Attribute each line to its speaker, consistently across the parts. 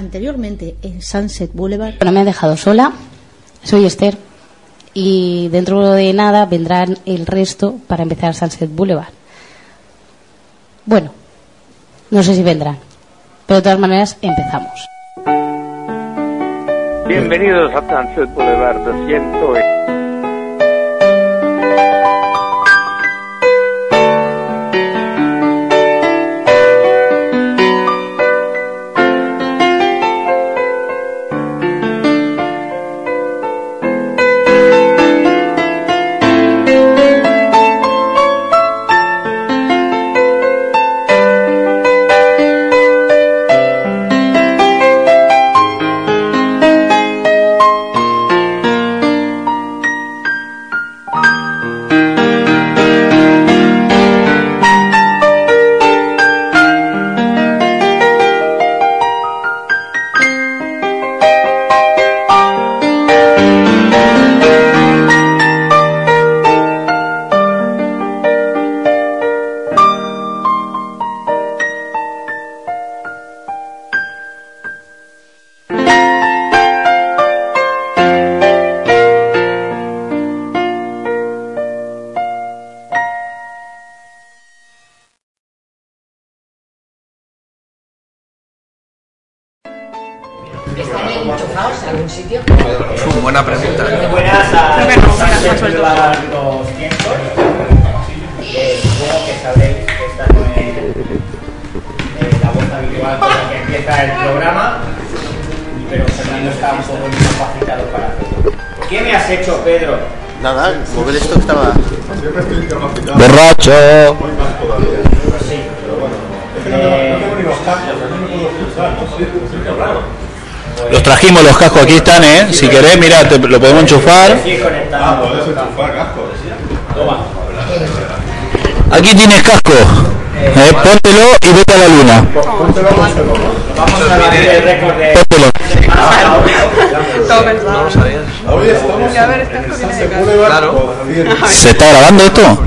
Speaker 1: Anteriormente en Sunset Boulevard.
Speaker 2: No me han dejado sola. Soy Esther. Y dentro de nada vendrán el resto para empezar Sunset Boulevard. Bueno, no sé si vendrán. Pero de todas maneras, empezamos.
Speaker 3: Bienvenidos a Sunset Boulevard 200.
Speaker 4: Buena pregunta.
Speaker 5: Buenas a
Speaker 6: Buenas, buenas, buenas,
Speaker 5: Sunset Boulevard 200. Eh, Supongo que sabréis que esta no es eh, la voz habitual con la que empieza el programa, pero Fernando está un poco incapacitado para hacerlo. ¿Qué me has hecho, Pedro?
Speaker 4: Nada, mover esto que estaba.
Speaker 7: Borracho.
Speaker 5: Pues sí. Eh,
Speaker 7: Los trajimos los cascos, aquí están, ¿eh? Si querés, mira, te- lo podemos enchufar.
Speaker 5: sí, conectado. Toma.
Speaker 7: Aquí tienes casco. Eh, póntelo y vete a la luna.
Speaker 5: Vamos a batir el récord de...
Speaker 7: Póntelo.
Speaker 6: Todo pensado.
Speaker 4: sabías?
Speaker 8: Hoy estamos
Speaker 6: Ya, a ver, esta
Speaker 8: en
Speaker 6: historia
Speaker 8: Sunset
Speaker 6: de
Speaker 8: Boulevard
Speaker 4: Claro.
Speaker 8: con Javier.
Speaker 7: ¿Se está grabando esto?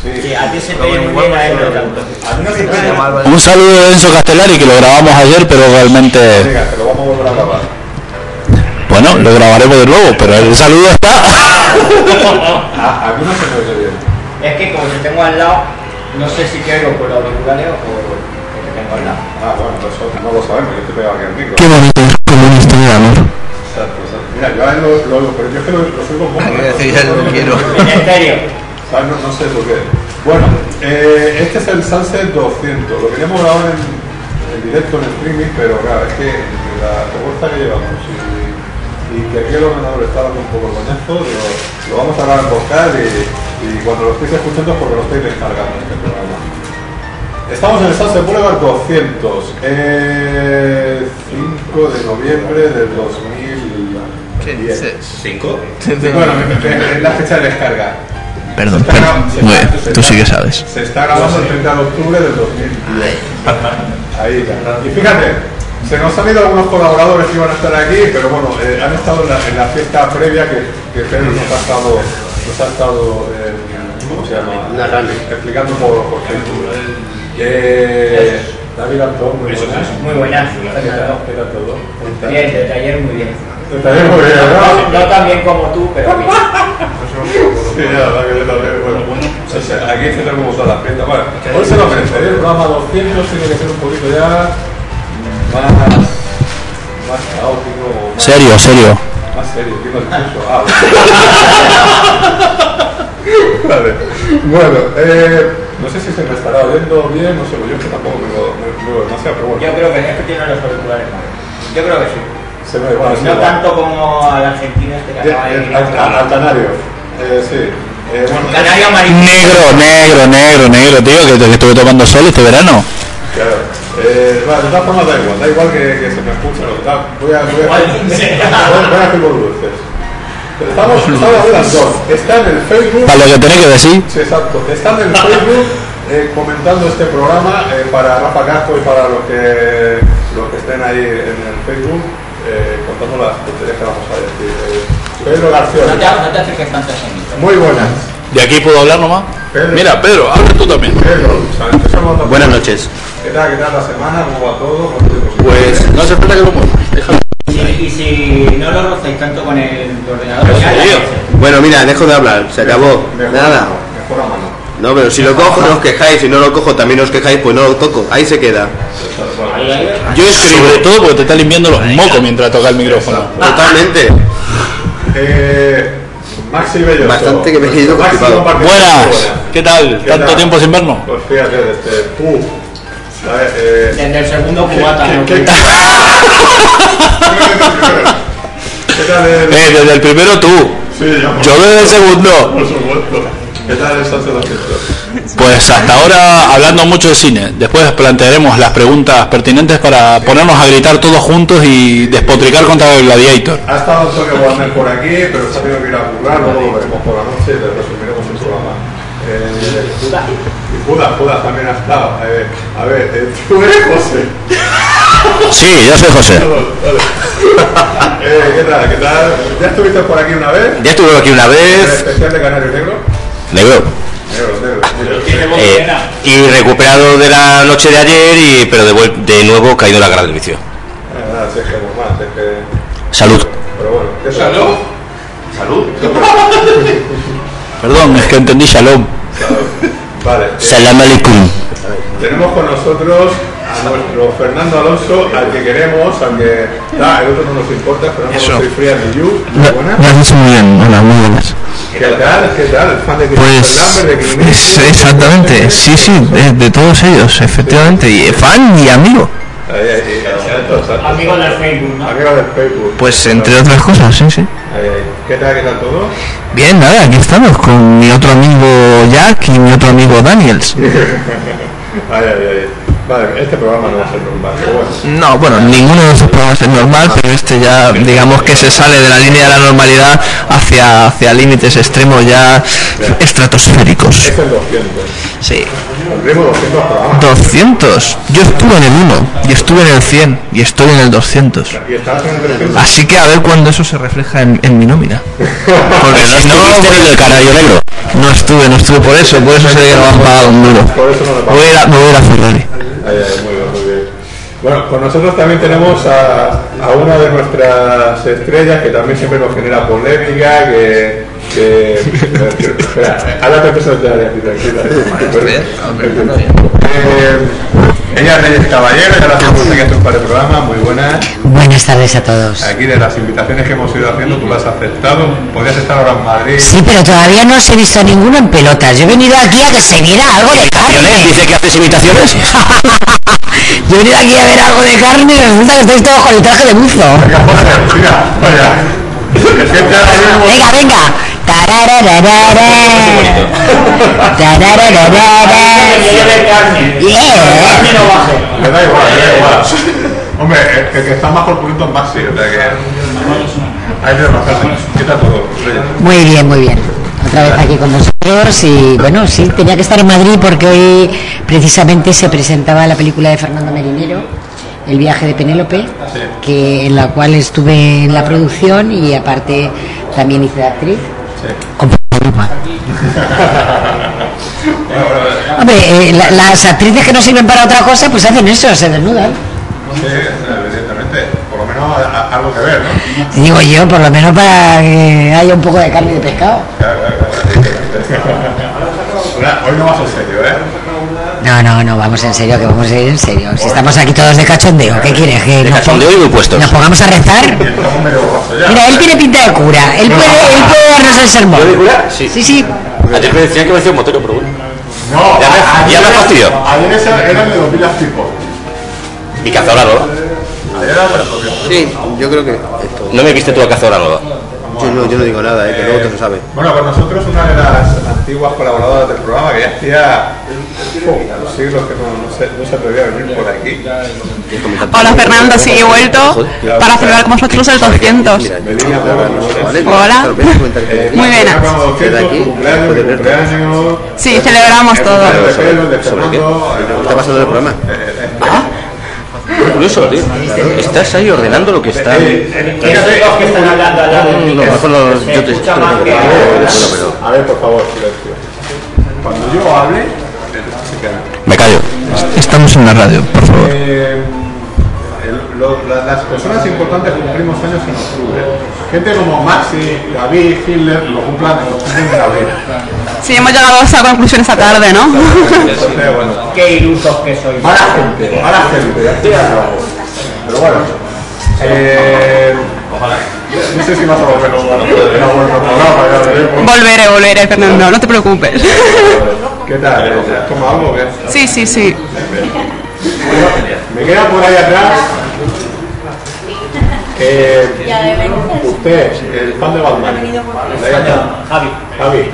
Speaker 5: Sí, a ti se te viene muy bien a él, no tanto.
Speaker 8: A mí no se puede llamar.
Speaker 4: Álvarez.
Speaker 7: Un saludo de Enzo Castellari que lo grabamos ayer, pero realmente.
Speaker 8: Venga, que lo vamos a volver a grabar.
Speaker 7: Bueno, lo grabaremos de nuevo, pero el saludo está.
Speaker 8: A, a mí no se me oye bien.
Speaker 5: Es que como te tengo al lado, no sé si te oigo por los auriculares o por que te tengo al lado.
Speaker 8: Ah, bueno, eso no lo sabemos. Yo te pegaba aquí al micro.
Speaker 7: Qué bonito es comunista de amor.
Speaker 8: Exacto, exacto. Mira, yo a él lo, lo oigo, pero yo es que lo, lo oigo un poco.
Speaker 4: Voy a decir ya lo que quiero.
Speaker 5: Ministerio,
Speaker 8: Ah, No, no sé por qué. Bueno, eh, este es el Sunset 200. Lo queríamos grabar en, en directo, en streaming, pero claro, es que la propuesta que llevamos y, y que aquí el ordenador estaba un poco con esto, digo, lo vamos a grabar en vocal y, y cuando lo estéis escuchando es porque lo estáis descargando este programa. Estamos en el Sunset Boulevard 200, eh, 5 de noviembre del 2010.
Speaker 4: ¿Cinco?
Speaker 8: Bueno, me- me- es la fecha de descarga.
Speaker 7: Perdón,
Speaker 8: Se está grabando- se
Speaker 7: Muy bien,
Speaker 8: está-
Speaker 7: tú sí que sabes.
Speaker 8: Se está grabando el 30 de octubre del 2010. Ahí ya. Y fíjate, se nos han ido algunos colaboradores que iban a estar aquí, pero bueno, eh, han estado en la, en la fiesta previa que, que Pedro nos ha estado, nos ha estado eh, ¿cómo se llama? explicando por, por Facebook. Eh, David Antón, muy buenas.
Speaker 5: muy buenas.
Speaker 8: ¿Qué tal? ¿Qué tal todo?
Speaker 5: Bien, de taller muy bien.
Speaker 8: Te estaré muy bien, ¿no?
Speaker 5: No, no tan bien como tú, pero bien.
Speaker 8: Sí, ya, la que le toque, bueno, o sea, aquí se está como todas las fiestas. Bueno, hoy se lo merece, ¿eh? el programa 200 tiene que ser un poquito ya más, más caótico, más,
Speaker 7: Serio, serio.
Speaker 8: más serio. ¿Qué más incluso? Ah, bueno. vale. Bueno, eh, no sé si se me estará oyendo bien, no sé, yo es que tampoco me lo, me, me lo demasiado, pero bueno,
Speaker 5: Yo creo que es que tiene los auriculares mal. Yo creo que sí.
Speaker 8: se me bueno, sí,
Speaker 5: No
Speaker 8: va.
Speaker 5: tanto como al argentino este que
Speaker 8: Eh,
Speaker 5: acaba de
Speaker 8: eh,
Speaker 5: venir.
Speaker 8: al, al- al canario, eh, sí. Eh, bueno,
Speaker 5: Canario amarillo.
Speaker 7: Negro, negro, negro, negro, tío, que, que estuve tomando sol este verano.
Speaker 8: Claro. Eh, bueno, de todas formas da igual, da igual que, que se me escuche lo que tal. Voy a, voy a,
Speaker 5: Igual.
Speaker 8: voy a- voy a hacer por dulces. Estamos, estamos en las dos. Está en el Facebook.
Speaker 7: Para lo que tenés que decir.
Speaker 8: Sí, exacto. Está en el Facebook eh, comentando este programa eh, para Rafa Casco y para los que, los que estén ahí en el Facebook eh, contando las tonterías que vamos a decir. Eh,
Speaker 5: No te,
Speaker 8: Pedro García.
Speaker 5: no te acerques tanto a ese micro.
Speaker 8: Muy buenas.
Speaker 7: ¿De aquí puedo hablar nomás?
Speaker 8: Pedro.
Speaker 7: Mira, Pedro, habla tú también.
Speaker 8: Pedro, ¿sabes? Te estamos dando-
Speaker 4: Buenas noches.
Speaker 8: ¿Qué tal? ¿Qué tal la semana? ¿Cómo va todo? ¿Cómo te-
Speaker 4: Pues no hace falta que lo mueva.
Speaker 5: tanto con el ordenador. Ya, ya, ya.
Speaker 4: Bueno, mira, dejo de hablar, se acabó.
Speaker 8: Mejor
Speaker 4: Nada.
Speaker 8: mano, Mejor a mano.
Speaker 4: No, pero si lo cojo no os quejáis, si no lo cojo también os quejáis, pues no lo toco, ahí se queda. Yo
Speaker 9: Sobre
Speaker 4: escribo
Speaker 9: todo porque te está limpiando los mocos mientras toca el micrófono.
Speaker 4: totalmente.
Speaker 8: Eh, Maxi Belloso.
Speaker 4: Bastante que me he ido
Speaker 8: Máximo
Speaker 4: constipado.
Speaker 8: Parque-
Speaker 9: Buenas, ¿qué tal?
Speaker 8: ¿Qué
Speaker 9: ¿Tanto
Speaker 8: tal?
Speaker 9: tiempo sin vernos?
Speaker 8: Pues fíjate, desde tú. ¿Sabes? Eh,
Speaker 5: Desde el segundo
Speaker 8: ¿qué-
Speaker 5: cubata.
Speaker 8: qué-
Speaker 5: ¿no?
Speaker 8: qué- ¿Qué tal el-
Speaker 9: Eh, desde el primero tú.
Speaker 8: Sí, yo-
Speaker 9: Yo desde el segundo.
Speaker 8: Por supuesto. ¿Qué tal el salto de los Cientos?
Speaker 9: Pues hasta ahora hablando mucho de cine. Después plantearemos las preguntas pertinentes para ponernos a gritar todos juntos y despotricar contra el gladiator.
Speaker 8: Ha estado el toque Warner por aquí, pero se ha tenido que ir a currar, luego lo veremos por la noche y le resumiremos el programa. Eh, y Judas, Judas también ha estado. Eh, a ver, eh, tú eres José.
Speaker 9: Sí, yo soy José.
Speaker 8: Eh, ¿Qué tal? ¿Qué tal? ¿Ya estuviste por aquí una vez?
Speaker 4: Ya estuve aquí una
Speaker 8: ¿En el
Speaker 4: vez,
Speaker 8: especial de Canario Negro?
Speaker 4: negro,
Speaker 8: Negro, negro. negro.
Speaker 4: eh, y recuperado de la noche de ayer, y, pero de, vuel- de nuevo caído en la gran del vicio.
Speaker 8: Ah, nada, si es que normal, si es que...
Speaker 9: Salud.
Speaker 8: Pero bueno, ¿qué tal?
Speaker 4: Salud.
Speaker 9: Perdón, es que entendí shalom.
Speaker 8: Vale, eh,
Speaker 9: Salam alaikum.
Speaker 8: Tenemos con nosotros a nuestro Fernando Alonso, al que queremos, al que. Ah, el otro no nos importa, Fernando
Speaker 4: Eso.
Speaker 8: Alonso y Fría de You. Muy buena.
Speaker 7: Lo has dicho muy bien, hola, muy buenas.
Speaker 8: ¿Qué tal? ¿Qué tal? Fan de
Speaker 7: Pues,
Speaker 8: Christopher Lambert, de Clint
Speaker 7: es-
Speaker 8: Eastwood, de-
Speaker 7: exactamente, sí, sí, eh. de, de todos ellos, efectivamente, y fan y amigo,
Speaker 8: Ahí, ahí, exacto, exacto.
Speaker 5: Amigos del Facebook, ¿no?
Speaker 8: Amigos del Facebook.
Speaker 7: pues entre otras cosas, sí, sí.
Speaker 8: Ahí, ahí. ¿Qué tal? ¿Qué tal todo?
Speaker 7: Bien, nada, aquí estamos con mi otro amigo Jack y mi otro amigo Daniels.
Speaker 8: Ahí, ahí, ahí. Vale, este programa no va a ser normal, pero bueno.
Speaker 7: No, bueno, ninguno de nuestros programas es normal, pero este ya, digamos que se sale de la línea de la normalidad hacia, hacia límites extremos ya estratosféricos.
Speaker 8: Este Es el 200.
Speaker 7: Sí.
Speaker 8: Cumplimos 200 programas.
Speaker 7: 200. Yo estuve en el 1, y estuve en el 100, y estoy en el 200.
Speaker 8: Y estás en el 300.
Speaker 7: Así que a ver cuándo eso se refleja en, en mi nómina. Porque si no,
Speaker 9: en el canario negro.
Speaker 7: no estuve, no estuve por eso, por eso se que no me han pagado un duro.
Speaker 8: Por eso no lo
Speaker 7: Me voy a ir a, me voy a ir a Ferrari.
Speaker 8: Ahí, ahí, muy bien, muy bien. Bueno, con nosotros también tenemos a, a una de nuestras estrellas que también siempre nos genera polémica, que... que espera, ahora te presentaré a ti, tranquila. Eh, Ella es Reyes Caballero, ya la hacemos aquí hace un par de programas, este muy buenas.
Speaker 10: Buenas tardes a todos.
Speaker 8: Aquí de las invitaciones que hemos ido haciendo, tú las has aceptado, podrías estar ahora en Madrid.
Speaker 10: Sí, pero todavía no os he visto a ninguno en pelotas. Yo he venido aquí a que se viera algo de carne.
Speaker 9: ¿Dice que haces imitaciones?
Speaker 10: Yo he venido aquí a ver algo de carne y resulta que estáis todos con el traje de buzo.
Speaker 8: Venga, José, mira, vaya. Es que te ha salido-
Speaker 10: Venga, venga. Tarararara.
Speaker 5: Que
Speaker 10: Tarararara.
Speaker 5: lleve carne.
Speaker 10: Yeah.
Speaker 5: Carne no baje.
Speaker 8: Me da igual, me da igual. Hombre, el- el que está más por punto es Maxi, o sea que. Hay que repasarse. ¿Qué tal todo? Reyes?
Speaker 10: Muy bien, muy bien. Otra vez aquí con vosotros y bueno, sí, tenía que estar en Madrid porque hoy precisamente se presentaba la película de Fernando Merinero, El viaje de Penélope, que en la cual estuve en la producción y aparte también hice de actriz. Con Paloma. Hombre, eh, la- las actrices que no sirven para otra cosa pues hacen eso, se desnudan.
Speaker 8: Sí, evidentemente. Por lo menos a- a- algo que ver, ¿no?
Speaker 10: Digo yo, por lo menos para que haya un poco de carne de pescado.
Speaker 8: Claro, claro, claro. Ahora, Hoy no vas en serio, ¿eh?
Speaker 10: No, no, no, vamos en serio, que vamos a ir en serio. Si estamos aquí todos de cachondeo, ¿qué quieres? Que nos,
Speaker 9: cachondeo y muy puestos.
Speaker 10: nos pongamos a rezar.
Speaker 8: Y estamos medio borrachos ya.
Speaker 10: Mira, él tiene pinta de cura, él puede, él puede darnos el sermón.
Speaker 4: Sí.
Speaker 10: Sí, sí,
Speaker 4: Antes me decían que me hacía un motero, pero bueno.
Speaker 8: No,
Speaker 4: Ya me-
Speaker 8: ayer
Speaker 4: ya me
Speaker 8: era-
Speaker 4: fastidió.
Speaker 8: Ayer esa- eran de dos pilas tipo.
Speaker 4: ¿Y Cazadora Lola?
Speaker 8: Ayer eran de los propios.
Speaker 11: Sí, yo creo que esto.
Speaker 4: ¿No me viste tú a Cazadora Lola?
Speaker 11: Yo no, yo no digo nada, eh, que luego te lo sabes.
Speaker 8: Bueno, con nosotros una de las antiguas colaboradoras del programa que ya hacía oh, siglos que no, no se, no se atrevía a venir por aquí.
Speaker 4: Eh,
Speaker 12: Hola Fernando, sí, he vuelto para celebrar con vosotros el 200.
Speaker 8: Venía a vernos, ¿eh?
Speaker 12: Hola.
Speaker 8: Eh,
Speaker 12: Muy bien.
Speaker 8: programa 200,
Speaker 11: Desde aquí,
Speaker 8: cumpleaños,
Speaker 11: después de verte.
Speaker 8: cumpleaños.
Speaker 12: Sí, celebramos todo.
Speaker 8: El de pelo, el de eh,
Speaker 11: ¿Sobre qué?
Speaker 8: Fernando,
Speaker 11: ¿Qué
Speaker 8: el-
Speaker 11: está pasando en el
Speaker 4: Eh,
Speaker 11: programa? Ah.
Speaker 4: Incluso, tío. Estás ahí ordenando lo que está.
Speaker 8: Eh, fíjate,
Speaker 5: Los que están hablando al lado de
Speaker 4: No, mejor no,
Speaker 5: Se
Speaker 4: yo te-
Speaker 5: escucha
Speaker 4: yo
Speaker 5: más
Speaker 4: te-
Speaker 5: que-
Speaker 4: Bueno, pero-
Speaker 8: A ver, por favor, silencio. Cuando yo hable, se queda.
Speaker 9: Me callo.
Speaker 7: Estamos en la radio, por favor.
Speaker 8: Eh, el- Lo- la- las personas importantes cumplimos años en octubre. Gente como Maxi, David, Hitler, lo cumplan en octubre en abril.
Speaker 13: Sí, hemos llegado a esa conclusión esta tarde, ¿no?
Speaker 8: Entonces, bueno.
Speaker 5: Qué ilusos que sois.
Speaker 8: Mala gente, mala gente. Pero bueno. Eh, no sé si vas a volver a vuestro programa, ya veremos.
Speaker 13: Volveré, volveré, Fernando, no te preocupes.
Speaker 8: ¿Qué tal? ¿Has tomado algo o qué?
Speaker 13: Sí, sí, sí.
Speaker 8: Me queda por ahí atrás. Eh, usted, el fan de Batman. Ahí está. Javi. Javi.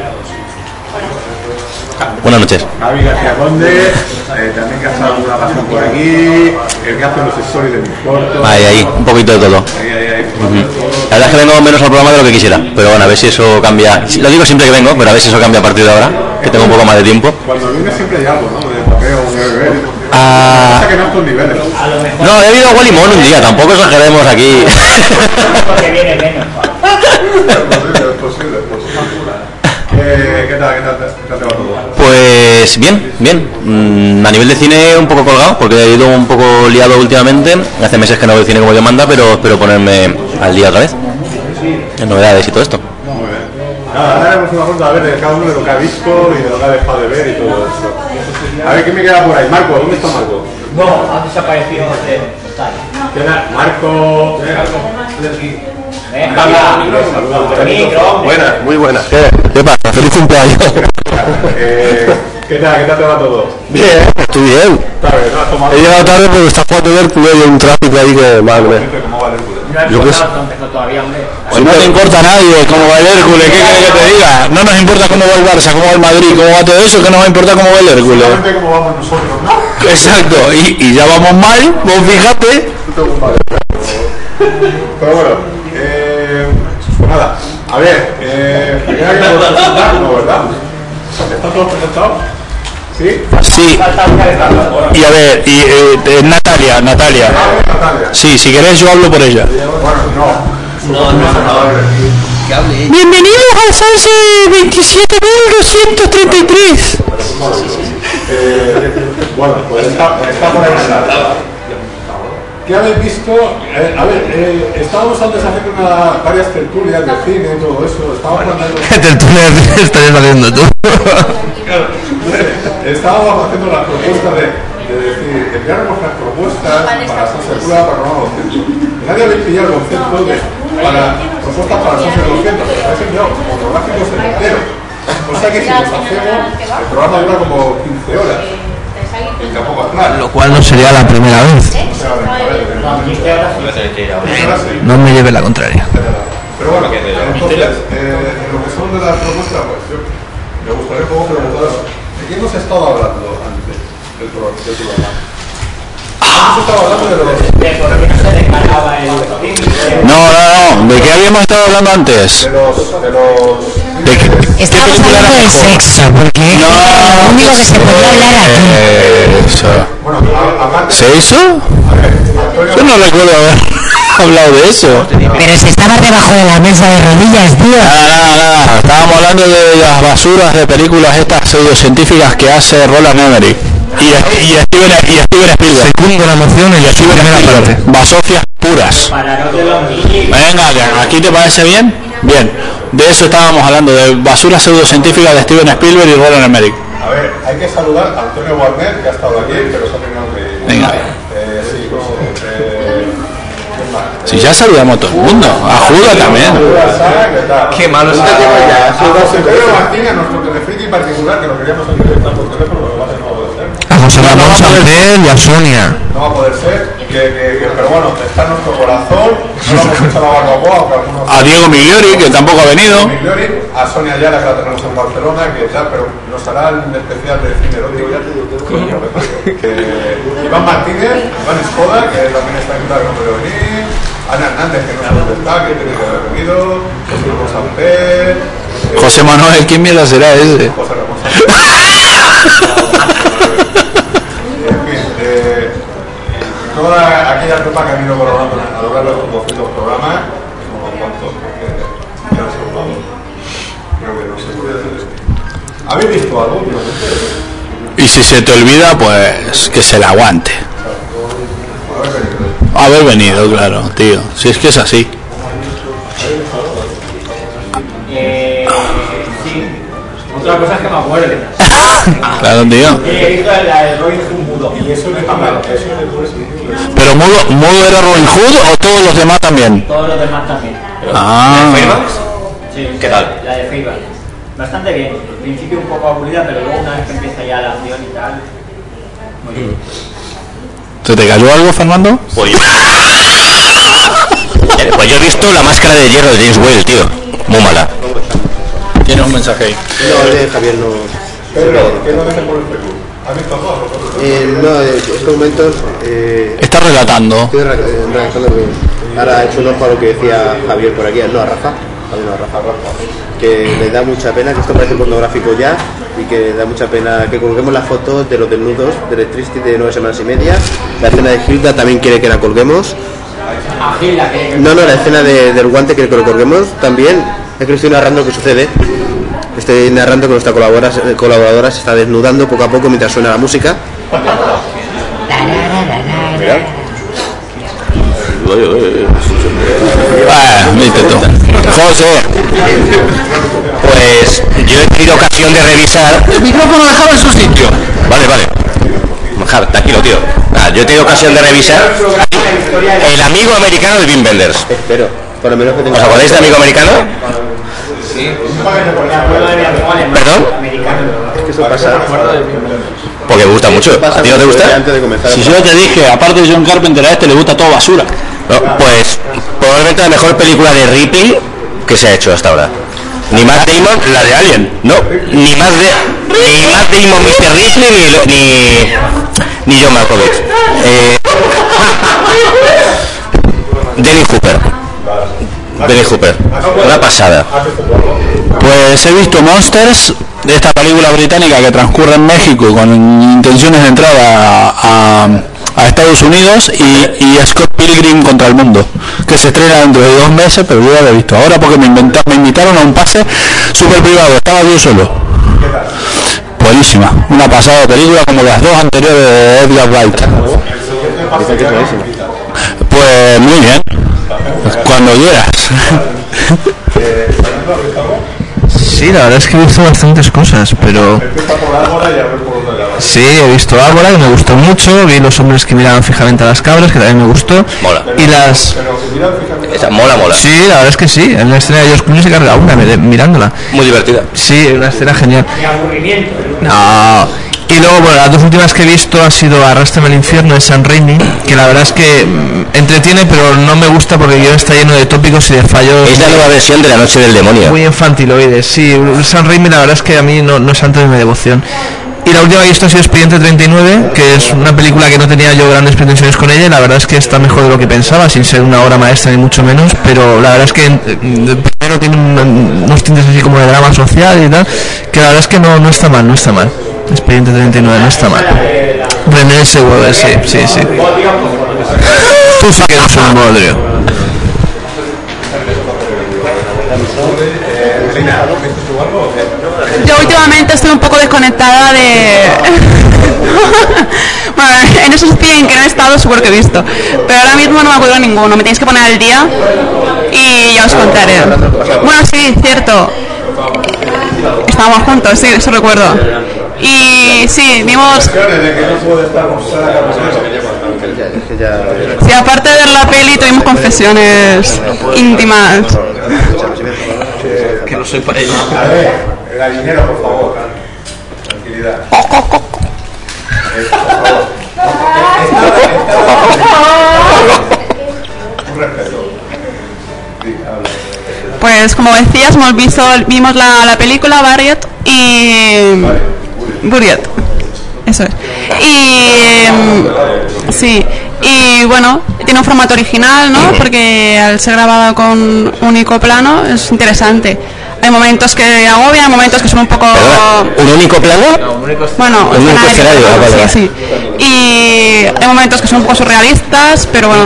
Speaker 7: Buenas noches.
Speaker 8: Javi García Conde, eh, también que ha estado una pasión por aquí, el que hace los stories de mis cortos.
Speaker 7: Ahí, ahí, un poquito de todo.
Speaker 8: Ahí, ahí, ahí.
Speaker 7: La verdad es que vengo menos al programa de lo que quisiera, pero bueno, a ver si eso cambia. Lo digo siempre que vengo, pero a ver si eso cambia a partir de ahora, que tengo un poco más de tiempo.
Speaker 8: Cuando viene siempre hay algo, ¿no? De papeo, un bebé.
Speaker 7: Ah,
Speaker 8: Pasa que no es con niveles.
Speaker 7: no, he habido agua limón un día, tampoco exageremos aquí.
Speaker 5: Porque viene menos.
Speaker 8: Es posible, es posible, es posible. pues, Eh, ¿Qué tal, qué tal, qué tal te va todo?
Speaker 7: Pues bien, bien. Mm, A nivel de cine un poco colgado, porque he ido un poco liado últimamente. Hace meses que no veo cine como Dios manda, pero espero ponerme al día otra vez. En novedades y todo esto.
Speaker 8: Muy bien. Nada, ahora haremos una vuelta a ver de cada uno de lo que ha visto y de lo que ha dejado de ver y todo eso. A ver, ¿qué me queda por ahí? Marco, ¿dónde está Marco?
Speaker 5: No, ha desaparecido de total.
Speaker 8: ¿Qué tal? Marco. eh,
Speaker 5: Venga,
Speaker 8: Marco, saluda al
Speaker 5: ¿Eh? Micro.
Speaker 4: Buenas, muy buenas.
Speaker 14: ¿Qué, qué pasa? ¡Feliz cumpleaños!
Speaker 8: Eh, ¿Qué tal? ¿Qué tal te va todo?
Speaker 14: Bien, estoy bien.
Speaker 8: Está bien, ¿no? ¿Has tomado?
Speaker 14: He llegado tarde porque está jugando Hércules y hay un tráfico ahí que, madre mía.
Speaker 8: ¿Cómo va el Hércules?
Speaker 14: Yo qué sé.
Speaker 5: empezó todavía, hombre.
Speaker 14: Si Pues no te importa a nadie cómo va el Hércules, ¿qué quieres que te diga? No nos importa cómo va el Barça, cómo va el Madrid, cómo va todo eso, que nos va a importar cómo va el Hércules.
Speaker 8: Solamente cómo vamos nosotros, ¿no?
Speaker 14: Exacto, y, y ya vamos mal, vos fíjate.
Speaker 8: Pero bueno, eh, pues nada, a ver, eh, me queda que presentar, ¿no, verdad? ¿Está todo presentado? ¿Sí?
Speaker 14: Sí,
Speaker 5: Falta una de cada uno.
Speaker 14: y a ver, y eh, eh, Natalia, Natalia.
Speaker 8: Natalia.
Speaker 14: Sí, si querés yo hablo por ella.
Speaker 8: Bueno, no. No, no, no.
Speaker 14: Bienvenidos al Sanse 27.233.
Speaker 8: Eh, bueno, pues está, está por ahí. Natalia. ¿Qué habéis visto? Eh, a ver, eh, estábamos antes haciendo una, varias tertulias de cine y todo eso. Estábamos hablando...
Speaker 15: ¿Qué tertulia estarías haciendo tú?
Speaker 8: Estábamos haciendo la propuesta de, de decir, enviar nuestras propuestas para Sansetura para Roma 200. Y Nadie había pillado el concepto de para, propuestas para Sansetura 200, que parecen ya monográficos enteros. O sea que Eh, si los hacemos, el programa dura como 15 horas. Y tampoco es plan.
Speaker 15: Lo cual no sería la primera vez. No me lleves la contraria.
Speaker 8: Pero bueno, entonces, eh, en lo que son de las propuestas, pues yo me gustaría un poco preguntaros, ¿de qué hemos estado hablando antes del pro- del programa? Hemos estado hablando de los...
Speaker 5: De por qué no se descargaba el vídeo.
Speaker 7: No, no, no. ¿De qué habíamos estado hablando antes?
Speaker 8: de los, de los
Speaker 7: ¿De qué, qué
Speaker 10: Estábamos
Speaker 7: película era
Speaker 10: hablando de
Speaker 7: mejor?
Speaker 10: sexo, porque
Speaker 7: No,
Speaker 10: era lo único que se podía hablar aquí.
Speaker 7: Eh, eso.
Speaker 8: bueno, a- aparte
Speaker 7: ¿Se hizo? Yo no recuerdo haber hablado de eso.
Speaker 10: Pero si estabas debajo de la mesa de rodillas, tío.
Speaker 7: Nada, nada, nada. Estábamos hablando de las basuras de películas estas pseudocientíficas que hace Roland Emmerich. Y, y, Steven, y Steven Spielberg.
Speaker 15: Segundo la moción en
Speaker 7: Y
Speaker 15: la
Speaker 7: Steven
Speaker 15: primera parte.
Speaker 7: Spielberg. Basofias puras.
Speaker 5: Para no de los niños.
Speaker 7: Venga, que ¿aquí te parece bien? Bien. De eso estábamos hablando, de basura pseudocientífica de Steven Spielberg y Roland Emmerich.
Speaker 8: a ver hay que saludar a Antonio Warner que ha estado aquí pero se ha tenido que ir.
Speaker 7: Venga.
Speaker 8: eh, sí, pues, eh, ¿quién más?
Speaker 7: Si ya saludamos a todo el mundo, a Judas también.
Speaker 8: Saluda a Sara, ¿qué tal?
Speaker 4: Qué malo
Speaker 8: A-
Speaker 4: este tema ya,
Speaker 8: a José Pedro Martínez, nuestro telefriki particular, que lo queríamos entrevistar por teléfono, pero va a ser no va a poder ser.
Speaker 15: A José Ramón Sánchez y a Sonia.
Speaker 8: No va a poder ser, que, que- que- pero bueno, está en nuestro corazón, no lo hemos hecho a la barbacoa, aunque algunos...
Speaker 7: A Diego Migliori, que tampoco ha venido.
Speaker 8: Migliori, a Sonia Ayala, que la tenemos en Barcelona, que tal, pero nos hará el especial de cine erótico. Que- Iván Martínez, Iván Escoda, que también está invitado, que no puede venir. Ana Hernández, que no puede estar, que tiene que haber venido. José Ramón Sanpé, eh,
Speaker 7: José Manuel, ¿quién mierda será ese?
Speaker 8: José Ramón Sanpé. Y, en fin, eh, toda aquella tropa que ha venido colaborando a lo largo de estos 200 programas, unos cuantos, porque ya han saludado. Creo que no se puede decir. ¿Habéis visto algo últimamente?
Speaker 7: Y si se te olvida, pues que se la aguante.
Speaker 8: A ver,
Speaker 16: Haber venido, claro, tío. Si es que es así.
Speaker 5: Eh, sí. Otra cosa es que me acuerde.
Speaker 16: Claro, tío.
Speaker 5: He visto la de Robin Hood mudo. Y eso no está mal.
Speaker 16: Pero Mudo, Mudo era Robin Hood o todos los demás también.
Speaker 5: Todos los demás también.
Speaker 16: Ah.
Speaker 5: ¿La de Fairbanks? Sí.
Speaker 16: ¿Qué tal?
Speaker 5: La de Fairbanks. Bastante bien. Al principio un poco aburrida, pero luego una vez que empieza ya la acción y tal. Muy bien.
Speaker 16: ¿Se te cayó algo, Fernando?
Speaker 7: Pues yo... pues yo he visto la máscara de hierro de James Whale, tío. Muy mala.
Speaker 16: Tiene un mensaje ahí.
Speaker 4: No, eh, Javier, no.
Speaker 8: Pedro, ¿qué no te por el Facebook? ¿Has visto todo?
Speaker 4: Eh, no, eh, estos momentos. Eh,
Speaker 16: Está relatando.
Speaker 4: estoy re- eh, redactando que Ahora he hecho un ojo a lo que decía Javier por aquí, no a Rafa. Javier, no, a Rafa, Que le da mucha pena, que esto parece pornográfico ya, y que da mucha pena que colguemos las fotos de los desnudos de Electricity de nueve semanas y media. La escena de Hilda también quiere que la colguemos.
Speaker 5: Ágil, la que.
Speaker 4: No, no, la escena de- del guante que lo colguemos también. Es que estoy narrando lo que sucede. Estoy narrando que nuestra colaboradora, se- colaboradora se está desnudando poco a poco mientras suena la música.
Speaker 7: Ah, me intento. José. Pues yo he tenido ocasión de revisar. El micrófono dejado en su sitio. Vale, vale. Mojar, tranquilo, tío. Ah, yo he tenido ocasión de revisar. El amigo americano de Wim Wenders.
Speaker 4: Espero, por lo menos que tenga.
Speaker 7: ¿Os acordáis de amigo americano? ¿Perdón?
Speaker 4: Es que eso pasa.
Speaker 7: Porque me gusta mucho. ¿A ti no te gusta?
Speaker 4: Antes de comenzar.
Speaker 16: Si yo te dije, aparte de John Carpenter, a este le gusta todo basura.
Speaker 4: Ah.
Speaker 7: No, pues probablemente la mejor película de Ripley que se ha hecho hasta ahora. Ni Matt Damon, la de Alien. No, ni más de ni Matt Damon, Mr. Ripley, ni lo- ni, ni John Malkovich. Eh, Dennis Hooper. Dennis Hooper. Una pasada.
Speaker 16: Pues he visto Monsters, de esta película británica que transcurre en México con intenciones de entrada a, a Estados Unidos y, y a Scott Pilgrim contra el mundo, que se estrena dentro de dos meses, pero yo ya la he visto ahora porque me, inventa- me invitaron a un pase súper privado, estaba yo solo. Buenísima, una pasada de película como las dos anteriores de Edgar Wright. Pues muy bien, cuando quieras.
Speaker 17: Sí, la verdad es que he visto bastantes cosas, pero sí, he visto Ágora, que me gustó mucho, vi los hombres que miraban fijamente a las cabras, que también me gustó,
Speaker 7: Mola.
Speaker 17: y las...
Speaker 7: Esa mola, mola.
Speaker 17: Sí, la verdad es que sí, en la escena de George Clooney se carga una mire- mirándola.
Speaker 7: Muy divertida.
Speaker 17: Sí, una escena genial.
Speaker 5: De aburrimiento.
Speaker 7: Ah.
Speaker 17: No. Y luego, bueno, las dos últimas que he visto ha sido Arrastrame al infierno de San Raimi, que la verdad es que mm, entretiene, pero no me gusta porque el guión está lleno de tópicos y de fallos
Speaker 7: Es la nueva versión de La Noche del Demonio.
Speaker 17: muy infantiloides. Sí, San Raimi la verdad es que a mí no, no es santo de mi devoción. Y la última que he visto ha sido Expediente 39, que es una película que no tenía yo grandes pretensiones con ella, y la verdad es que está mejor de lo que pensaba, sin ser una obra maestra ni mucho menos, pero la verdad es que mm, primero tiene un- unos tintes así como de drama social y tal, que la verdad es que no, no está mal, no está mal. Expediente 39 no está mal. René Segura, sí, sí, sí. Tú sí que eres un bodrio.
Speaker 10: Yo últimamente estoy un poco desconectada de... bueno, en esos 100 que no he estado seguro que he visto. Pero ahora mismo no me acuerdo de ninguno. Me tenéis que poner al día y ya os contaré. Bueno, sí, cierto. Estábamos juntos, sí, eso recuerdo. Y sí, vimos...
Speaker 4: Es que ya.
Speaker 10: Sí, aparte de ver la peli tuvimos confesiones íntimas.
Speaker 17: Que no soy para ello.
Speaker 8: A ver, el gallinero, por favor. Tranquilidad. Eh, por favor. Un respeto. Sí, habla.
Speaker 10: Pues como decías, hemos visto, vimos la, la película Barriot y... Buriet. Eso es. Y... mm, Sí. Y bueno, tiene un formato original, ¿no? Porque al ser grabada con único plano es interesante. Hay momentos que agobian, hay momentos que son un poco...
Speaker 7: Perdona, ¿Un único plano?
Speaker 10: Bueno,
Speaker 7: Un único escenario, ah, vale,
Speaker 10: sí, sí. Y hay momentos que son un poco surrealistas, pero bueno,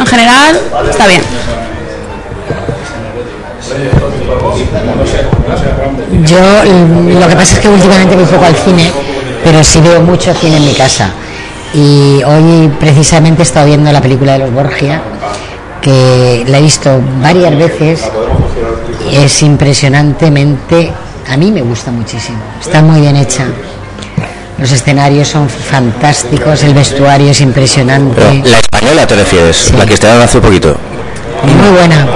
Speaker 10: en general está bien.
Speaker 18: Yo eh, lo que pasa es que últimamente voy poco al cine, pero sí veo mucho cine en mi casa.
Speaker 10: Y hoy precisamente he estado viendo la película de los Borgia, que la he visto varias veces. y Es impresionantemente, a mí me gusta muchísimo, está muy bien hecha. Los escenarios son fantásticos, el vestuario es
Speaker 7: Pero,
Speaker 10: impresionante.
Speaker 7: ¿La española te refieres? La que estrenaron hace poquito.
Speaker 10: Muy buena.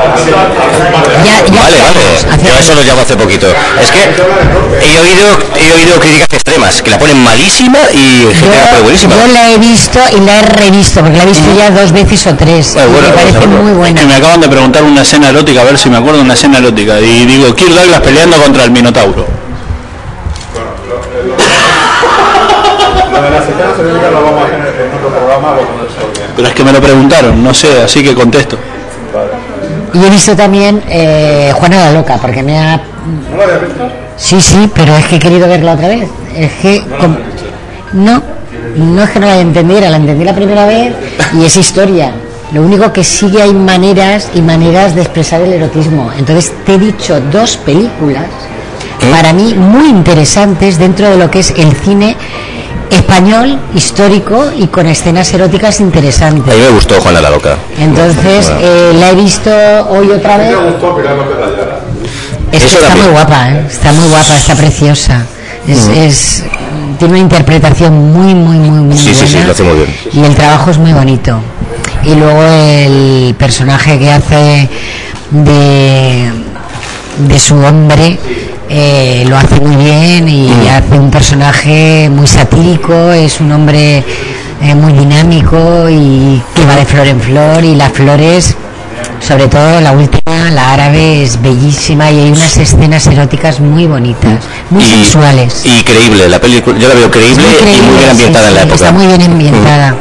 Speaker 10: Ya, ya
Speaker 7: vale, vale. Yo eso lo llamo hace poquito. Es que he oído, he oído críticas extremas, que la ponen malísima y gente que la pone buenísima. Mm.
Speaker 10: Yo la he visto y la he revisto, porque la he visto ya dos veces o tres. y me parece muy buena.
Speaker 19: Que me acaban de preguntar una escena erótica, a ver si me acuerdo de una escena erótica. Y digo, Kirk Douglas peleando contra el Minotauro.
Speaker 8: Lo de las escenas eróticas lo vamos a hacer en otro programa o cuando se olvide.
Speaker 19: Pero es que me lo preguntaron, no sé, así que contesto.
Speaker 10: Y he visto también eh, Juana la Loca, porque me ha...
Speaker 8: ¿No lo habías visto?
Speaker 10: Sí, sí, pero es que he querido verla otra vez. Es que... com- No, no es que no la entendiera, la entendí la primera vez y es historia. Lo único que sigue hay maneras y maneras de expresar el erotismo. Entonces te he dicho dos películas para mí muy interesantes dentro de lo que es el cine español, histórico y con escenas eróticas interesantes.
Speaker 7: A mí me gustó Juana la Loca.
Speaker 10: Entonces
Speaker 7: Bueno.
Speaker 10: eh, la he visto hoy otra vez. Es
Speaker 7: Eso
Speaker 10: que está
Speaker 7: también. Mm.
Speaker 10: muy guapa, ¿eh? está muy guapa, está preciosa. Es, es- tiene una interpretación muy, muy, muy, muy
Speaker 7: Sí, sí, sí,
Speaker 10: buena.
Speaker 7: lo hace muy bien.
Speaker 10: Y el trabajo es muy bonito. Y luego el personaje que hace de, de su hombre eh, lo hace muy bien y
Speaker 7: Mm.
Speaker 10: hace un personaje muy satírico, es un hombre eh, muy dinámico y que va de flor en flor y las flores, sobre todo la última, la árabe, es bellísima y hay unas escenas eróticas muy bonitas, muy
Speaker 7: Y-
Speaker 10: sexuales.
Speaker 7: Y creíble, la película, yo la veo creíble, y muy bien
Speaker 10: sí,
Speaker 7: ambientada en la
Speaker 10: sí,
Speaker 7: época.
Speaker 10: Está muy bien ambientada.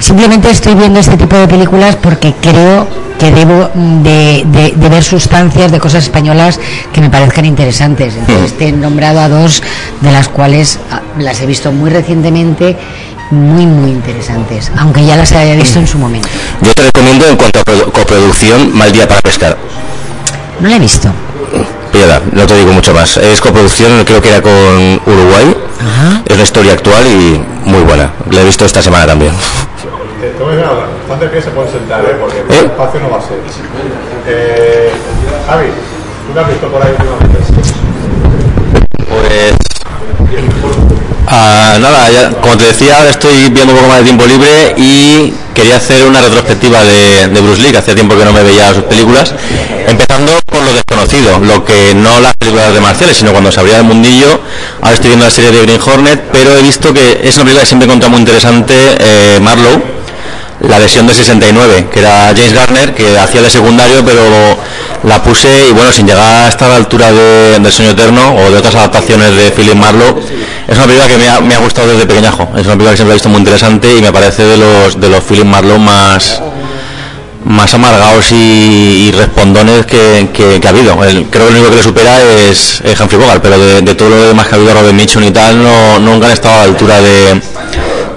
Speaker 10: Simplemente estoy viendo este tipo de películas porque creo que debo mm, de, de- de ver sustancias de cosas españolas que me parezcan interesantes. Entonces
Speaker 20: Mm.
Speaker 10: te he nombrado a dos de las cuales ah, las he visto muy recientemente, muy, muy interesantes, aunque ya las haya visto en su momento.
Speaker 7: Yo te recomiendo en cuanto a produ- coproducción, Mal día para pescar.
Speaker 10: No la he visto.
Speaker 7: Pídala, no te digo mucho más. Es coproducción, creo que era con Uruguay. Es una historia actual y muy buena. La he visto esta semana también.
Speaker 8: Eh, Tomás Granada, antes que se pueden sentar, ¿eh? porque el espacio no va a ser. Eh, Javi, ¿tú qué has visto por ahí últimamente?
Speaker 7: Pues. ah, nada, ya- como te decía, ahora estoy viendo un poco más de tiempo libre y quería hacer una retrospectiva de, de Bruce Lee, que hacía tiempo que no me veía sus películas. Empezando por lo desconocido, lo que no las películas de marciales, sino cuando se abría el mundillo. Ahora estoy viendo la serie de Green Hornet, pero he visto que es una película que siempre he encontrado muy interesante, eh, Marlowe. La versión de 69, que era James Garner, que hacía de secundario, pero la puse y bueno, sin llegar hasta la altura de, del Sueño Eterno o de otras adaptaciones de Philip Marlowe, es una película que me ha, me ha gustado desde pequeñajo. Es una película que siempre he visto muy interesante y me parece de los, de los Philip Marlowe más, más amargados y, y respondones que, que- que ha habido. El- creo que lo único que le supera es, es Humphrey Bogart, pero de, de todo lo demás que ha habido Robert Mitchum y tal, no, nunca han estado a la altura de,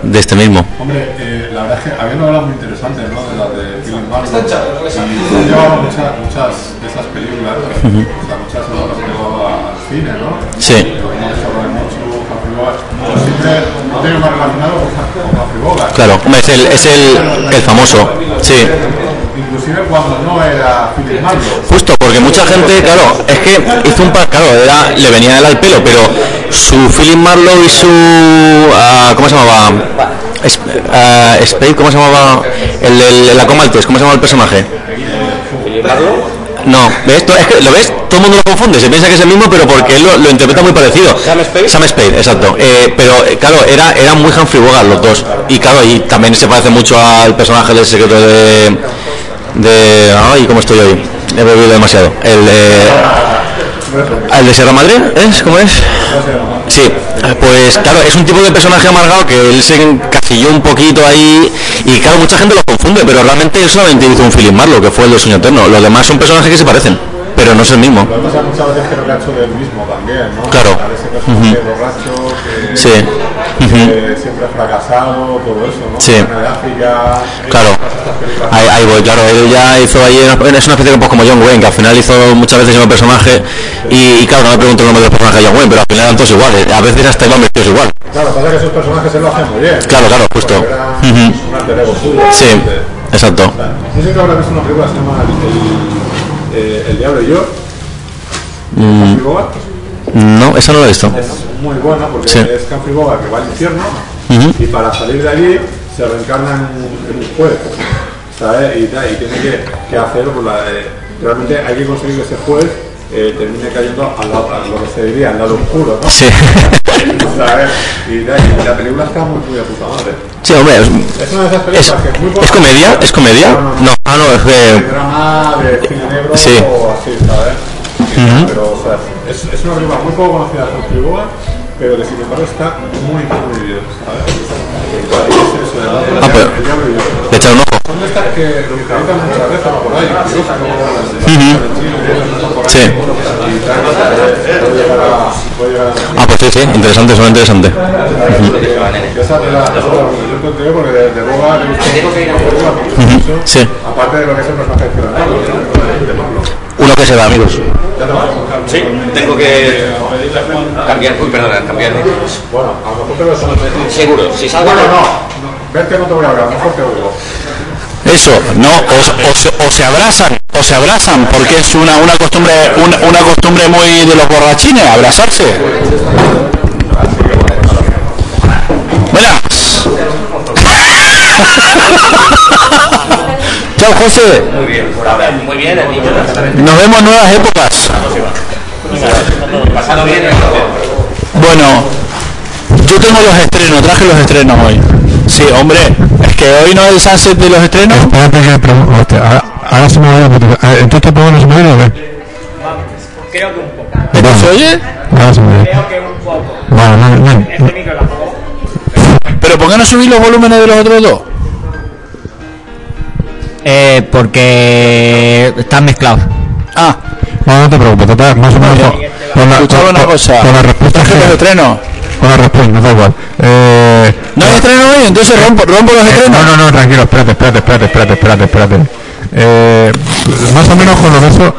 Speaker 7: de este mismo.
Speaker 8: Hombre, eh, la verdad es que habiendo hablado muy interesante, ¿no? De la de Philip Marlowe. Y se llevaba muchas, muchas de esas películas,
Speaker 7: Ujú.
Speaker 8: o sea, muchas de las que llevaba al cine, ¿no?
Speaker 7: Sí.
Speaker 8: Como eso, Robert Mitchum, Humphrey Bogart. Pero siempre no tengo más relacionado con con Humphrey Bogart.
Speaker 7: Claro, hombre, es el- es el- el famoso, sí.
Speaker 8: Inclusive cuando no era Philip Marlowe.
Speaker 7: Justo, porque mucha gente, claro, es que hizo un par, claro, era, le venía él al pelo, pero su Philip Marlowe y su. ah, ¿Cómo se llamaba? Es- ah, Spade, ¿cómo se llamaba? El de la Comaltes, ¿cómo se llamaba el personaje? No, ¿ves? Tú- Es que, ¿Lo ves? Todo el mundo lo confunde, se piensa que es el mismo, pero porque él lo, lo interpreta muy parecido. Sam Spade. exacto. Eh, pero, eh, claro, era, era muy Humphrey Bogart los dos. Y claro, y también se parece mucho al personaje del secreto de... de ay, ¿cómo estoy hoy? He bebido demasiado. El de... ¿El de Sierra Madre? ¿Es? ¿Cómo es? Sí, pues claro, es un tipo de personaje amargado que él se encasilló un poquito ahí y claro, mucha gente lo confunde, pero realmente él solamente hizo un Philip Marlowe, que fue el de Sueño Eterno. Los demás son personajes que se parecen, pero no es el mismo.
Speaker 8: Lo que pasa muchas veces que lo que ha hecho del mismo también, ¿no?
Speaker 7: Claro.
Speaker 8: A veces personaje
Speaker 7: Ujú.
Speaker 8: borracho, que,
Speaker 7: Sí.
Speaker 8: que
Speaker 7: Ujú.
Speaker 8: siempre ha fracasado, todo eso, ¿no?
Speaker 7: Sí.
Speaker 8: Bueno, de África,
Speaker 7: Claro. Ahí, ahí voy, claro, él ya hizo ahí, una- bueno, es una especie de pues, como John Wayne, que al final hizo muchas veces el mismo personaje y, y, claro, no me pregunto el nombre del personaje de John Wayne, pero al final eran todos iguales, a veces hasta el nombre es igual.
Speaker 8: Claro, pasa que esos personajes se lo hacen muy bien.
Speaker 21: Claro, claro, justo. Ujú.
Speaker 8: Un alter ego suyo.
Speaker 21: Sí, exacto.
Speaker 8: No sé si habrá visto una película que se llama El, el- eh, El Diablo y yo.
Speaker 21: Mm,
Speaker 8: Bogart.
Speaker 21: no, esa no la he visto.
Speaker 8: Es muy buena porque
Speaker 21: Sí.
Speaker 8: es Humphrey Bogart que va al infierno
Speaker 21: Ujú.
Speaker 8: y para salir de allí se reencarna en un, en un juez. ¿sabes? Y, tal, y tiene que, que hacer, pues, la- eh, realmente hay que conseguir que ese juez eh, termine cayendo al lado- a lo que se diría, al lado oscuro. ¿no?
Speaker 21: Sí.
Speaker 8: ¿Sabes? Y, tal, y la película está muy, muy de puta madre.
Speaker 21: Sí, hombre, es,
Speaker 8: Es una de esas películas que es muy
Speaker 21: ¿es comedia? ¿Es comedia? No, ah, no, es que...
Speaker 8: drama de cine negro
Speaker 21: Sí.
Speaker 8: o así, ¿sabes?
Speaker 21: Ujú.
Speaker 8: Pero, o sea, es, es una película muy poco conocida de Humphrey Bogart, pero que sin embargo está muy, muy bien, ¿sabes? Es eso, el-
Speaker 21: Ah, pues,
Speaker 8: el diablo y yo.
Speaker 21: le echaré un ojo.
Speaker 8: Son de estas que lo que cantan muchas veces por ahí, incluso como las de-
Speaker 21: Sí.
Speaker 8: y tal, puede llegar a- puede llegar a-
Speaker 21: Ah, pues sí, sí, interesante, suena interesante.
Speaker 8: yo esa te la te la- yo te digo porque de, de Bogart he visto mucho,
Speaker 21: Ujú, Sí,
Speaker 8: aparte de lo que es el personaje de Leonardo,
Speaker 21: uno que se va, amigos.
Speaker 22: Sí, tengo que cambiar. Uy, perdona, cambiar.
Speaker 8: Bueno, a lo mejor te lo son-
Speaker 22: Seguro, si salgo
Speaker 8: Ah, Bueno, no, no, ves que no te voy a hablar, mejor te oigo.
Speaker 7: Eso, no, o, se- o se- o se abrazan, o se abrazan, porque es una, una costumbre una, una costumbre muy de los borrachines, abrazarse. Buenas. Chao, José.
Speaker 22: Muy bien, por ahora. Muy bien, el niño.
Speaker 7: Nos vemos en nuevas épocas.
Speaker 22: Pasado bien.
Speaker 7: Bueno, yo tengo los estrenos, traje los estrenos hoy. Sí, hombre, es que hoy no es el sunset de los estrenos.
Speaker 4: Espérate que pregun- hostia, ahora, ahora se me olvida. porque- ah, ¿Entonces te no se me olvida o qué?
Speaker 5: Creo que un poco.
Speaker 4: Perdón.
Speaker 7: se oye?
Speaker 4: Ahora se me olvida.
Speaker 5: Creo que un poco.
Speaker 4: Bueno, no, no,
Speaker 5: Este micro tampoco.
Speaker 7: Pero ¿por qué no subís los volúmenes de los otros dos?
Speaker 10: Eh, porque están mezclados.
Speaker 7: Ah.
Speaker 4: no, no te preocupes, total, más o menos con, con pues, la,
Speaker 7: Escuchaba
Speaker 4: con-
Speaker 7: una
Speaker 4: con-
Speaker 7: cosa.
Speaker 4: con la respuesta
Speaker 7: Traje los
Speaker 4: que-
Speaker 7: estrenos.
Speaker 4: con la respuesta, da igual. Eh,
Speaker 7: No hay estreno hoy, entonces rompo, rompo los
Speaker 4: eh,
Speaker 7: estrenos.
Speaker 4: no, no, no, tranquilo, espérate, espérate, espérate, espérate, espérate, espérate. Eh, más o menos con lo de eso.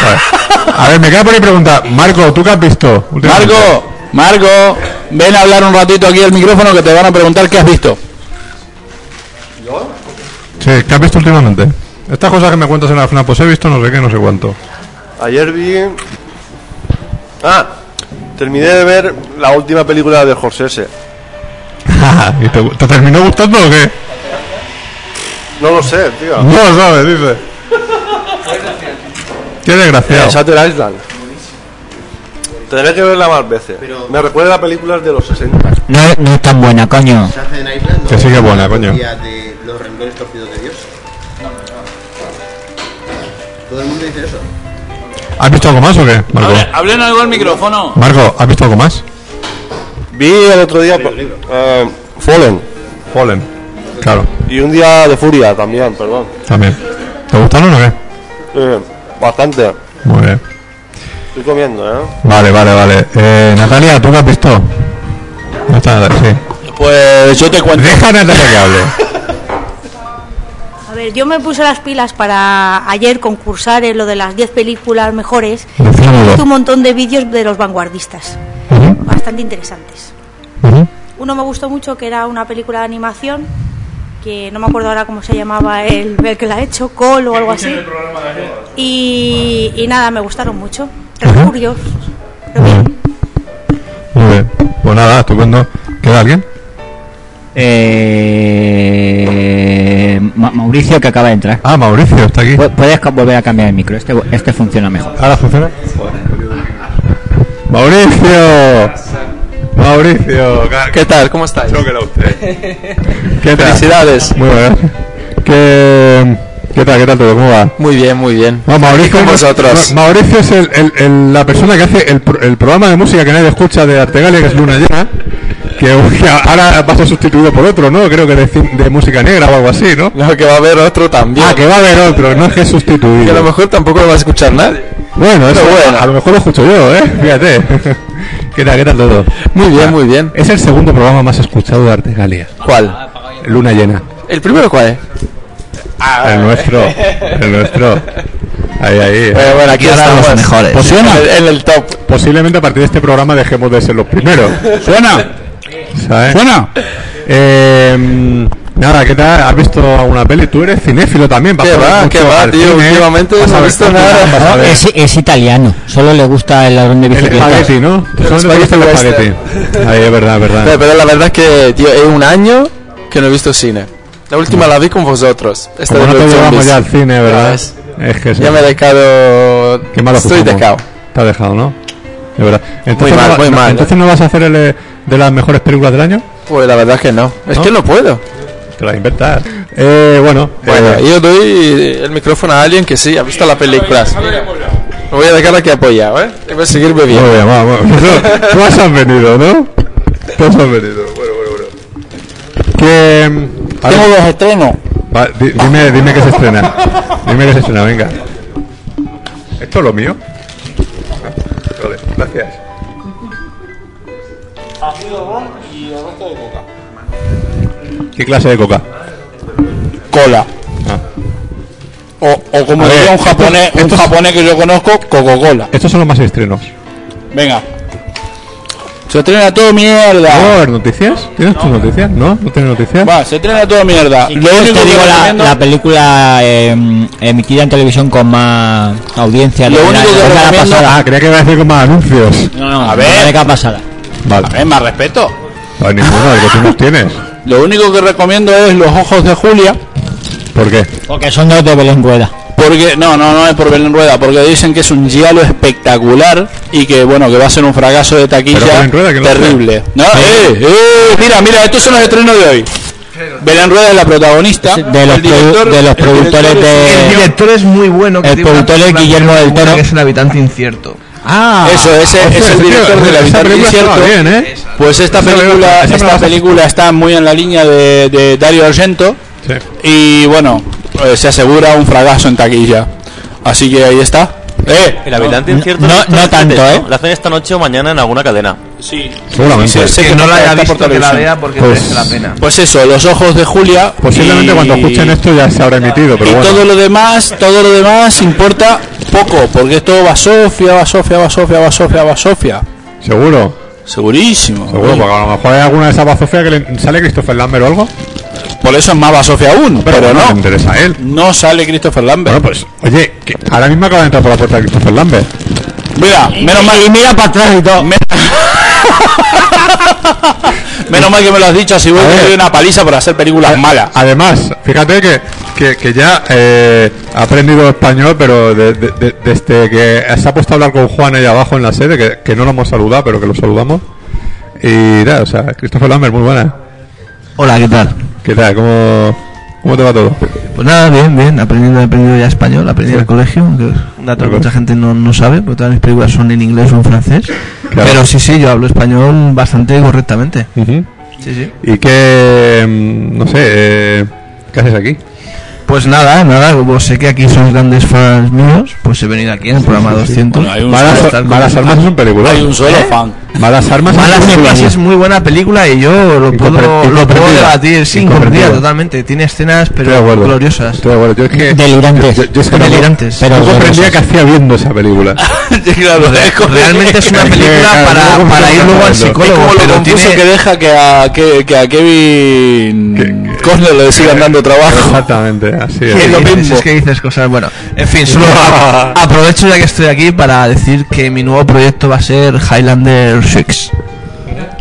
Speaker 4: A ver, A ver, me queda por ahí preguntar, Marco, ¿tú qué has visto? últimamente?
Speaker 7: Marco, Marco, ven a hablar un ratito aquí al micrófono que te van a preguntar qué has visto.
Speaker 4: Sí, ¿qué has visto últimamente? Estas cosas que me cuentas en la FNAP, pues he visto no sé qué, no sé cuánto.
Speaker 22: Ayer vi. Ah, terminé de ver la última película de Scorsese.
Speaker 4: ¿Y te, te terminó gustando o qué?
Speaker 22: No lo sé, tío.
Speaker 4: No lo sabes, dice. Qué
Speaker 22: Eh,
Speaker 4: desgraciado.
Speaker 22: Shutter Island. Tendré que verla más veces. Me recuerda a películas de los 60.
Speaker 10: No, no es tan buena, coño.
Speaker 4: Que sí que es buena, coño.
Speaker 23: de los renglones torcidos de Dios. Todo el mundo dice eso.
Speaker 4: ¿Has visto algo más o qué, Marco?
Speaker 7: Hablen algo al micrófono.
Speaker 4: Marco, ¿has visto algo más?
Speaker 22: Vi el otro día eh, Fallen
Speaker 4: Fallen. Claro,
Speaker 22: y un día de furia también, perdón.
Speaker 4: también. ¿Te gustaron o qué?
Speaker 22: Eh, bastante.
Speaker 4: Muy bien.
Speaker 22: Estoy comiendo, ¿eh?
Speaker 4: Vale, vale, vale. Eh, Natalia, ¿tú qué has visto? No está Natalia, sí.
Speaker 7: Pues yo te cuento.
Speaker 4: Deja a Natalia que hable.
Speaker 1: A ver, yo me puse las pilas para ayer concursar en lo de las 10 películas mejores.
Speaker 4: Decímoslo.
Speaker 1: y hice un montón de vídeos de los vanguardistas, bastante interesantes. Uno me gustó mucho que era una película de animación, que no me acuerdo ahora cómo se llamaba el, el que la ha hecho, Cole o algo así. Y, y nada, me gustaron mucho. Eran curiosos.
Speaker 4: Muy bien. Pues nada, estupendo. ¿Queda alguien?
Speaker 10: Eh, Ma- Mauricio que acaba de entrar.
Speaker 4: Ah, Mauricio, está aquí.
Speaker 10: Puedes ca- volver a cambiar el micro, este, este funciona mejor.
Speaker 4: ¿Ahora funciona? Mauricio. Mauricio.
Speaker 24: ¿Qué tal? ¿Cómo estáis?
Speaker 4: ¿Qué tal?
Speaker 24: Felicidades.
Speaker 4: Muy bien. ¿Qué, qué tal? ¿Qué tal todo? ¿Cómo va?
Speaker 24: Muy bien, muy bien.
Speaker 4: No, Mauricio,
Speaker 24: Aquí con
Speaker 4: no-
Speaker 24: vosotros.
Speaker 4: Ma- Mauricio es el- el- el- la persona que hace el, pro- el programa de música que nadie escucha de Artegalia, que es Luna Llena, que, que ahora va a ser sustituido por otro, ¿no? Creo que de, cin- de música negra o algo así, ¿no?
Speaker 24: No, que va a haber otro también.
Speaker 4: Ah, que va a haber otro, no es que es
Speaker 24: Que a lo
Speaker 4: sustituido.
Speaker 24: mejor tampoco lo va a escuchar nadie.
Speaker 4: Bueno, eso,
Speaker 24: Pero bueno.
Speaker 4: a lo mejor lo escucho yo, ¿eh? Fíjate. ¿Qué tal, qué tal todo?
Speaker 24: Muy bien, muy bien.
Speaker 4: Es el segundo programa más escuchado de Artegalia.
Speaker 24: ¿Cuál?
Speaker 4: Luna Llena.
Speaker 24: ¿El primero cuál es?
Speaker 25: Ah,
Speaker 4: El nuestro, el nuestro. Ahí, ahí.
Speaker 25: Eh, Bueno, bueno, aquí estamos los mejores.
Speaker 4: Pues,
Speaker 25: Suena.
Speaker 4: En, el- en el top. Posiblemente a partir de este programa dejemos de ser los primeros.
Speaker 7: Suena.
Speaker 4: ¿Sabes?
Speaker 7: Suena.
Speaker 4: Eh, mm, nada, ¿qué tal? ¿Has visto alguna peli? Tú eres cinéfilo también. vas
Speaker 25: ¿Qué
Speaker 4: por
Speaker 25: va?
Speaker 4: mucho
Speaker 25: ¿Qué va,
Speaker 4: al
Speaker 25: tío?
Speaker 4: cine,
Speaker 25: Últimamente
Speaker 4: vas a
Speaker 25: no he
Speaker 4: ver
Speaker 25: visto
Speaker 4: Top Gun,
Speaker 25: nada.
Speaker 4: vas a ver-
Speaker 25: Es-
Speaker 10: es italiano, solo le gusta el ladrón de
Speaker 4: El
Speaker 10: bicicletas.
Speaker 4: espagueti, ¿no? Solamente te gusta el
Speaker 25: western.
Speaker 4: espagueti. Ahí, es verdad, es verdad.
Speaker 25: Pero, pero la verdad es que, tío, es un año que no he visto cine. La última la vi con vosotros. Esta
Speaker 4: Como
Speaker 25: de
Speaker 4: no te
Speaker 25: los
Speaker 4: llevamos
Speaker 25: zombies.
Speaker 4: ya al cine,
Speaker 25: Ya
Speaker 4: ¿verdad?
Speaker 25: ves.
Speaker 4: Es que
Speaker 25: Ya me he dejado.
Speaker 4: Qué malo
Speaker 25: Estoy
Speaker 4: jugamos.
Speaker 25: dejado.
Speaker 4: Te ha dejado, ¿no? De verdad. Entonces,
Speaker 25: mal,
Speaker 4: no, va-
Speaker 25: muy
Speaker 4: no-
Speaker 25: mal.
Speaker 4: entonces no vas a hacer el eh, de las mejores películas del año.
Speaker 25: Pues la verdad es que no. Es que no puedo.
Speaker 4: Te las inventas. Eh, bueno,
Speaker 25: Bueno,
Speaker 4: eh,
Speaker 25: yo doy el micrófono a alguien que sí ha visto las películas. Lo voy a dejar aquí apoyado, ¿eh? Que voy a seguir
Speaker 4: muy
Speaker 25: bebiendo.
Speaker 4: bien, vamos, vamos. Tú- Tú has venido, ¿no? Tú has venido. Bueno, bueno, bueno. Que, mm, a ver,
Speaker 7: Tengo dos estrenos.
Speaker 4: va, di- dime, dime que se estrena. Dime que se estrena, venga. ¿Esto es lo mío? Vale, gracias. ¿Qué clase de coca?
Speaker 7: Cola.
Speaker 4: Ah.
Speaker 7: O, o como
Speaker 4: A ver,
Speaker 7: diría un
Speaker 4: esto-
Speaker 7: japonés, un
Speaker 4: esto-
Speaker 7: japonés que yo conozco, Coca-Cola.
Speaker 4: Estos son los más estrenos.
Speaker 7: Venga. Se estrena todo mierda.
Speaker 4: Por noticias? ¿Tienes tus noticias? ¿No? ¿No tienes noticias?
Speaker 7: Va, se estrena todo mierda.
Speaker 10: Lo único que digo la,
Speaker 7: recomiendo-
Speaker 10: la película eh, emitida en televisión con más audiencia.
Speaker 7: Lo
Speaker 10: de la
Speaker 7: único que
Speaker 10: década
Speaker 7: recomiendo-
Speaker 10: pasada.
Speaker 4: Ah, creía que iba a decir con más anuncios.
Speaker 10: No, no,
Speaker 7: A
Speaker 10: a
Speaker 7: ver.
Speaker 10: ver. La década pasada.
Speaker 4: Vale.
Speaker 7: A ver, más respeto.
Speaker 4: No hay ninguno, el que tú nos tienes.
Speaker 7: Lo único que recomiendo es Los Ojos de Julia.
Speaker 4: ¿Por qué?
Speaker 10: Porque son dos de Belén Rueda.
Speaker 7: Porque, no, no, no es por Belén Rueda, porque dicen que es un giallo espectacular y que, bueno, que va a ser un fracaso de
Speaker 4: Pero
Speaker 7: taquilla
Speaker 4: Belén Rueda, que no
Speaker 7: terrible. No, eh, eh, mira, mira, estos son los estrenos de hoy. Belén Rueda es la protagonista.
Speaker 10: De los,
Speaker 7: el director-
Speaker 10: produ- de los
Speaker 7: el
Speaker 10: productores
Speaker 7: director es-
Speaker 3: El
Speaker 10: de.
Speaker 3: director es muy bueno. que
Speaker 10: El
Speaker 3: tiene una
Speaker 10: productor es
Speaker 3: película
Speaker 10: Guillermo
Speaker 3: muy
Speaker 10: del
Speaker 3: buena,
Speaker 10: Toro.
Speaker 3: Que Eh, es el habitante incierto.
Speaker 4: Ah,
Speaker 7: Eso, ese
Speaker 4: hostia,
Speaker 7: es el
Speaker 4: tío,
Speaker 7: director de la
Speaker 4: esa
Speaker 7: Habitante
Speaker 4: película estaba
Speaker 7: Incierto.
Speaker 4: bien, ¿eh?
Speaker 7: Pues esta
Speaker 4: Esa me la-
Speaker 7: película,
Speaker 4: esa me la vas
Speaker 7: esta
Speaker 4: a-
Speaker 7: película está muy en la línea de, de Dario Argento
Speaker 4: Sí.
Speaker 7: y bueno, eh, se asegura un fracaso en taquilla. Así que ahí está. Eh,
Speaker 26: El habitante incierto.
Speaker 10: No, no tanto, ¿eh?
Speaker 26: La hacen esta noche o mañana en alguna cadena.
Speaker 7: sí.
Speaker 4: Seguramente.
Speaker 7: Sí, sí,
Speaker 3: Que no la haya
Speaker 7: está por
Speaker 3: visto, que la
Speaker 7: televisión.
Speaker 3: vea porque
Speaker 4: Pues-
Speaker 3: merece la pena.
Speaker 7: Pues eso, los ojos de Julia.
Speaker 4: Posiblemente
Speaker 7: y-
Speaker 4: cuando escuchen esto ya se habrá emitido, pero
Speaker 7: y
Speaker 4: bueno.
Speaker 7: todo lo demás, todo lo demás importa poco, porque esto va Sofía, va Sofía, va Sofía, va Sofía, va Sofía.
Speaker 4: Seguro,
Speaker 7: Segurísimo.
Speaker 4: seguro, porque a lo mejor hay alguna de esas bazofia que le sale Christopher Lambert o algo.
Speaker 7: Por eso es más va Sofía aún, pero, no.
Speaker 4: le interesa a él.
Speaker 7: No sale Christopher Lambert.
Speaker 4: Bueno, pues, oye, que ahora mismo acaba de entrar por la puerta de Christopher Lambert.
Speaker 3: pues,
Speaker 7: Mira, menos mal. Y mira para atrás y todo. menos mal que me lo has dicho, así voy
Speaker 4: A
Speaker 7: a
Speaker 4: ver.
Speaker 7: doy una paliza por hacer
Speaker 3: Eh,
Speaker 7: películas malas.
Speaker 4: Además, fíjate que, que, que ya eh, ha aprendido español, pero de- de- de- desde que se ha puesto a hablar con Juan allá abajo en la sede, que, que no lo hemos saludado, pero que lo saludamos. Y nada, o sea, Christopher Lambert, muy buena.
Speaker 3: Hola, ¿qué tal?
Speaker 4: ¿Qué tal? ¿Cómo, cómo te va todo?
Speaker 3: Pues nada, bien, bien, aprendiendo, he aprendido ya español, aprendí en el colegio, que es un dato que mucha gente no, no sabe, porque todas mis películas son en inglés o en francés.
Speaker 4: Claro.
Speaker 3: Pero sí, sí, yo hablo español bastante correctamente. Sí, sí.
Speaker 4: ¿Y qué, mm, no sé, eh, qué haces aquí?
Speaker 3: Pues nada, nada, como sé que aquí sois grandes fans míos, pues he venido aquí en el programa 200.
Speaker 7: Bueno, hay un
Speaker 3: para
Speaker 4: Malas,
Speaker 3: estar ¿Eh? con-
Speaker 4: Malas Armas es un película.
Speaker 7: Hay un solo fan.
Speaker 4: Malas Armas
Speaker 3: Malas
Speaker 4: es un
Speaker 3: Armas
Speaker 4: peliculón.
Speaker 3: es muy buena película y yo lo puedo, lo puedo
Speaker 4: Incomprendida.
Speaker 3: debatir, sí, incomprendida
Speaker 4: Incomprendida.
Speaker 3: totalmente. Tiene escenas,
Speaker 4: Estoy de
Speaker 3: pero
Speaker 4: acuerdo.
Speaker 3: gloriosas.
Speaker 4: Estoy de acuerdo. Yo es que,
Speaker 10: Delirantes.
Speaker 4: yo, yo es que no-
Speaker 3: Delirantes.
Speaker 10: Pero
Speaker 4: no comprendía
Speaker 10: dolorosas.
Speaker 4: que hacía viendo esa película.
Speaker 7: Claro, es como-
Speaker 3: Realmente es una
Speaker 4: Es que,
Speaker 3: película
Speaker 4: claro,
Speaker 3: para,
Speaker 4: no
Speaker 3: para ir luego al
Speaker 4: comprendo.
Speaker 7: Es
Speaker 3: psicólogo,
Speaker 7: como lo
Speaker 3: pero
Speaker 7: confuso
Speaker 3: tiene...
Speaker 7: que deja que a, que, que a Kevin Costner le sigan dando trabajo.
Speaker 4: Exactamente, así
Speaker 3: ¿Qué
Speaker 4: es.
Speaker 7: Es lo
Speaker 3: dices?
Speaker 7: mismo.
Speaker 3: Es que dices cosas, bueno, en fin, solo a- aprovecho ya que estoy aquí para decir que mi nuevo proyecto va a ser Highlander 6.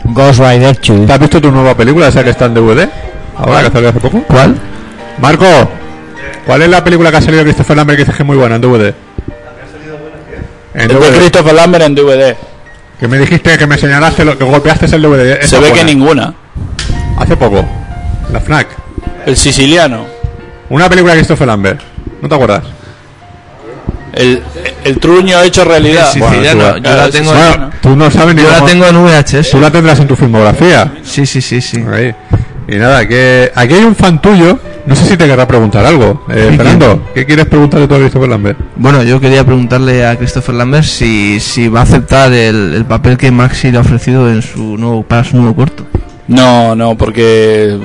Speaker 10: Ghost Rider 2.
Speaker 4: ¿Te has visto tu nueva película, esa que está en DVD? Ahora que salió hace poco.
Speaker 3: ¿Cuál?
Speaker 4: Marco, ¿cuál es la película que ha salido de Christopher Lambert que dices que es muy buena en DVD? En
Speaker 7: El de
Speaker 4: DVD.
Speaker 7: Christopher Lambert en DVD.
Speaker 4: Que me dijiste que me señalaste, lo, que golpeaste el DVD. Esa
Speaker 7: Se ve
Speaker 4: buena.
Speaker 7: que ninguna.
Speaker 4: Hace poco. La FNAC.
Speaker 7: El siciliano.
Speaker 4: Una película de Christopher Lambert. ¿No te acuerdas?
Speaker 7: El, el truño hecho realidad.
Speaker 3: El siciliano,
Speaker 7: tú-
Speaker 3: yo la tengo-
Speaker 7: sí,
Speaker 4: eh, Bueno,
Speaker 7: ¿no?
Speaker 4: tú no sabes ni
Speaker 3: Yo la
Speaker 4: cómo-
Speaker 3: tengo en VHS.
Speaker 4: Tú la tendrás en tu filmografía.
Speaker 3: Sí, sí, sí, sí.
Speaker 4: Ahí. Y nada, que aquí hay un fan tuyo. No sé si te querrá preguntar algo. Eh,
Speaker 3: Sí,
Speaker 4: Fernando, ¿qué quieres preguntarle tú a Christopher Lambert?
Speaker 3: Bueno, yo quería preguntarle a Christopher Lambert si, si va a aceptar el, el papel que Maxi le ha ofrecido en su nuevo, para su nuevo corto.
Speaker 7: No, no, porque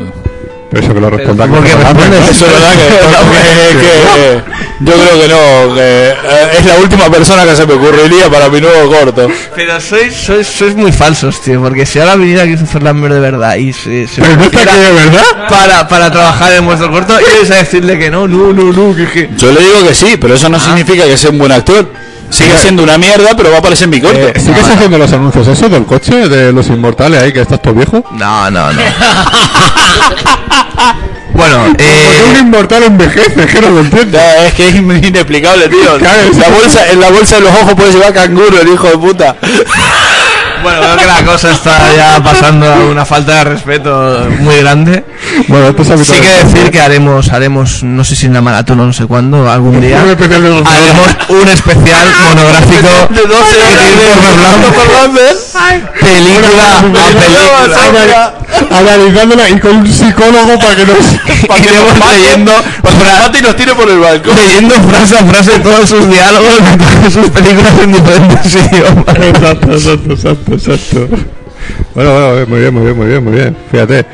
Speaker 4: Pero eso que lo responda
Speaker 7: ¿Por qué respondes? Eso es verdad que, porque- que- yo creo que no, que eh, es la última persona que se me ocurriría para mi nuevo corto.
Speaker 3: Pero sois, sois, sois muy falsos, tío, porque si ahora viniera Christopher Lambert de verdad y se, se
Speaker 7: Pero no está
Speaker 3: ofreciera
Speaker 7: aquí de verdad.
Speaker 3: Para, para trabajar en vuestro corto, ibais a decirle que no, no, no, no, que, que-
Speaker 7: Yo le digo que sí, pero eso no significa que sea un buen actor. Sigue siendo una mierda, pero va a aparecer en mi corto.
Speaker 4: ¿Sigues haciendo los anuncios eso del coche de los inmortales ahí que estás todo viejo?
Speaker 3: No, no, no. Bueno, eh,
Speaker 4: un inmortal envejece, que no lo entiendo.
Speaker 7: es que es inexplicable, tío. En la bolsa, en la bolsa de los ojos puede llevar canguro, el hijo de puta.
Speaker 3: Bueno, creo que la cosa está ya pasando a una falta de respeto muy grande.
Speaker 4: Bueno, esto es
Speaker 3: Sí que decir que haremos, haremos, no sé si en la maratón o no sé cuándo, algún día,
Speaker 4: Un especial de dos
Speaker 3: haremos un especial monográfico de 12 película a película.
Speaker 4: Analizándola y con un psicólogo para que nos.
Speaker 7: para que
Speaker 3: Iremos leyendo, fra-
Speaker 7: Mati nos tiene por el balcón.
Speaker 3: leyendo frase a frase todos sus diálogos de todas sus películas en diferentes idiomas.
Speaker 4: Exacto, exacto, exacto, exacto. Bueno, bueno, muy bien, muy bien, muy bien, muy bien. Fíjate.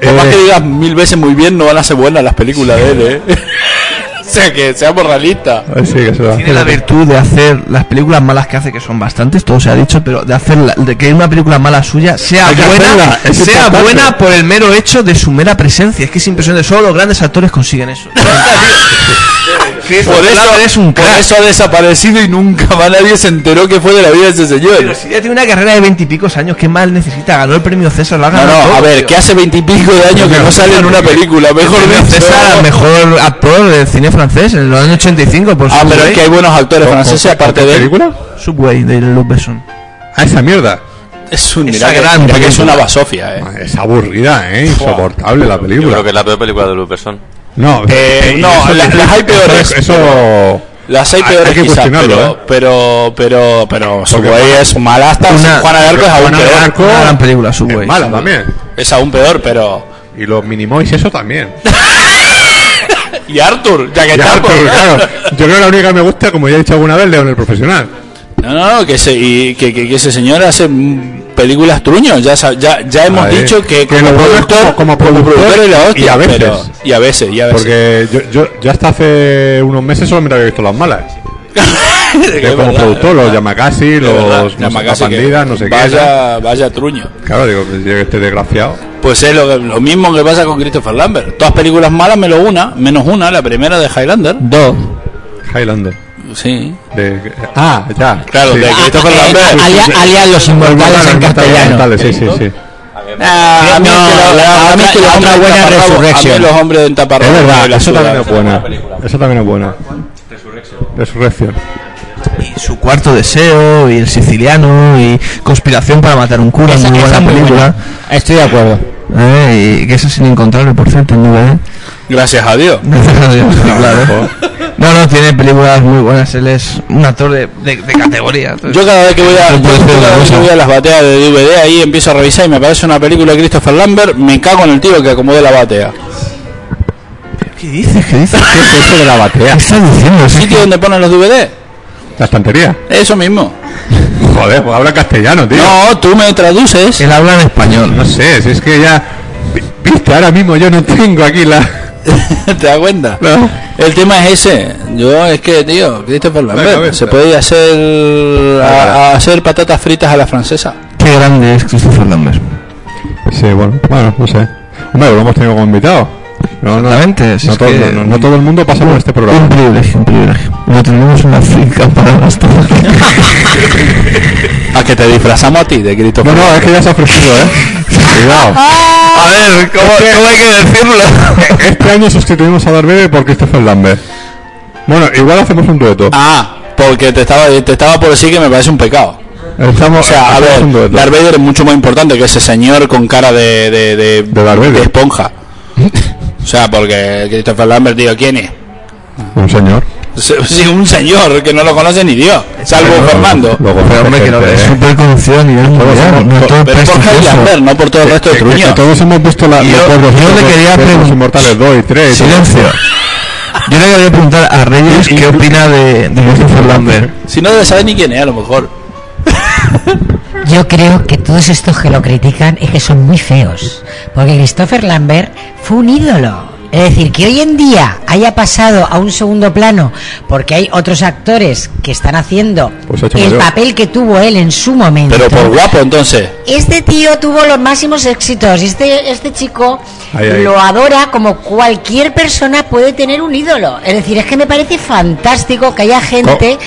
Speaker 7: Por más
Speaker 4: Eh,
Speaker 7: que digas mil veces muy bien, no van a ser buenas las películas de él, ¿eh? o sea, que seamos realistas.
Speaker 4: a ver si que se va.
Speaker 3: Tiene la virtud de hacer las películas malas que hace, que son bastantes, todo se ha dicho, pero de hacer la- de que una película mala suya sea
Speaker 7: Hay que
Speaker 3: buena,
Speaker 7: hacerla, es
Speaker 3: sea
Speaker 7: importante.
Speaker 3: buena por el mero hecho de su mera presencia. Es que es impresionante, solo los grandes actores consiguen eso.
Speaker 7: Por eso,
Speaker 3: es un
Speaker 7: por eso ha desaparecido y nunca más nadie se enteró que fue de la vida de ese señor.
Speaker 3: Si ya tiene una carrera de veintipicos años, ¿qué mal necesita? Ganó el premio César, lo ha
Speaker 7: No,
Speaker 3: ganado.
Speaker 7: no,
Speaker 3: todo,
Speaker 7: a ver,
Speaker 3: tío.
Speaker 7: que hace veintipico de años que no sale en una película. Mejor
Speaker 3: El premio
Speaker 7: dicho.
Speaker 3: César al mejor actor del cine francés en los años 85, por
Speaker 7: Ah, pero es que hay buenos actores franceses aparte de él.
Speaker 4: película?
Speaker 3: Subway de Luc Besson.
Speaker 4: A esa mierda.
Speaker 7: Es un
Speaker 3: Esa
Speaker 7: mira que-
Speaker 3: gran
Speaker 7: mira que es
Speaker 3: película.
Speaker 7: una basofia, eh.
Speaker 4: Es aburrida, ¿eh? Insoportable la
Speaker 27: Yo creo
Speaker 4: película.
Speaker 27: que es la peor película de Luperson.
Speaker 4: No,
Speaker 7: Eh, no,
Speaker 4: eso-
Speaker 7: la- las hay peores.
Speaker 4: Eso. eso-
Speaker 7: Las hay
Speaker 4: Hay-
Speaker 7: peores
Speaker 4: hay que
Speaker 7: quizás,
Speaker 4: cuestionarlo,
Speaker 7: pero,
Speaker 4: ¿eh?
Speaker 7: pero, pero, pero, Subway es mala hasta
Speaker 3: Una-
Speaker 7: Juana de Arco es aún
Speaker 4: Juana de
Speaker 7: peor.
Speaker 4: Arco
Speaker 3: Una gran película,
Speaker 4: es
Speaker 3: Subway.
Speaker 4: mala también.
Speaker 7: Es aún peor, pero.
Speaker 4: Y los Minimoys, eso también.
Speaker 7: Y Arthur, ya que
Speaker 4: Ya,
Speaker 7: está.
Speaker 4: pero
Speaker 7: pues.
Speaker 4: claro, yo creo que la única que me gusta, como ya he dicho alguna vez, León el Profesional.
Speaker 7: No, no, no, que ese, y, que, que, que ese señor hace mm, películas truños. Ya, sa- ya, ya hemos
Speaker 4: Ahí.
Speaker 7: dicho que,
Speaker 4: Que lo vuelves como- como productor
Speaker 7: es la hostia,
Speaker 4: y a veces.
Speaker 7: pero- y a veces, y a veces.
Speaker 4: Porque yo, yo, yo hasta hace unos meses solamente había visto las malas.
Speaker 7: Es
Speaker 4: Que como
Speaker 7: verdad,
Speaker 4: productor, los
Speaker 7: es
Speaker 4: Yamakasi, los
Speaker 7: verdad,
Speaker 4: no sé,
Speaker 7: Yamakasi
Speaker 4: la
Speaker 7: que
Speaker 4: bandida, no sé qué.
Speaker 7: Vaya, vaya truño.
Speaker 4: Claro, digo, pues, llega este desgraciado.
Speaker 7: Pues es lo, que- lo mismo que pasa con Christopher Lambert. Todas películas malas, menos una, menos una, la primera de Highlander.
Speaker 3: Dos.
Speaker 4: Highlander.
Speaker 7: Sí.
Speaker 4: De- ah, ya.
Speaker 7: Claro,
Speaker 4: sí.
Speaker 7: de Christopher
Speaker 4: eh,
Speaker 7: Lambert.
Speaker 4: Sí, sí.
Speaker 28: Ah, eh, Alias los inmortales
Speaker 4: Mortales,
Speaker 28: en
Speaker 4: mortales,
Speaker 28: castellano.
Speaker 4: mortales, Sí, sí, sí.
Speaker 7: Ah, a mí
Speaker 28: No,
Speaker 7: es que
Speaker 28: la-
Speaker 7: la-
Speaker 28: a
Speaker 7: a
Speaker 28: mí
Speaker 7: mí
Speaker 28: es que la
Speaker 7: los
Speaker 28: otra
Speaker 7: hombres
Speaker 28: buena
Speaker 7: en taparrabos-
Speaker 28: Resurrection.
Speaker 7: a mí los hombres en taparrabos
Speaker 4: Es
Speaker 7: me
Speaker 4: verdad,
Speaker 7: la
Speaker 4: eso
Speaker 7: suda.
Speaker 4: también es buena. Eso también es buena. Resurrección.
Speaker 3: Y su cuarto deseo, y el siciliano, y conspiración para matar un cura,
Speaker 28: Esa-
Speaker 3: muy
Speaker 28: esa
Speaker 3: buena
Speaker 28: es muy
Speaker 3: película.
Speaker 28: Estoy de acuerdo.
Speaker 3: Eh, y que esa sin encontrarle, por cierto, en E. DVD.
Speaker 7: Gracias a Dios.
Speaker 3: Gracias a Dios, claro. No, no, tiene películas muy buenas. Él es un actor de, de, de categoría.
Speaker 7: Yo cada vez que voy a,
Speaker 3: No puede
Speaker 7: yo
Speaker 3: ser
Speaker 7: cada
Speaker 3: una
Speaker 7: vez que
Speaker 3: cosa.
Speaker 7: voy a las bateas de DVD ahí empiezo a revisar y me aparece una película de Christopher Lambert, me cago en el tío que acomode la batea.
Speaker 3: ¿Qué dices? ¿Qué dices?
Speaker 4: ¿Qué es eso de la
Speaker 3: ¿Qué
Speaker 4: batea?
Speaker 3: estás diciendo?
Speaker 7: ¿El
Speaker 3: Es
Speaker 7: sitio
Speaker 3: que-
Speaker 7: donde ponen los DVD?
Speaker 4: La estantería.
Speaker 7: Eso mismo.
Speaker 4: Joder, pues habla castellano, tío.
Speaker 7: No, tú me traduces.
Speaker 3: Él habla en español.
Speaker 4: No sé, si es que ya. vi- Viste, ahora mismo yo no tengo aquí la.
Speaker 7: ¿Te das cuenta?
Speaker 4: No.
Speaker 7: El tema es ese. Yo es que, tío, Christopher Lambert
Speaker 4: cabeza.
Speaker 7: se puede hacer a, a hacer patatas fritas a la francesa.
Speaker 3: Qué grande es Christopher Lambert.
Speaker 4: Sí, bueno, bueno, no sé. Hombre, lo hemos tenido como invitado. No, no,
Speaker 3: Exactamente, si
Speaker 4: no
Speaker 3: es
Speaker 4: todo,
Speaker 3: que-
Speaker 4: no- no todo el mundo pasa por este
Speaker 3: Un
Speaker 4: programa.
Speaker 3: privilegio, un privilegio. No tenemos una finca para gastar.
Speaker 7: A que te disfrazamos a ti de Christopher
Speaker 4: No, no, es que ya se ha ofrecido, ¿eh? Cuidado.
Speaker 3: A ver, ¿cómo, cómo hay que decirlo?
Speaker 4: Este año sustituimos a Darby por Christopher Lambert. Bueno, igual hacemos un dueto.
Speaker 7: Ah, porque te estaba, te estaba por decir que me parece un pecado.
Speaker 4: Estamos,
Speaker 7: O sea, a
Speaker 4: hacemos
Speaker 7: ver,
Speaker 4: un dueto.
Speaker 7: Darth Vader es mucho más importante que ese señor con cara de, de, de,
Speaker 4: De Darth Vader.
Speaker 7: de esponja. O sea, porque Christopher Lambert, tío, ¿quién es?
Speaker 4: Un señor.
Speaker 7: Se- sí, un señor que no lo conoce ni Dios, salvo
Speaker 4: Pero,
Speaker 7: Fernando.
Speaker 4: Luego,
Speaker 3: Pero hombre, que lo
Speaker 4: gente,
Speaker 3: es
Speaker 4: ¿eh?
Speaker 3: súper conocido a nivel mundial. No todo
Speaker 7: Pero es por Javier Lambert,
Speaker 3: prestigioso.
Speaker 7: no por todo el resto de
Speaker 4: Que- que- que
Speaker 7: truños.
Speaker 4: todos hemos visto la,
Speaker 3: Yo-
Speaker 4: los pueblos
Speaker 3: yo le
Speaker 4: estos,
Speaker 3: quería
Speaker 4: de los
Speaker 3: pregun-
Speaker 4: inmortales 2 y 3
Speaker 3: Silencio. Yo le voy a preguntar a Reyes qué opina de, de Christopher Lambert.
Speaker 7: Si no debe saber ni quién es, a lo mejor.
Speaker 10: Yo creo que todos estos que lo critican es que son muy feos. Porque Christopher Lambert fue un ídolo. Es decir, que hoy en día haya pasado a un segundo plano porque hay otros actores que están haciendo
Speaker 7: Pues se ha hecho
Speaker 10: el
Speaker 7: mayor.
Speaker 10: papel que tuvo él en su momento.
Speaker 7: Pero por guapo, entonces.
Speaker 10: Este tío tuvo los máximos éxitos. Este, este chico
Speaker 7: Ahí, ahí.
Speaker 10: lo adora como cualquier persona puede tener un ídolo. Es decir, es que me parece fantástico que haya gente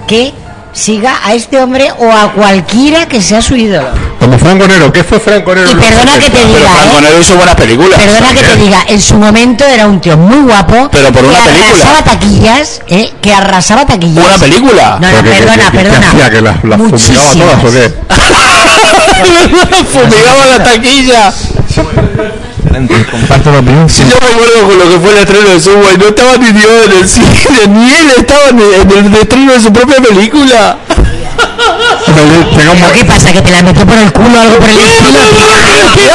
Speaker 7: Oh.
Speaker 10: que siga a este hombre o a cualquiera que sea su ídolo.
Speaker 8: Como Franco Nero, ¿qué fue Franco Nero?
Speaker 10: Y perdona que te diga, ¿eh?
Speaker 7: hizo buenas películas.
Speaker 10: Perdona que te diga, en su momento era un tío muy guapo,
Speaker 7: Pero por
Speaker 10: que
Speaker 7: una película.
Speaker 10: arrasaba taquillas, ¿eh? que arrasaba taquillas.
Speaker 7: Una película.
Speaker 10: No, no,
Speaker 8: Pues Pero que- que-
Speaker 10: perdona,
Speaker 8: que- que
Speaker 10: perdona.
Speaker 8: hacía? ¿Que las las fumigaba todas o qué?
Speaker 7: Fumigaba la taquilla.
Speaker 3: Comparto la opinión.
Speaker 7: Si yo me acuerdo con lo que fue el estreno de Subway, no estaba ni Dios en el cine, ni él estaba en el, en el estreno de su propia película.
Speaker 10: Pero ¿qué pasa? ¿Que te la metió por el culo o algo por el estilo?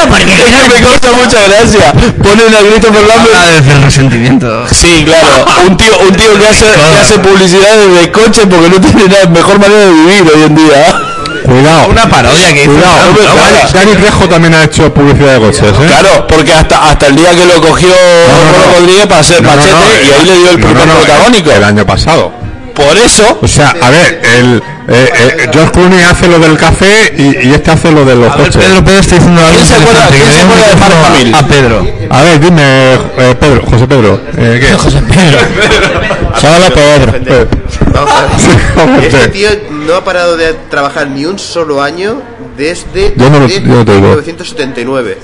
Speaker 7: me causa mucha gracia. Ponen a Christopher Lambert.
Speaker 3: desde el resentimiento.
Speaker 7: Sí, claro. Un tío, un tío que hace, que hace publicidad de coche porque no tiene la mejor manera de vivir hoy en día.
Speaker 8: Cuidado.
Speaker 3: Una parodia que hizo.
Speaker 8: Cuidado.
Speaker 7: Hombre,
Speaker 8: Dani-
Speaker 7: claro.
Speaker 8: Dani Trejo también ha hecho publicidad de coches, ¿eh?
Speaker 7: Claro, porque hasta, hasta el día que lo cogió Pablo Rodríguez para hacer machete
Speaker 4: eh,
Speaker 7: y ahí le dio el primer protagónico.
Speaker 8: El año pasado.
Speaker 7: Por eso.
Speaker 4: Pues
Speaker 8: O sea, a ver, el, eh, eh, George Clooney hace lo del café y, y este hace lo de los coches.
Speaker 3: Pedro Pedro está diciendo algo interesante, que debemos decirlo a a Pedro.
Speaker 8: A ver, dime, eh, Pedro, José Pedro. eh, ¿Qué? José
Speaker 3: Pedro.
Speaker 8: Solo Pedro. Eh,
Speaker 4: Vamos a ver.
Speaker 8: hombre.
Speaker 4: Este tío no ha parado de trabajar ni un solo año desde
Speaker 8: Yo no lo-
Speaker 4: desde
Speaker 8: yo no te digo.
Speaker 4: 1979.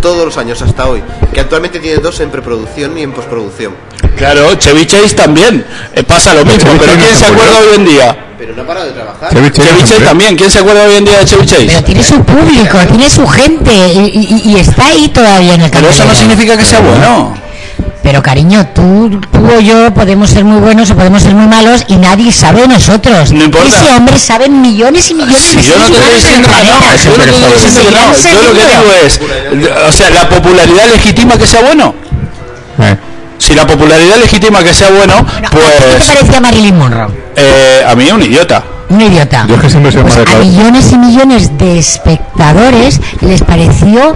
Speaker 4: Todos los años hasta hoy. Que actualmente tiene dos en preproducción y en postproducción.
Speaker 7: Claro, Chevy Chase también. eh, pasa lo mismo,
Speaker 4: Pues Chevy
Speaker 7: pero
Speaker 4: Chase
Speaker 7: ¿quién
Speaker 4: no
Speaker 7: se
Speaker 4: se
Speaker 7: acuerda
Speaker 4: murió.
Speaker 7: hoy en día?
Speaker 4: Pero no ha parado de trabajar.
Speaker 7: Chevy Chase, también. ¿Quién se acuerda hoy en día de Chevy Chase?
Speaker 10: Pero tiene su público, tiene su gente y, y- y está ahí todavía en el
Speaker 7: Pero eso no
Speaker 10: candelero.
Speaker 7: significa que sea bueno.
Speaker 10: Pero cariño, tú, tú o yo podemos ser muy buenos o podemos ser muy malos y nadie sabe de nosotros.
Speaker 7: No importa.
Speaker 10: Ese hombre sabe millones y millones
Speaker 7: Si
Speaker 10: de
Speaker 7: yo no te
Speaker 10: seres
Speaker 7: estoy
Speaker 10: humanos
Speaker 7: diciendo
Speaker 10: en
Speaker 7: que
Speaker 10: el
Speaker 7: no,
Speaker 10: planeta.
Speaker 7: yo no te estoy diciendo que no.
Speaker 10: Seguirán
Speaker 7: Yo lo que
Speaker 10: seguido.
Speaker 7: digo es, o sea, la popularidad legitima que sea bueno.
Speaker 8: Eh,
Speaker 7: Si la popularidad legitima que sea bueno,
Speaker 10: ¿Qué te
Speaker 7: pues
Speaker 10: parecía Marilyn Monroe?
Speaker 7: eh, a mí es un idiota.
Speaker 10: Un idiota.
Speaker 8: Yo es que siempre soy
Speaker 10: Pues
Speaker 8: más de
Speaker 10: a
Speaker 8: claro.
Speaker 10: millones y millones de espectadores les pareció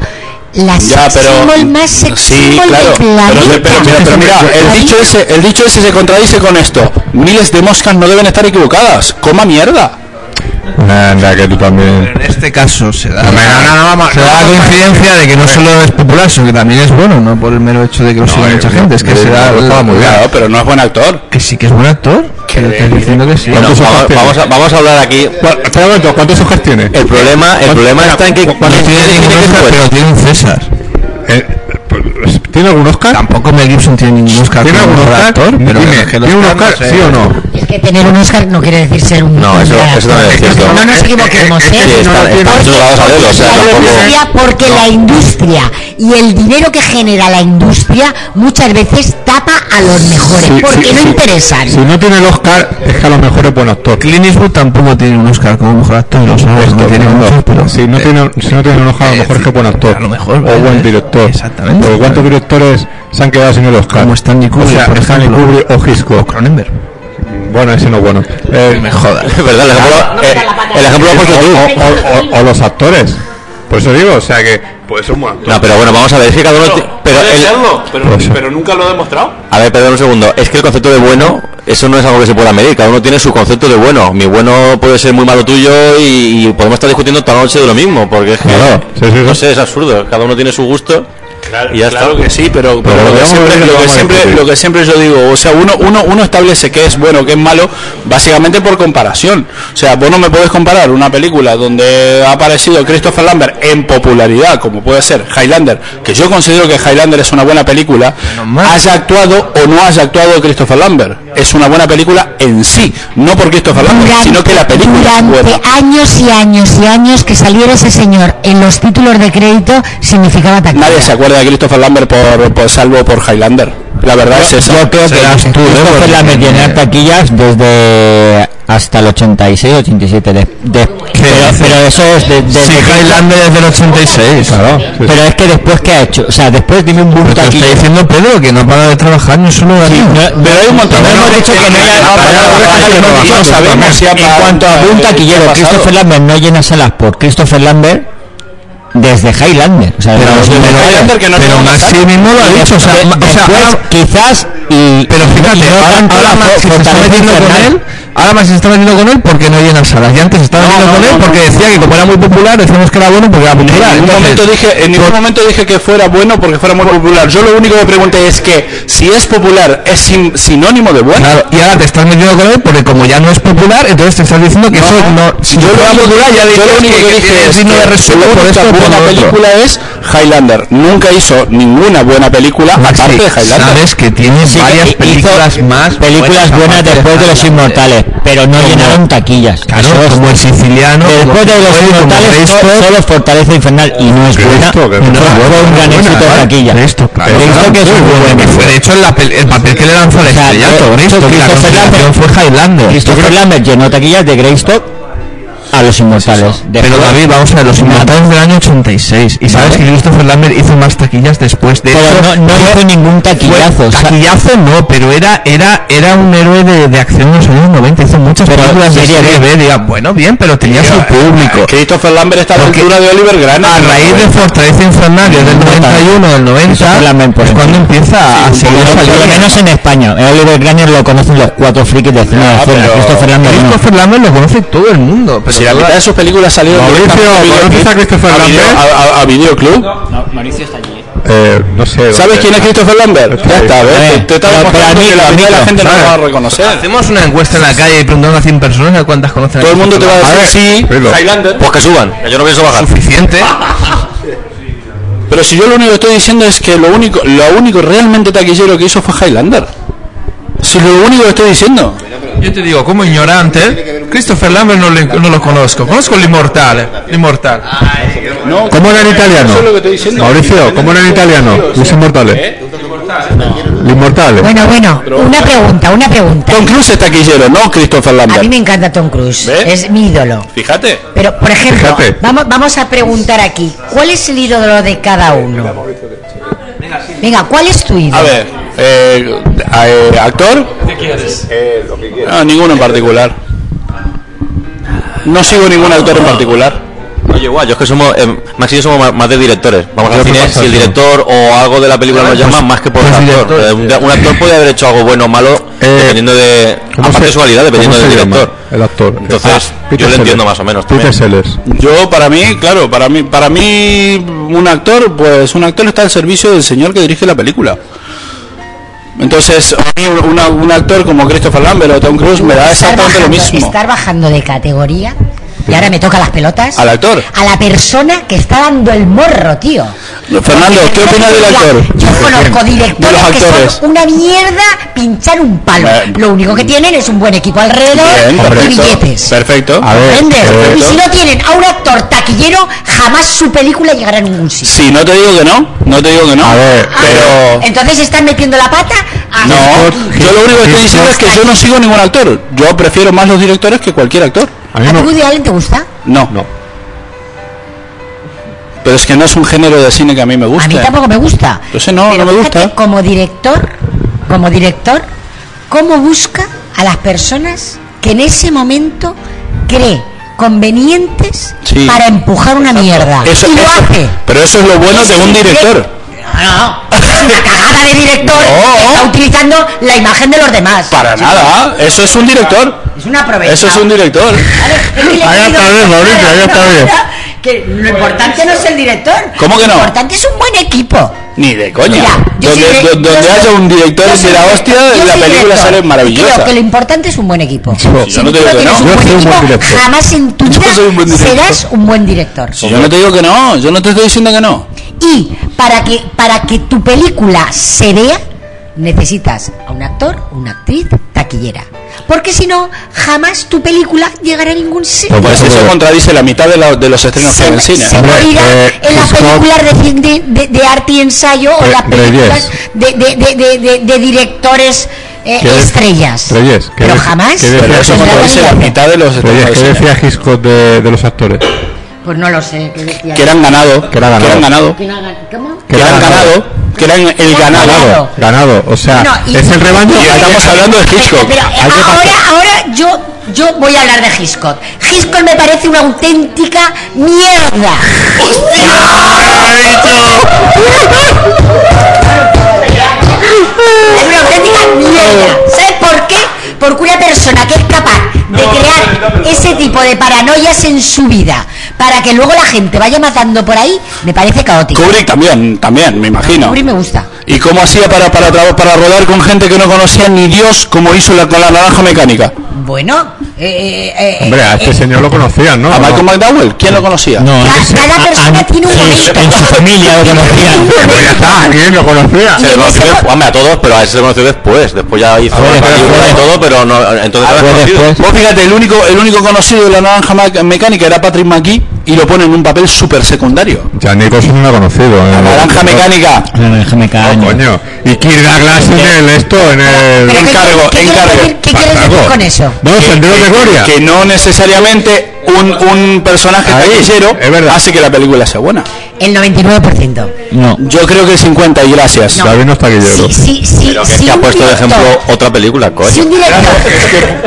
Speaker 10: la
Speaker 7: Ya,
Speaker 10: sex
Speaker 7: pero
Speaker 10: symbol más sex
Speaker 7: sí,
Speaker 10: symbol
Speaker 7: claro.
Speaker 10: del
Speaker 7: Pero,
Speaker 10: planeta.
Speaker 7: se- pero mira, pero mira, el dicho ese, el dicho ese se contradice con esto. Miles de moscas no deben estar equivocadas. Coma mierda.
Speaker 8: Anda, que tú también.
Speaker 3: En este caso se da,
Speaker 8: vamos- Eh.
Speaker 3: se da la coincidencia de que no solo es popular, sino que también es bueno, no por el mero hecho de que lo siga
Speaker 8: eh,
Speaker 3: mucha gente, es que se da la-
Speaker 7: Claro, pero no es buen actor.
Speaker 3: Que sí que es buen actor, que lo estás diciendo que sí.
Speaker 29: Bueno, vamos, vamos a, vamos a hablar aquí.
Speaker 8: Espera un momento, ¿cuántos ojos tiene?
Speaker 29: El problema, el problema está en que.
Speaker 3: No tiene ningún Oscar, pero tiene un César.
Speaker 8: Eh, pues, ¿Tiene algún Oscar?
Speaker 3: Tampoco Mel Gibson tiene ningún Oscar.
Speaker 8: ¿Tiene
Speaker 3: como
Speaker 8: algún
Speaker 3: mejor
Speaker 8: Oscar?
Speaker 3: actor, pero
Speaker 8: Dime,
Speaker 3: es que el
Speaker 8: ¿tiene un Oscar,
Speaker 3: sé.
Speaker 8: sí o no?
Speaker 10: Es que tener un Oscar no quiere decir ser un
Speaker 29: No,
Speaker 10: un
Speaker 29: eso-
Speaker 10: gran
Speaker 29: eso también es
Speaker 10: actor.
Speaker 29: cierto.
Speaker 10: No nos equivoquemos, ¿eh?
Speaker 29: Sí,
Speaker 10: No,
Speaker 29: está-
Speaker 10: no,
Speaker 29: está-
Speaker 10: porque-
Speaker 29: eso lo vamos a ver, o sea,
Speaker 10: la
Speaker 29: tampoco-
Speaker 10: industria, porque la industria y el dinero que genera la industria muchas veces tapa a los mejores
Speaker 8: Sí,
Speaker 10: porque
Speaker 8: sí,
Speaker 10: no
Speaker 8: sí.
Speaker 10: interesan.
Speaker 8: Si no tiene el Oscar, es que a lo mejor es buen actor. Pues
Speaker 3: Clint Eastwood tampoco tiene un Oscar como mejor actor, lo sabes, Pues no tiene
Speaker 8: No,
Speaker 3: muchos, pero- eh,
Speaker 8: si, no tiene, si no tiene un Oscar, a lo mejor es que es buen actor.
Speaker 3: a lo mejor,
Speaker 8: o
Speaker 3: ¿vale?
Speaker 8: buen director.
Speaker 3: Exactamente.
Speaker 8: Porque ¿Cuántos directores se han quedado sin el Oscar?
Speaker 3: Como Stanley Kubrick,
Speaker 8: o sea,
Speaker 3: por
Speaker 8: Stanley
Speaker 3: ejemplo.
Speaker 8: Kubrick o Hitchcock.
Speaker 3: Cronenberg.
Speaker 8: Bueno, ese no es bueno. Eh,
Speaker 3: Me joda.
Speaker 29: Es verdad, el ejemplo, eh, el ejemplo lo has puesto tú.
Speaker 8: o, o- o los actores. Por eso digo, o sea que puede ser un buen actor.
Speaker 29: No, pero bueno, vamos a ver, es que cada uno. ti- Pero el-
Speaker 7: nunca lo ha demostrado.
Speaker 29: a ver, perdón un segundo. Es que el concepto de bueno, eso no es algo que se pueda medir. Cada uno tiene su concepto de bueno. Mi bueno puede ser muy malo tuyo y, y podemos estar discutiendo toda la noche de lo mismo. Porque es que.
Speaker 8: Claro, sí, sí, sí.
Speaker 29: No sé, es absurdo. Cada uno tiene su gusto.
Speaker 7: Claro,
Speaker 29: Y ya
Speaker 7: claro
Speaker 29: está.
Speaker 7: que sí, pero, pero
Speaker 29: Pero
Speaker 7: lo, que
Speaker 29: vamos a
Speaker 7: siempre,
Speaker 29: ver
Speaker 7: lo
Speaker 29: lo
Speaker 7: que
Speaker 29: vamos a
Speaker 7: siempre-
Speaker 29: discutir.
Speaker 7: lo que siempre yo digo, o sea, uno, uno, uno establece qué es bueno, qué es malo, básicamente por comparación. O sea, vos no me podés comparar una película donde ha aparecido Christopher Lambert en popularidad, como puede ser Highlander, que yo considero que Highlander es una buena película, haya actuado o no haya actuado Christopher Lambert. Es una buena película en sí, no por Christopher Lambert,
Speaker 10: Durante,
Speaker 7: sino que la película es
Speaker 10: durante
Speaker 7: buena.
Speaker 10: años y años y años que saliera ese señor en los títulos de crédito significaba taquilla.
Speaker 7: Nadie se acuerda de Christopher Lambert por, por- salvo por Highlander. La verdad es esa.
Speaker 30: Yo creo que
Speaker 7: Serás tú, ¿eh?
Speaker 30: Christopher
Speaker 7: Porque-
Speaker 30: la metió en las taquillas desde hasta el 86, 87. De, de- pero, pero eso es de- desde
Speaker 3: Sí,
Speaker 30: que-
Speaker 3: Highlander es del 86. Claro.
Speaker 30: Pero es que después, ¿qué ha hecho? O sea, después dime un boom
Speaker 3: Te estoy
Speaker 30: taquilla.
Speaker 3: diciendo, Pedro, que no para de trabajar ni un solo día.
Speaker 30: pero hay un montón de hemos dicho que no
Speaker 3: que no
Speaker 30: sabemos si En cuanto a boom taquillero, Christopher Lambert no llena salas por Christopher Lambert desde Highlander. O sea,
Speaker 3: Pero,
Speaker 30: desde
Speaker 3: pero-
Speaker 30: Highlander que no
Speaker 3: pero
Speaker 30: llena
Speaker 3: Maxi
Speaker 30: salas.
Speaker 3: mismo lo ha
Speaker 30: Y
Speaker 3: dicho, o sea,
Speaker 30: después-
Speaker 3: ma- o sea,
Speaker 30: después,
Speaker 3: ahora-
Speaker 30: quizás y
Speaker 3: Pero fíjate,
Speaker 30: y
Speaker 3: ahora,
Speaker 30: ahora
Speaker 3: ahora
Speaker 30: fo-
Speaker 3: Maxi se está
Speaker 30: fortalece
Speaker 3: metiendo con
Speaker 30: Fernández.
Speaker 3: él, ahora Maxi se está metiendo con él porque no llena salas. Y antes se estaba metiendo con él porque decía que como era muy popular, decíamos que era bueno porque era
Speaker 7: En
Speaker 3: popular.
Speaker 7: ningún,
Speaker 3: Entonces,
Speaker 7: momento dije, en ningún momento dije que fuera bueno porque fuera muy popular. Yo lo único que pregunté es que si es popular, ¿es sin- sinónimo de bueno?
Speaker 3: Claro, y ahora te estás metiendo con él porque como ya no es popular, entonces te estás diciendo que eso no... Si
Speaker 7: yo,
Speaker 3: no
Speaker 7: lo
Speaker 3: fuera
Speaker 7: único,
Speaker 3: popular ya
Speaker 7: yo
Speaker 3: dices
Speaker 7: lo único que, dije
Speaker 3: es
Speaker 7: es
Speaker 3: digno de
Speaker 7: que
Speaker 3: respeto
Speaker 7: la
Speaker 3: por
Speaker 7: única
Speaker 3: esto o por
Speaker 7: buena
Speaker 3: lo otro.
Speaker 7: película es Highlander. Nunca hizo ninguna buena película aparte de Highlander.
Speaker 3: Pues Sabes que tiene
Speaker 7: Sí,
Speaker 3: varias
Speaker 7: hizo
Speaker 3: películas más
Speaker 30: Películas buenas
Speaker 3: aparte
Speaker 30: después de los
Speaker 3: Highlander.
Speaker 30: inmortales, pero no
Speaker 3: Como-
Speaker 30: llenaron taquillas.
Speaker 3: Claro,
Speaker 30: Eso es-
Speaker 3: como el siciliano,
Speaker 30: Después
Speaker 3: como
Speaker 30: de los
Speaker 3: Fuego, como
Speaker 30: inmortales,
Speaker 3: Resto.
Speaker 30: so- solo Fortaleza Infernal y no es buena.
Speaker 3: Resto, que
Speaker 30: y no
Speaker 3: no es
Speaker 30: fue
Speaker 3: buena,
Speaker 30: un gran
Speaker 3: no es buena,
Speaker 30: éxito de
Speaker 3: ¿vale?
Speaker 30: taquilla.
Speaker 3: Resto, claro.
Speaker 30: Resto que es
Speaker 3: Muy
Speaker 30: muy
Speaker 3: bueno,
Speaker 30: bueno.
Speaker 3: que fue, de hecho, la pel- el papel que le lanzó al
Speaker 30: O sea,
Speaker 3: estrellato,
Speaker 30: eh,
Speaker 3: Resto, que la
Speaker 30: Christopher
Speaker 3: conspiración
Speaker 30: Lambert-
Speaker 3: fue Highlander.
Speaker 30: Christopher Lambert llenó taquillas de Greystock a los inmortales.
Speaker 3: Pero
Speaker 30: Después-
Speaker 3: David, vamos a ver, los inmortales del año 86. Y sabes
Speaker 30: Vale.
Speaker 3: que Christopher Lambert hizo más taquillas después de
Speaker 30: Pero
Speaker 3: hecho,
Speaker 30: no, no
Speaker 3: fue-
Speaker 30: hizo ningún taquillazo. o
Speaker 3: fue-
Speaker 30: sea,
Speaker 3: taquillazo no, pero era era era un héroe de, de acción en los años 90. Hizo muchas
Speaker 30: Pero
Speaker 3: películas de
Speaker 30: sería
Speaker 3: serie
Speaker 30: bien.
Speaker 3: B. diga, bueno, bien, pero tenía su público.
Speaker 7: Christopher Lambert está a la
Speaker 3: Porque
Speaker 7: altura de Oliver Grant.
Speaker 3: A raíz de Fortaleza Infernal, que es del 91, del 90, es cuando empieza a seguir
Speaker 30: por
Speaker 3: saliendo.
Speaker 30: lo menos en España. El Oliver Granger lo conocen los cuatro frikis de cine de zona. Christopher Lambert no.
Speaker 3: Christopher Lambert lo conoce todo el mundo. Pero
Speaker 7: Si la mitad de sus películas salieron
Speaker 31: Mauricio,
Speaker 7: directamente
Speaker 31: ¿conoces a Christopher
Speaker 7: video-
Speaker 31: Lambert?
Speaker 7: a- a- a videoclub.
Speaker 30: Mauricio está allí.
Speaker 31: Eh, no sé.
Speaker 7: ¿Sabes
Speaker 31: dónde.
Speaker 7: quién es Christopher Lambert? Ya está, ¿ves? Te- Te estaba mostrando que la mitad de la gente no lo va a reconocer.
Speaker 3: Hacemos una encuesta en la calle y preguntamos a 100 personas a cuántas conocen.
Speaker 7: Todo el mundo te va a decir sí, Highlander.
Speaker 32: Pues que suban, que yo no pienso bajar.
Speaker 3: Suficiente.
Speaker 7: Pero si yo lo único que estoy diciendo es que lo único, lo único realmente taquillero que hizo fue Highlander. Si lo único que estoy diciendo.
Speaker 3: Yo te digo, como ignorante, Christopher Lambert no, le- no lo conozco. Conozco el inmortal. eh, El inmortal.
Speaker 7: No,
Speaker 31: ¿Cómo era en italiano?
Speaker 7: Eso es lo que estoy diciendo.
Speaker 31: Mauricio, ¿cómo era en italiano?
Speaker 7: ¿eh?
Speaker 31: Los inmortales. Los inmortales.
Speaker 10: Bueno, bueno, una pregunta, una pregunta.
Speaker 7: Tom Cruise es este taquillero, no Christopher
Speaker 10: A mí
Speaker 7: Lambert.
Speaker 10: me encanta Tom Cruise, es mi ídolo.
Speaker 7: Fíjate.
Speaker 10: Pero, por ejemplo,
Speaker 7: Fíjate.
Speaker 10: vamos, vamos a preguntar aquí, ¿cuál es el ídolo de cada uno? Venga, ¿cuál es tu ídolo?
Speaker 7: A ver, eh, a- eh, ¿actor?
Speaker 33: ¿Qué quieres? Eh, lo que quieras.
Speaker 7: No, ninguno en particular. No sigo ningún autor en particular.
Speaker 32: Oye, igual, yo es que somos, eh, Max y yo somos ma- más de directores. Vamos
Speaker 7: Yo
Speaker 32: al
Speaker 7: creo
Speaker 32: cine
Speaker 7: que
Speaker 32: si el
Speaker 7: sí.
Speaker 32: director o algo de la película nos llama,
Speaker 31: pues,
Speaker 32: más que por un actor. Eh, Un, un actor puede haber hecho algo bueno o malo, dependiendo de.
Speaker 31: Eh, ¿Cómo
Speaker 32: Aparte de
Speaker 31: se-
Speaker 32: su calidad, dependiendo
Speaker 31: cómo
Speaker 32: del
Speaker 31: se llama
Speaker 32: director.
Speaker 31: El actor. Ah,
Speaker 32: Entonces, yo
Speaker 31: Peter
Speaker 32: lo
Speaker 31: Sellers.
Speaker 32: entiendo más o menos
Speaker 31: Peter
Speaker 32: también. Este
Speaker 31: Sellers.
Speaker 7: Yo, para mí, claro, para mí, para mí, un actor, pues un actor está al servicio del señor que dirige la película. Entonces, a mí una- un actor como Christopher Lambert o Tom Cruise me da
Speaker 10: estar,
Speaker 7: Ah, exactamente lo
Speaker 10: bajando,
Speaker 7: mismo.
Speaker 10: estar bajando de categoría y ahora me toca las pelotas
Speaker 7: Al actor.
Speaker 10: a la persona que está dando el morro, tío.
Speaker 7: Fernando, ¿qué opinas del actor?
Speaker 10: Yo conozco
Speaker 7: De
Speaker 10: directores
Speaker 7: los
Speaker 10: que
Speaker 7: actores.
Speaker 10: son una mierda pinchar un palo.
Speaker 7: Bien.
Speaker 10: Lo único que tienen es un buen equipo alrededor
Speaker 7: Bien,
Speaker 10: y
Speaker 7: perfecto.
Speaker 10: billetes.
Speaker 7: Perfecto.
Speaker 10: ¿Entiendes? Y si
Speaker 7: Perfecto.
Speaker 10: no tienen a un actor taquillero, jamás su película llegará a ningún sitio.
Speaker 7: Sí, no te digo que no, no te digo que no. A ver, pero
Speaker 10: Entonces están metiendo la pata a
Speaker 7: no, yo lo único que estoy diciendo es que yo no sigo ningún actor. Yo prefiero más los directores que cualquier actor.
Speaker 10: ¿A ti Woody Allen te gusta?
Speaker 7: No. No. Pero es que no es un género de cine que a mí me guste.
Speaker 10: A mí tampoco me gusta.
Speaker 7: Entonces Pues no,
Speaker 10: Pero
Speaker 7: no me
Speaker 10: fíjate,
Speaker 7: gusta.
Speaker 10: Como director, como director, ¿cómo busca a las personas que en ese momento cree convenientes
Speaker 7: Sí.
Speaker 10: para empujar una mierda?
Speaker 7: Eso-
Speaker 10: y lo
Speaker 7: eso-
Speaker 10: hace.
Speaker 7: Pero eso es lo bueno de un director.
Speaker 10: No, es una cagada de director que está utilizando la imagen de los demás.
Speaker 7: Para nada, ¿eh? eso es un director.
Speaker 10: Es una provecha.
Speaker 7: Eso es un director.
Speaker 10: Ahí está bien, Mauricio, ahí está bien. Que lo importante no es el director.
Speaker 7: ¿Cómo que no?
Speaker 10: Lo importante es un buen equipo.
Speaker 7: Ni de coña.
Speaker 10: Mira, yo
Speaker 7: donde
Speaker 10: soy de-
Speaker 7: do-
Speaker 10: yo
Speaker 7: donde
Speaker 10: soy-
Speaker 7: haya un
Speaker 10: yo
Speaker 7: director
Speaker 10: soy
Speaker 7: de la
Speaker 10: director,
Speaker 7: hostia,
Speaker 10: yo
Speaker 7: la
Speaker 10: soy
Speaker 7: película
Speaker 10: director.
Speaker 7: sale
Speaker 10: Creo
Speaker 7: maravillosa.
Speaker 10: que lo importante es un buen equipo.
Speaker 7: Sí, yo
Speaker 10: si
Speaker 7: no te
Speaker 10: tú
Speaker 7: digo que
Speaker 10: tienes
Speaker 7: no.
Speaker 10: un
Speaker 7: Yo
Speaker 10: buen
Speaker 7: soy un
Speaker 10: equipo,
Speaker 7: buen director.
Speaker 10: jamás en tu vida
Speaker 7: soy un buen director.
Speaker 10: serás un buen director.
Speaker 7: Si yo no te digo que no, yo no te estoy diciendo que no.
Speaker 10: Y para que para que tu película se vea necesitas a un actor, una actriz taquillera. porque si no, jamás tu película llegará a ningún sitio.
Speaker 7: Pues por eso, eso contradice la mitad de, la- de los estrenos que hay en el cine.
Speaker 10: se morirá
Speaker 3: eh,
Speaker 10: en las películas de, cin- de, de- de arte y ensayo o en
Speaker 7: Re-
Speaker 10: las películas de, de, de, de- de- de directores eh,
Speaker 3: ¿Qué de-
Speaker 10: estrellas.
Speaker 3: Reyes, ¿qué
Speaker 10: Pero
Speaker 3: de-
Speaker 10: jamás.
Speaker 3: qué
Speaker 10: Pero eso contradice la
Speaker 7: mitad de los
Speaker 3: Reyes, ¿qué decía Hitchcock de, de los actores?
Speaker 10: Pues no lo sé. ¿qué decía
Speaker 7: Que eran ganado.
Speaker 3: Que era ganado.
Speaker 7: Que eran ganado.
Speaker 10: Que no hagan- ¿Cómo?
Speaker 7: Que eran ganado. Que eran el ganado.
Speaker 3: Ganado, ganado, o sea,
Speaker 10: No, y- eh,
Speaker 3: es el rebaño.
Speaker 7: Y estamos hablando de Hitchcock.
Speaker 10: Pero, eh,
Speaker 3: Hay que
Speaker 10: ahora,
Speaker 3: pasar.
Speaker 10: ahora yo, yo voy a hablar de Hitchcock. Hitchcock me parece una auténtica mierda. Es una auténtica mierda. ¿Sabes por qué? Porque una persona que es capaz de crear ese tipo de paranoias en su vida para que luego la gente vaya matando por ahí, me parece caótico.
Speaker 7: Kubrick también, también, me imagino.
Speaker 10: Kubrick me gusta.
Speaker 7: ¿Y cómo hacía para, para, traba- para rodar con gente que no conocía ni Dios como hizo la, con la naranja mecánica?
Speaker 10: Bueno, eh, eh, eh,
Speaker 3: Hombre, a este señor lo conocían, ¿no?
Speaker 7: ¿A Michael McDowell? ¿Quién lo conocía? No,
Speaker 10: cada persona tiene un momento.
Speaker 7: en su familia lo conocían.
Speaker 3: ya está, ¿quién lo conocía?
Speaker 34: Se le Eh, conoció después, hombre, a todos, pero a ese se le conoció después. Después ya hizo la película y todo, pero no, entonces no era conocido.
Speaker 7: Vos fíjate, el único, el único conocido de la naranja Mec- mecánica era Patrick McGee y lo pone en un papel súper secundario.
Speaker 3: Ya Nicholson no ha conocido. La
Speaker 7: naranja mecánica.
Speaker 3: La naranja mecánica. coño. Y Kirk Douglas en el esto, en el.
Speaker 10: ¿qué-
Speaker 7: encargo,
Speaker 10: qué quieres
Speaker 7: encargo.
Speaker 10: decir- ¿Qué quieres decir con eso?
Speaker 3: No, Sendero de Gloria.
Speaker 7: Que no necesariamente un, un personaje taquillero hace que la película sea buena.
Speaker 10: El 99%.
Speaker 7: No. Yo creo que el 50 y gracias.
Speaker 10: No. David
Speaker 3: no está
Speaker 10: Sí, sí, sí,
Speaker 34: Pero que es
Speaker 10: sí,
Speaker 34: que ha
Speaker 10: un
Speaker 34: puesto de
Speaker 10: director.
Speaker 34: ejemplo otra película,
Speaker 10: Si
Speaker 34: coño.
Speaker 10: un director,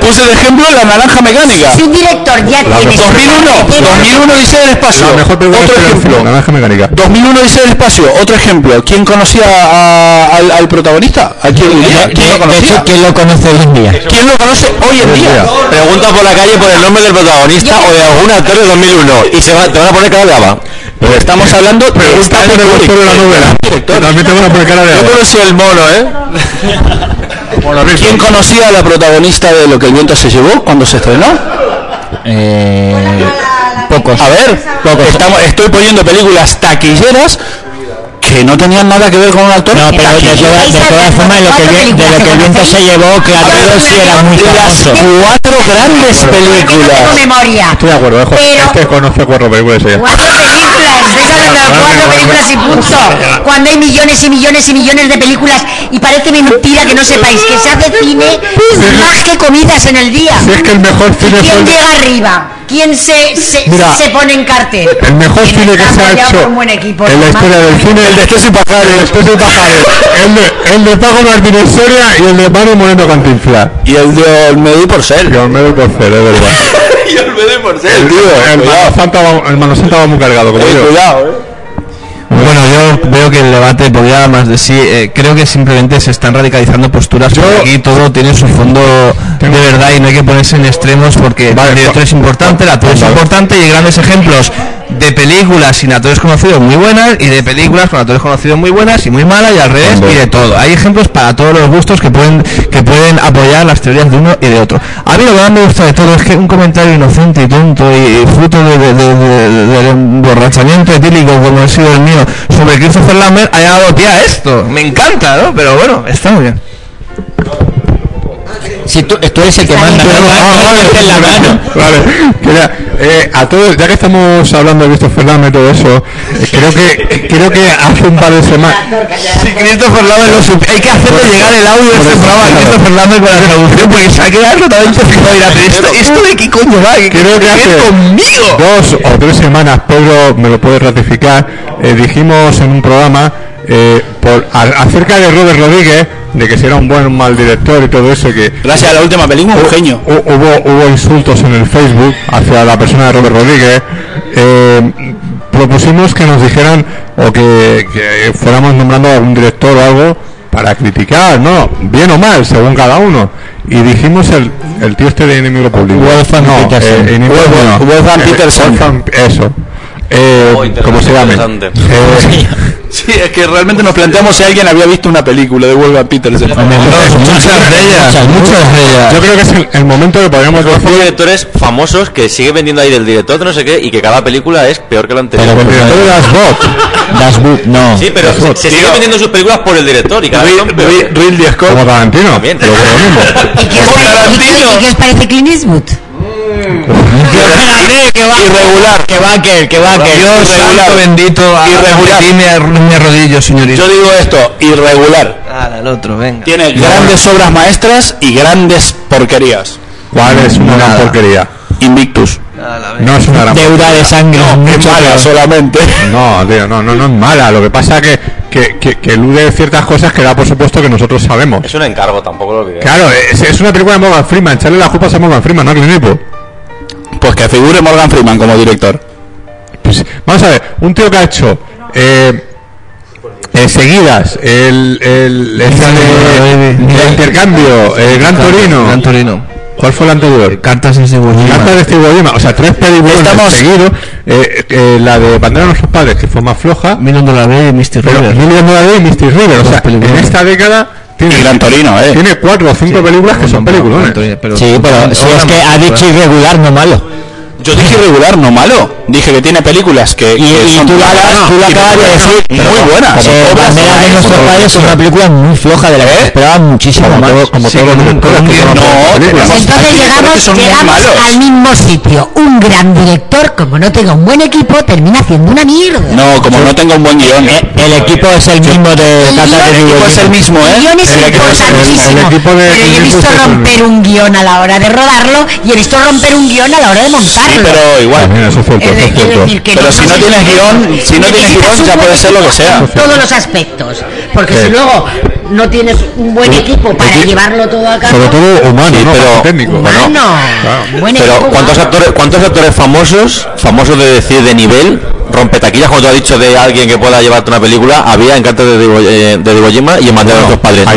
Speaker 7: Puse de ejemplo la naranja mecánica.
Speaker 10: si un director ya
Speaker 7: La
Speaker 10: tiene... su
Speaker 7: 2001,
Speaker 10: carretera-
Speaker 7: 2001
Speaker 10: Pero
Speaker 7: dice del espacio.
Speaker 3: La mejor película
Speaker 7: Otro
Speaker 3: que se
Speaker 7: ejemplo.
Speaker 3: hizo, La naranja mecánica.
Speaker 7: 2001 dice del espacio. Otro ejemplo. ¿Quién conocía a- al, al protagonista? ¿A quién, quién lo conocía?
Speaker 35: ¿Quién lo conoce hoy en día?
Speaker 7: ¿Quién lo conoce hoy en día?
Speaker 34: Pregunta por la calle por el nombre del protagonista o de algún actor de 2001 y se va, te van a poner cara de baba.
Speaker 7: Pero estamos hablando de Stanley Kubrick, el gran director. Yo conocí al mono, ¿eh? ¿Quién conocía a la protagonista de Lo que el viento se llevó cuando se estrenó?
Speaker 35: Eh,
Speaker 7: pocos. A ver, Estamos, estoy poniendo películas taquilleras que no tenían nada que ver con un actor. No,
Speaker 35: pero de toda- de todas formas, lo que el vi- de lo que el viento se llevó, Oh, claro, sí era muy
Speaker 7: Las
Speaker 35: famoso.
Speaker 7: cuatro grandes
Speaker 10: Tengo
Speaker 7: películas.
Speaker 10: memoria.
Speaker 3: Estoy de acuerdo, dejo.
Speaker 10: Pero-
Speaker 3: Este conoce cuatro películas. ella.
Speaker 10: Cuatro películas, estáis hablando de cuatro películas y punto. Cuando hay millones y millones y millones de películas y parece mentira que no sepáis que se hace cine más que comidas en el día.
Speaker 3: Si es que el mejor cine fue
Speaker 10: ¿Quién
Speaker 3: el-
Speaker 10: llega arriba? ¿Quién se, se,
Speaker 3: Mira,
Speaker 10: se pone en cartel?
Speaker 3: El mejor
Speaker 10: Quien
Speaker 3: cine que
Speaker 10: está
Speaker 3: se ha
Speaker 10: apoyado por
Speaker 3: hecho
Speaker 10: un buen equipo,
Speaker 3: en la
Speaker 10: además.
Speaker 3: historia del cine, el de Estés y Pajares, el de, el de Paco Martínez Soria y el de Mario Moreno Cantinflas.
Speaker 7: Y el de Olmedo y Porcel.
Speaker 3: Y Olmedo y Porcel, es verdad.
Speaker 7: Y Olmedo y
Speaker 4: ¿eh?
Speaker 7: Porcel, tío.
Speaker 35: eh,
Speaker 3: El mano santa va- el mano santa va muy cargado, como
Speaker 7: Eh,
Speaker 3: yo.
Speaker 7: cuidado, ¿eh?
Speaker 36: Bueno, yo veo que el debate podría dar más de sí. Eh, creo que simplemente se están radicalizando posturas. Yo aquí todo tiene su fondo de verdad y no hay que ponerse en extremos porque el director es importante, la actor es importante y hay grandes ejemplos de películas sin actores conocidos muy buenas y de películas con actores conocidos muy buenas y muy malas y al revés y de todo. Hay ejemplos para todos los gustos que pueden que pueden apoyar las teorías de uno y de otro. A mí lo que más me gusta de todo es que un comentario inocente y tonto y, y fruto de, de- de- de- del emborrachamiento etílico como ha sido el mío sobre Christopher Lambert haya dado pie a esto. Me encanta, ¿no? Pero bueno, está muy bien.
Speaker 35: Si tú, tú eres el que manda,
Speaker 3: Pero, ah, vale, vale, quería, eh, a todos, ya que estamos hablando de Christopher Lambert y todo eso, eh, creo que creo que hace un par de semanas.
Speaker 36: Si Christopher Lambert lo supi- hay que hacerle llegar el audio de este programa a Christopher Lambert con la traducción porque se ha quedado totalmente fijado y dirá, "Pero esto, esto de qué coño va, ¿Qué-
Speaker 3: Creo que
Speaker 36: qué
Speaker 3: hace
Speaker 36: es conmigo.
Speaker 3: dos o tres semanas, Pedro me lo puede ratificar, eh, dijimos en un programa eh, por, a- acerca de Robert Rodríguez, de que si era un buen o un mal director y todo eso, que...
Speaker 7: Gracias a la última película, un
Speaker 3: Hu-
Speaker 7: genio.
Speaker 3: hu- Hubo, hubo insultos en el Facebook hacia la persona de Robert Rodríguez. eh, propusimos que nos dijeran o que, que fuéramos nombrando a algún director o algo para criticar, ¿no? Bien o mal, según cada uno. Y dijimos el, el tío este de enemigo público.
Speaker 35: Wolfgang
Speaker 3: no,
Speaker 35: Peterson.
Speaker 3: eh, Enemigo
Speaker 35: Wolfgang-
Speaker 3: Público no.
Speaker 35: Wolfgang
Speaker 3: Eh,
Speaker 35: Peterson.
Speaker 3: Wolfgang- eso.
Speaker 34: Oh,
Speaker 3: Eh,
Speaker 7: Oh,
Speaker 3: ¿Cómo se Eh, llama?
Speaker 7: Sí, es que realmente nos planteamos si alguien había visto una película de Wolverine Peterson.
Speaker 36: muchas de ellas, muchas de ellas.
Speaker 3: Yo creo que es el, el momento que podríamos
Speaker 34: Conozco directores famosos que sigue vendiendo ahí del director de no sé qué y que cada película es peor que la anterior.
Speaker 35: Pero
Speaker 7: pues
Speaker 35: el director de Das Boot. Das Boot, no.
Speaker 34: Sí, pero se, se sigue vendiendo sus películas por el director y cada vez son peores.
Speaker 3: Ridley Scott. Como Tarantino.
Speaker 34: También.
Speaker 3: Pero bueno,
Speaker 10: ¿Y qué os parece, y- y qué os parece Clint Eastwood?
Speaker 7: Irregular.
Speaker 35: Que va aquel, que va aquel.
Speaker 36: Dios
Speaker 7: Irregular.
Speaker 36: santo bendito, a
Speaker 7: Irregular.
Speaker 36: me, ar- me arrodillo, señorita.
Speaker 7: Yo digo esto, irregular.
Speaker 4: Ala, el otro, venga.
Speaker 7: Tiene grandes obras maestras y grandes porquerías.
Speaker 3: ¿Cuál es una gran porquería?
Speaker 7: Invictus.
Speaker 3: No es una gran
Speaker 35: Deuda de sangre.
Speaker 3: es
Speaker 35: mucho
Speaker 3: mala
Speaker 35: peor.
Speaker 3: solamente. No, tío, no, no, no es mala. Lo que pasa que, que, que, que elude ciertas cosas que da por supuesto que nosotros sabemos.
Speaker 34: Es un encargo, tampoco lo olvides.
Speaker 3: Claro, es, es una película de Morgan Freeman. Echarle las culpas a Morgan Freeman, ¿no? Clint Eastwood.
Speaker 7: Pues que figure Morgan Freeman como director.
Speaker 3: Pues, vamos a ver, un tío que ha hecho eh, eh, seguidas, el, el, esa de- el intercambio, el Gran Torino.
Speaker 36: Gran Torino.
Speaker 3: ¿Cuál fue el anterior?
Speaker 36: Cartas de
Speaker 3: Cartas de Steve Buscemi, o sea, tres películas
Speaker 36: Estamos-
Speaker 3: seguidos. eh, eh, la de Bandera de nuestros padres, que fue más floja.
Speaker 36: Million Dollar Baby y Misty
Speaker 3: Pero
Speaker 36: River.
Speaker 3: Million Dollar Baby y Misty River. O sea, en esta década tiene,
Speaker 7: Gran Torino, eh.
Speaker 3: tiene cuatro o cinco películas que son películas.
Speaker 35: Sí, pero si es que ha dicho irregular, no malo.
Speaker 7: Yo dije irregular, no malo. Dije que tiene películas que,
Speaker 35: Y,
Speaker 7: que
Speaker 35: y
Speaker 7: son
Speaker 35: tú la
Speaker 7: malas
Speaker 35: acabas, tú la
Speaker 7: y
Speaker 35: acabas de
Speaker 7: buenas,
Speaker 35: decir.
Speaker 7: muy buenas.
Speaker 35: Eh,
Speaker 7: Son obras
Speaker 35: Bandera de
Speaker 7: maestras.
Speaker 35: nuestros padres es una película muy floja de la que se esperaba muchísimo más. Sí, como un guion.
Speaker 7: No,
Speaker 35: Pues
Speaker 7: tenemos-
Speaker 10: Entonces
Speaker 7: hay directores que
Speaker 10: llegamos,
Speaker 7: son muy
Speaker 10: llegamos
Speaker 7: malos.
Speaker 10: al mismo sitio. Un gran director, como no tenga un buen equipo, termina haciendo una mierda.
Speaker 7: No, como no tengo un buen guión.
Speaker 35: Eh, El equipo es el mismo de Cartas de
Speaker 7: guión- el
Speaker 35: River.
Speaker 7: equipo es el mismo, ¿eh?
Speaker 10: El guión es
Speaker 7: El equipo es el mismo.
Speaker 10: importantísimo.
Speaker 7: El equipo de-
Speaker 10: pero yo he
Speaker 7: de
Speaker 10: visto
Speaker 7: Disney es el
Speaker 10: romper un guión a la hora de rodarlo y he visto romper un guión a la hora de montarlo.
Speaker 7: Sí, pero igual.
Speaker 10: Es de- es decir, que
Speaker 7: Pero
Speaker 10: no-
Speaker 7: si no tienes guión, si no tienes
Speaker 10: necesitas
Speaker 7: guión, ya
Speaker 10: un buen
Speaker 7: puede ser lo que
Speaker 10: equipo
Speaker 7: sea.
Speaker 10: en todos los aspectos. Porque
Speaker 7: Sí.
Speaker 10: si luego no tienes un buen equipo para llevarlo todo a cabo.
Speaker 3: humano,
Speaker 34: ¿no? Más
Speaker 3: técnico.
Speaker 10: Humano. Buen
Speaker 34: Pero
Speaker 10: equipo
Speaker 34: ¿cuántos
Speaker 10: humano.
Speaker 34: actores, cuántos actores famosos, famosos de decir de nivel, rompetaquillas, como tú has dicho, de alguien que pueda llevarte una película, había en Cartas de Diego, eh, de Diego Jima y en Bandera de nuestros padres?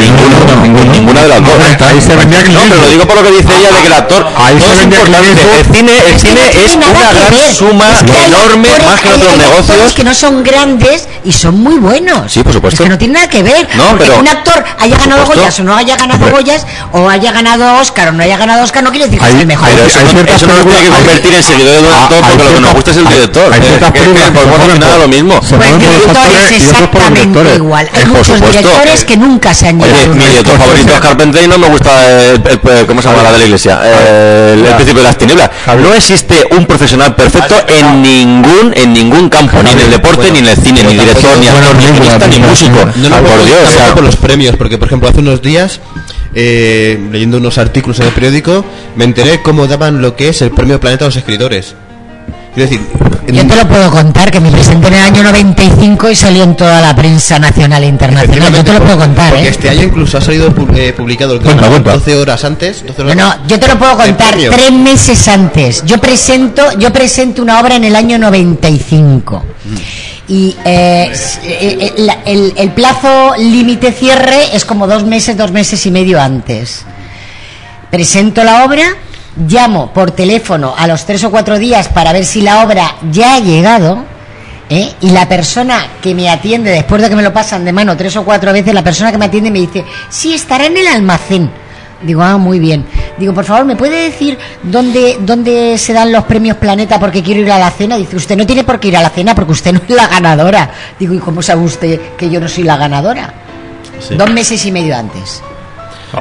Speaker 34: ninguno, ninguna de las dos.
Speaker 3: Ahí se vendía
Speaker 34: No, pero lo digo por lo que dice ella de que el actor
Speaker 3: Ahí
Speaker 34: todo
Speaker 3: se
Speaker 34: es
Speaker 3: vendía
Speaker 34: importante.
Speaker 3: Clint
Speaker 34: El
Speaker 3: Eastwood.
Speaker 34: cine, el cine
Speaker 10: tiene
Speaker 34: es
Speaker 10: nada
Speaker 34: una
Speaker 10: que
Speaker 34: gran
Speaker 10: ver.
Speaker 34: suma
Speaker 10: Es que hay
Speaker 34: enorme,
Speaker 10: actores-
Speaker 34: más que en
Speaker 10: hay-
Speaker 34: otros
Speaker 10: hay actores
Speaker 34: negocios.
Speaker 10: que no son grandes y son muy buenos.
Speaker 34: Sí, por supuesto.
Speaker 10: Es que no tiene nada que ver.
Speaker 34: No,
Speaker 10: Porque
Speaker 34: pero-
Speaker 10: que un actor haya
Speaker 34: por
Speaker 10: ganado
Speaker 34: supuesto.
Speaker 10: Goyas o no haya ganado Goyas, o haya ganado Oscar o no haya ganado Oscar, no quiere decir que sea el mejor.
Speaker 34: Pero eso, no, eso no lo tiene que convertir en seguidor de un actor porque lo que nos gusta es el director.
Speaker 3: hay
Speaker 34: Eh,
Speaker 3: ciertas
Speaker 34: que- que
Speaker 3: películas que
Speaker 34: por
Speaker 3: se
Speaker 34: favor,
Speaker 3: ponen
Speaker 34: al final
Speaker 3: por-
Speaker 34: lo mismo.
Speaker 3: se ponen por los actores y otros por los directores.
Speaker 10: igual. Hay
Speaker 34: Eh, por
Speaker 10: muchos
Speaker 34: supuesto.
Speaker 10: directores que nunca se han
Speaker 34: Oye,
Speaker 10: llevado.
Speaker 34: mi director favorito es Carpenter y no me gusta el, el- el- ¿cómo se llama la de la iglesia? Eh, El, el principio de las tinieblas. No existe un profesional perfecto en ningún en ningún campo, ni en el deporte, ni en el cine, ni director, ni actor, ni guionista, ni músico.
Speaker 4: No lo
Speaker 34: Por
Speaker 4: podemos
Speaker 34: Dios, o
Speaker 4: tampoco
Speaker 34: sea,
Speaker 4: por los premios, porque por ejemplo hace unos días, eh, leyendo unos artículos en el periódico, me enteré cómo daban lo que es el premio Planeta a los escritores. Quiero decir,
Speaker 10: Yo te lo puedo contar que me presenté en el año 95 y salió en toda la prensa nacional e internacional. Yo te lo puedo contar,
Speaker 4: porque
Speaker 10: ¿eh?
Speaker 4: este año incluso ha salido pu- eh, publicado el que
Speaker 10: Cuenta,
Speaker 4: ganaba
Speaker 10: cuenta.
Speaker 4: 12 horas antes. 12
Speaker 10: No,
Speaker 4: horas
Speaker 10: no, yo te lo puedo
Speaker 4: de
Speaker 10: contar
Speaker 4: premio.
Speaker 10: tres meses antes. Yo presento, yo presento una obra en el año 95. Y eh, s- eh, eh, la- el, el plazo límite cierre es como dos meses, dos meses y medio antes. Presento la obra, llamo por teléfono a los tres o cuatro días para ver si la obra ya ha llegado. ¿eh? Y la persona que me atiende, después de que me lo pasan de mano tres o cuatro veces, la persona que me atiende me dice, sí, estará en el almacén. Digo, ah, muy bien. Digo, por favor, ¿me puede decir dónde, dónde se dan los premios Planeta porque quiero ir a la cena? Dice, usted no tiene por qué ir a la cena porque usted no es la ganadora. Digo, ¿y cómo sabe usted que yo no soy la ganadora? Dos meses y medio antes.
Speaker 4: Ah,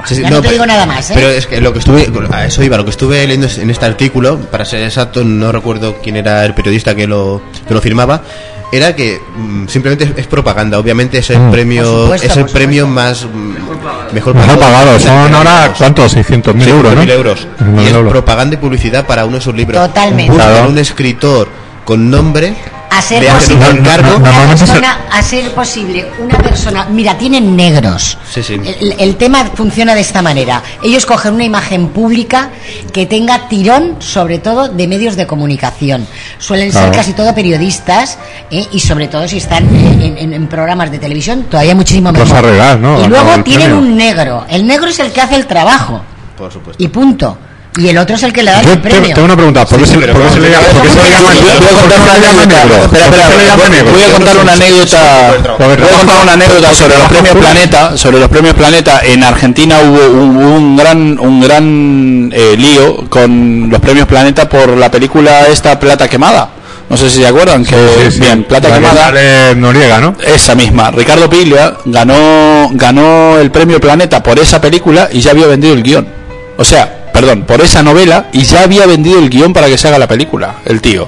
Speaker 4: Sí, sí,
Speaker 10: Ya no te
Speaker 4: pero-
Speaker 10: digo nada más, ¿eh?
Speaker 4: Pero es que lo que estuve, a eso iba, lo que estuve leyendo es- en este artículo, para ser exacto, no recuerdo quién era el periodista que lo, que lo firmaba, era que mm, simplemente es, es propaganda, obviamente es el
Speaker 3: Mm.
Speaker 4: premio,
Speaker 3: Por supuesto,
Speaker 4: es el
Speaker 3: por
Speaker 4: premio más mm, mejor
Speaker 3: Mejor pagado, son ahora, ¿cuántos? 600.000 euros, ¿no?
Speaker 4: 100.000 euros. Y
Speaker 3: 600.000
Speaker 4: es
Speaker 3: euros.
Speaker 4: propaganda y publicidad para uno de sus libros.
Speaker 10: Totalmente.
Speaker 4: Buscan
Speaker 10: Claro.
Speaker 4: un escritor con nombre
Speaker 10: A ser
Speaker 4: de hacer
Speaker 10: posible.
Speaker 4: un cargo.
Speaker 10: Una persona, a ser posible, una persona. Mira, tienen negros.
Speaker 4: Sí, sí.
Speaker 10: El, el tema funciona de esta manera. Ellos cogen una imagen pública que tenga tirón, sobre todo, de medios de comunicación. Suelen ser
Speaker 37: Claro.
Speaker 10: casi todo periodistas ¿eh? y sobre todo si están eh, en, en- en programas de televisión, todavía muchísimo
Speaker 3: Los
Speaker 10: mejor.
Speaker 3: Arregás, ¿no?
Speaker 10: Y
Speaker 3: Ganó
Speaker 10: luego
Speaker 3: el
Speaker 10: tienen
Speaker 3: premio.
Speaker 10: un negro. El negro es el que hace el trabajo.
Speaker 4: Por supuesto.
Speaker 10: Y punto. Y el otro es el que le da
Speaker 3: Yo
Speaker 10: el
Speaker 3: te-
Speaker 10: premio.
Speaker 3: tengo una pregunta, ¿por qué se, por qué se le llama por qué se le llama
Speaker 7: Voy a
Speaker 3: por qué
Speaker 7: contar
Speaker 3: se
Speaker 7: una
Speaker 3: le llama
Speaker 7: anécdota.
Speaker 3: negro?
Speaker 7: Espera,
Speaker 3: ¿Por qué
Speaker 7: espera,
Speaker 3: se le llama negro?
Speaker 7: voy a contar una anécdota. Voy a contar una anécdota sobre los premios Planeta. Sobre los premios Planeta en Argentina hubo un, un gran un gran eh, lío con los premios Planeta por la película esta Plata quemada. No sé si se acuerdan que Eh, bien Plata
Speaker 3: La que
Speaker 7: quemada.
Speaker 3: sale Noriega, ¿no?
Speaker 7: Esa misma. Ricardo Piglia ganó, ganó el premio Planeta por esa película y ya había vendido el guión. O sea, perdón, por esa novela y ya había vendido el guión para que se haga la película, el tío.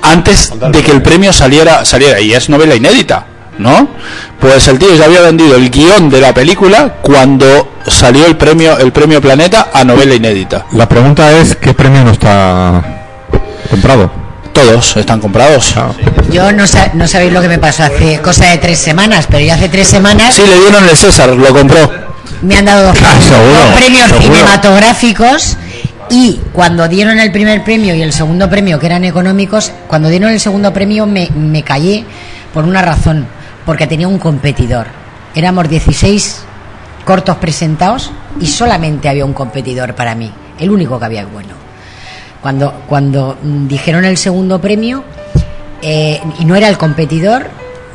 Speaker 7: Antes de que el premio saliera, saliera y es novela inédita, ¿no? Pues el tío ya había vendido el guión de la película cuando salió el premio, el premio Planeta a novela inédita.
Speaker 3: La pregunta es ¿qué premio no está comprado?
Speaker 7: Todos están comprados.
Speaker 10: Yo no, sa- no sabéis lo que me pasó hace cosa de tres semanas, pero yo hace tres semanas
Speaker 7: Sí, le dieron el César, lo compró.
Speaker 10: me han dado dos,
Speaker 7: Ah, seguro,
Speaker 10: dos premios
Speaker 7: seguro.
Speaker 10: cinematográficos y cuando dieron el primer premio y el segundo premio, que eran económicos, cuando dieron el segundo premio me, me callé por una razón, porque tenía un competidor. Éramos 16 cortos presentados y solamente había un competidor para mí, el único que había bueno. Cuando, cuando mm, dijeron el segundo premio eh, y no era el competidor,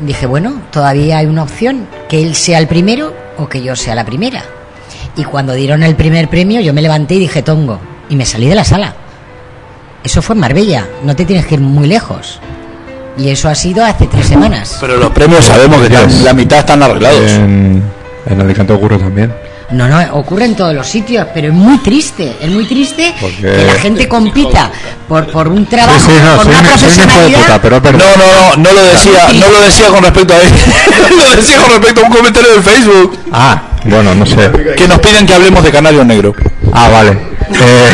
Speaker 10: dije, bueno, todavía hay una opción, que él sea el primero o que yo sea la primera. Y cuando dieron el primer premio, yo me levanté y dije, tongo, y me salí de la sala. Eso fue en Marbella, no te tienes que ir muy lejos. Y eso ha sido hace tres semanas.
Speaker 7: Pero los premios sabemos que están- la mitad están arreglados.
Speaker 3: En, en Alicante ocurre también.
Speaker 10: No, no, ocurre en todos los sitios, pero es muy triste, es muy triste que la gente compita por, por un trabajo,
Speaker 3: Sí, sí, no,
Speaker 10: por
Speaker 3: soy
Speaker 10: una
Speaker 3: un- soy un hijo de
Speaker 10: profesionalidad.
Speaker 3: puta, pero es
Speaker 7: No,
Speaker 3: verdad.
Speaker 7: no, no, no lo decía, no lo decía con respecto a él. lo decía con respecto a un comentario del Facebook.
Speaker 3: Ah, bueno, no sé.
Speaker 7: Que nos piden que hablemos de Canario Negro.
Speaker 3: Ah, vale. Eh,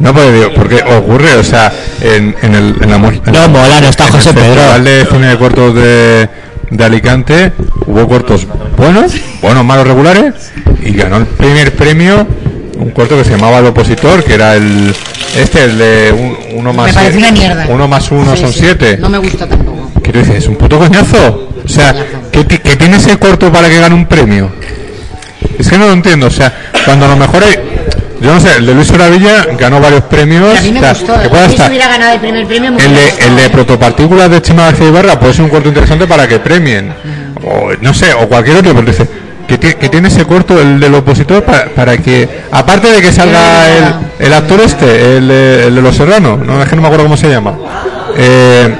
Speaker 3: no, pues digo, porque ocurre, o sea, en, en el... En la, no,
Speaker 35: mola, no está José Pedro.
Speaker 3: Festival de cine de cortos de, de Alicante hubo cortos buenos, buenos, malos, regulares, y ganó el primer premio un corto que se llamaba El Opositor, que era el... Este, el de un- uno más... e,
Speaker 10: parece una mierda.
Speaker 3: Uno más uno son siete.
Speaker 10: No me gusta tampoco.
Speaker 3: ¿Qué dices? ¿Es un puto coñazo? O sea, ¿qué, ti- qué tiene ese corto para que gane un premio? Es que no lo entiendo, o sea, cuando a lo mejor hay... Yo no sé, el de Luis Oravilla ganó varios premios.
Speaker 10: A mí me
Speaker 3: o sea,
Speaker 10: gustó.
Speaker 3: que pueda
Speaker 10: Si
Speaker 3: estar.
Speaker 10: hubiera ganado el primer premio, me
Speaker 3: El
Speaker 10: hubiera
Speaker 3: de,
Speaker 10: gustado.
Speaker 3: el de protopartículas de Chema García Ibarra puede ser un corto interesante para que premien. O no sé, o cualquier otro, pero dice, que, ti- que tiene ese corto el del opositor para, para que, aparte de que salga el, el actor este, el, de- el de Los Serranos, no, es que no me acuerdo cómo se llama. Eh,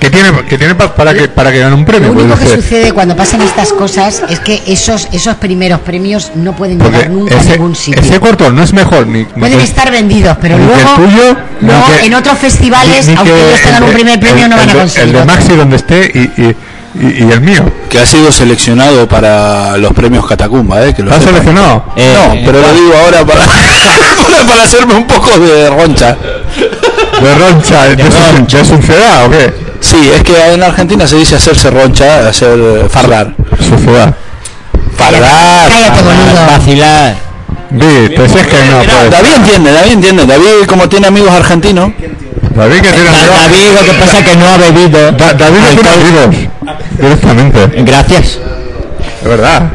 Speaker 3: que tiene, que tiene pa- para que para que gane un premio.
Speaker 10: Lo
Speaker 3: pues,
Speaker 10: único que
Speaker 3: dice,
Speaker 10: sucede cuando pasan estas cosas es que esos esos primeros premios no pueden llegar nunca a
Speaker 3: ese,
Speaker 10: ningún sitio.
Speaker 3: ese corto no es mejor ni, ni
Speaker 10: Pueden
Speaker 3: que-
Speaker 10: estar vendidos, pero
Speaker 3: ni que
Speaker 10: luego,
Speaker 3: el tuyo, ni
Speaker 10: luego
Speaker 3: que-
Speaker 10: en otros festivales,
Speaker 3: ni- ni
Speaker 10: aunque
Speaker 3: que
Speaker 10: ellos tengan
Speaker 3: el
Speaker 10: un
Speaker 3: de-
Speaker 10: primer premio,
Speaker 3: el-
Speaker 10: no van
Speaker 3: el
Speaker 10: a
Speaker 3: de-
Speaker 10: conseguir.
Speaker 3: El de
Speaker 10: otro.
Speaker 3: Maxi donde esté y, y, y- y el mío.
Speaker 7: Que ha sido seleccionado para los premios Catacumba, ¿eh? Que lo
Speaker 3: ¿Lo has
Speaker 7: sepan. Eh,
Speaker 3: seleccionado?
Speaker 7: no, pero lo digo ahora para, para, para hacerme un poco de roncha.
Speaker 3: ¿De roncha? ¿De, suciedad o qué?
Speaker 7: Sí, es que en Argentina se dice hacerse roncha, hacer eh, fardar.
Speaker 3: Suciedad.
Speaker 7: Fardar.
Speaker 10: Cállate, boludo.
Speaker 7: Ah, Vacilar.
Speaker 3: pues es que no, pues.
Speaker 7: David entiende, David entiende. David, como tiene amigos argentinos.
Speaker 3: David, que tiene amigos-
Speaker 7: David, lo que pasa es que no ha bebido.
Speaker 3: David no tiene amigos. Directamente.
Speaker 35: Gracias.
Speaker 3: Es verdad.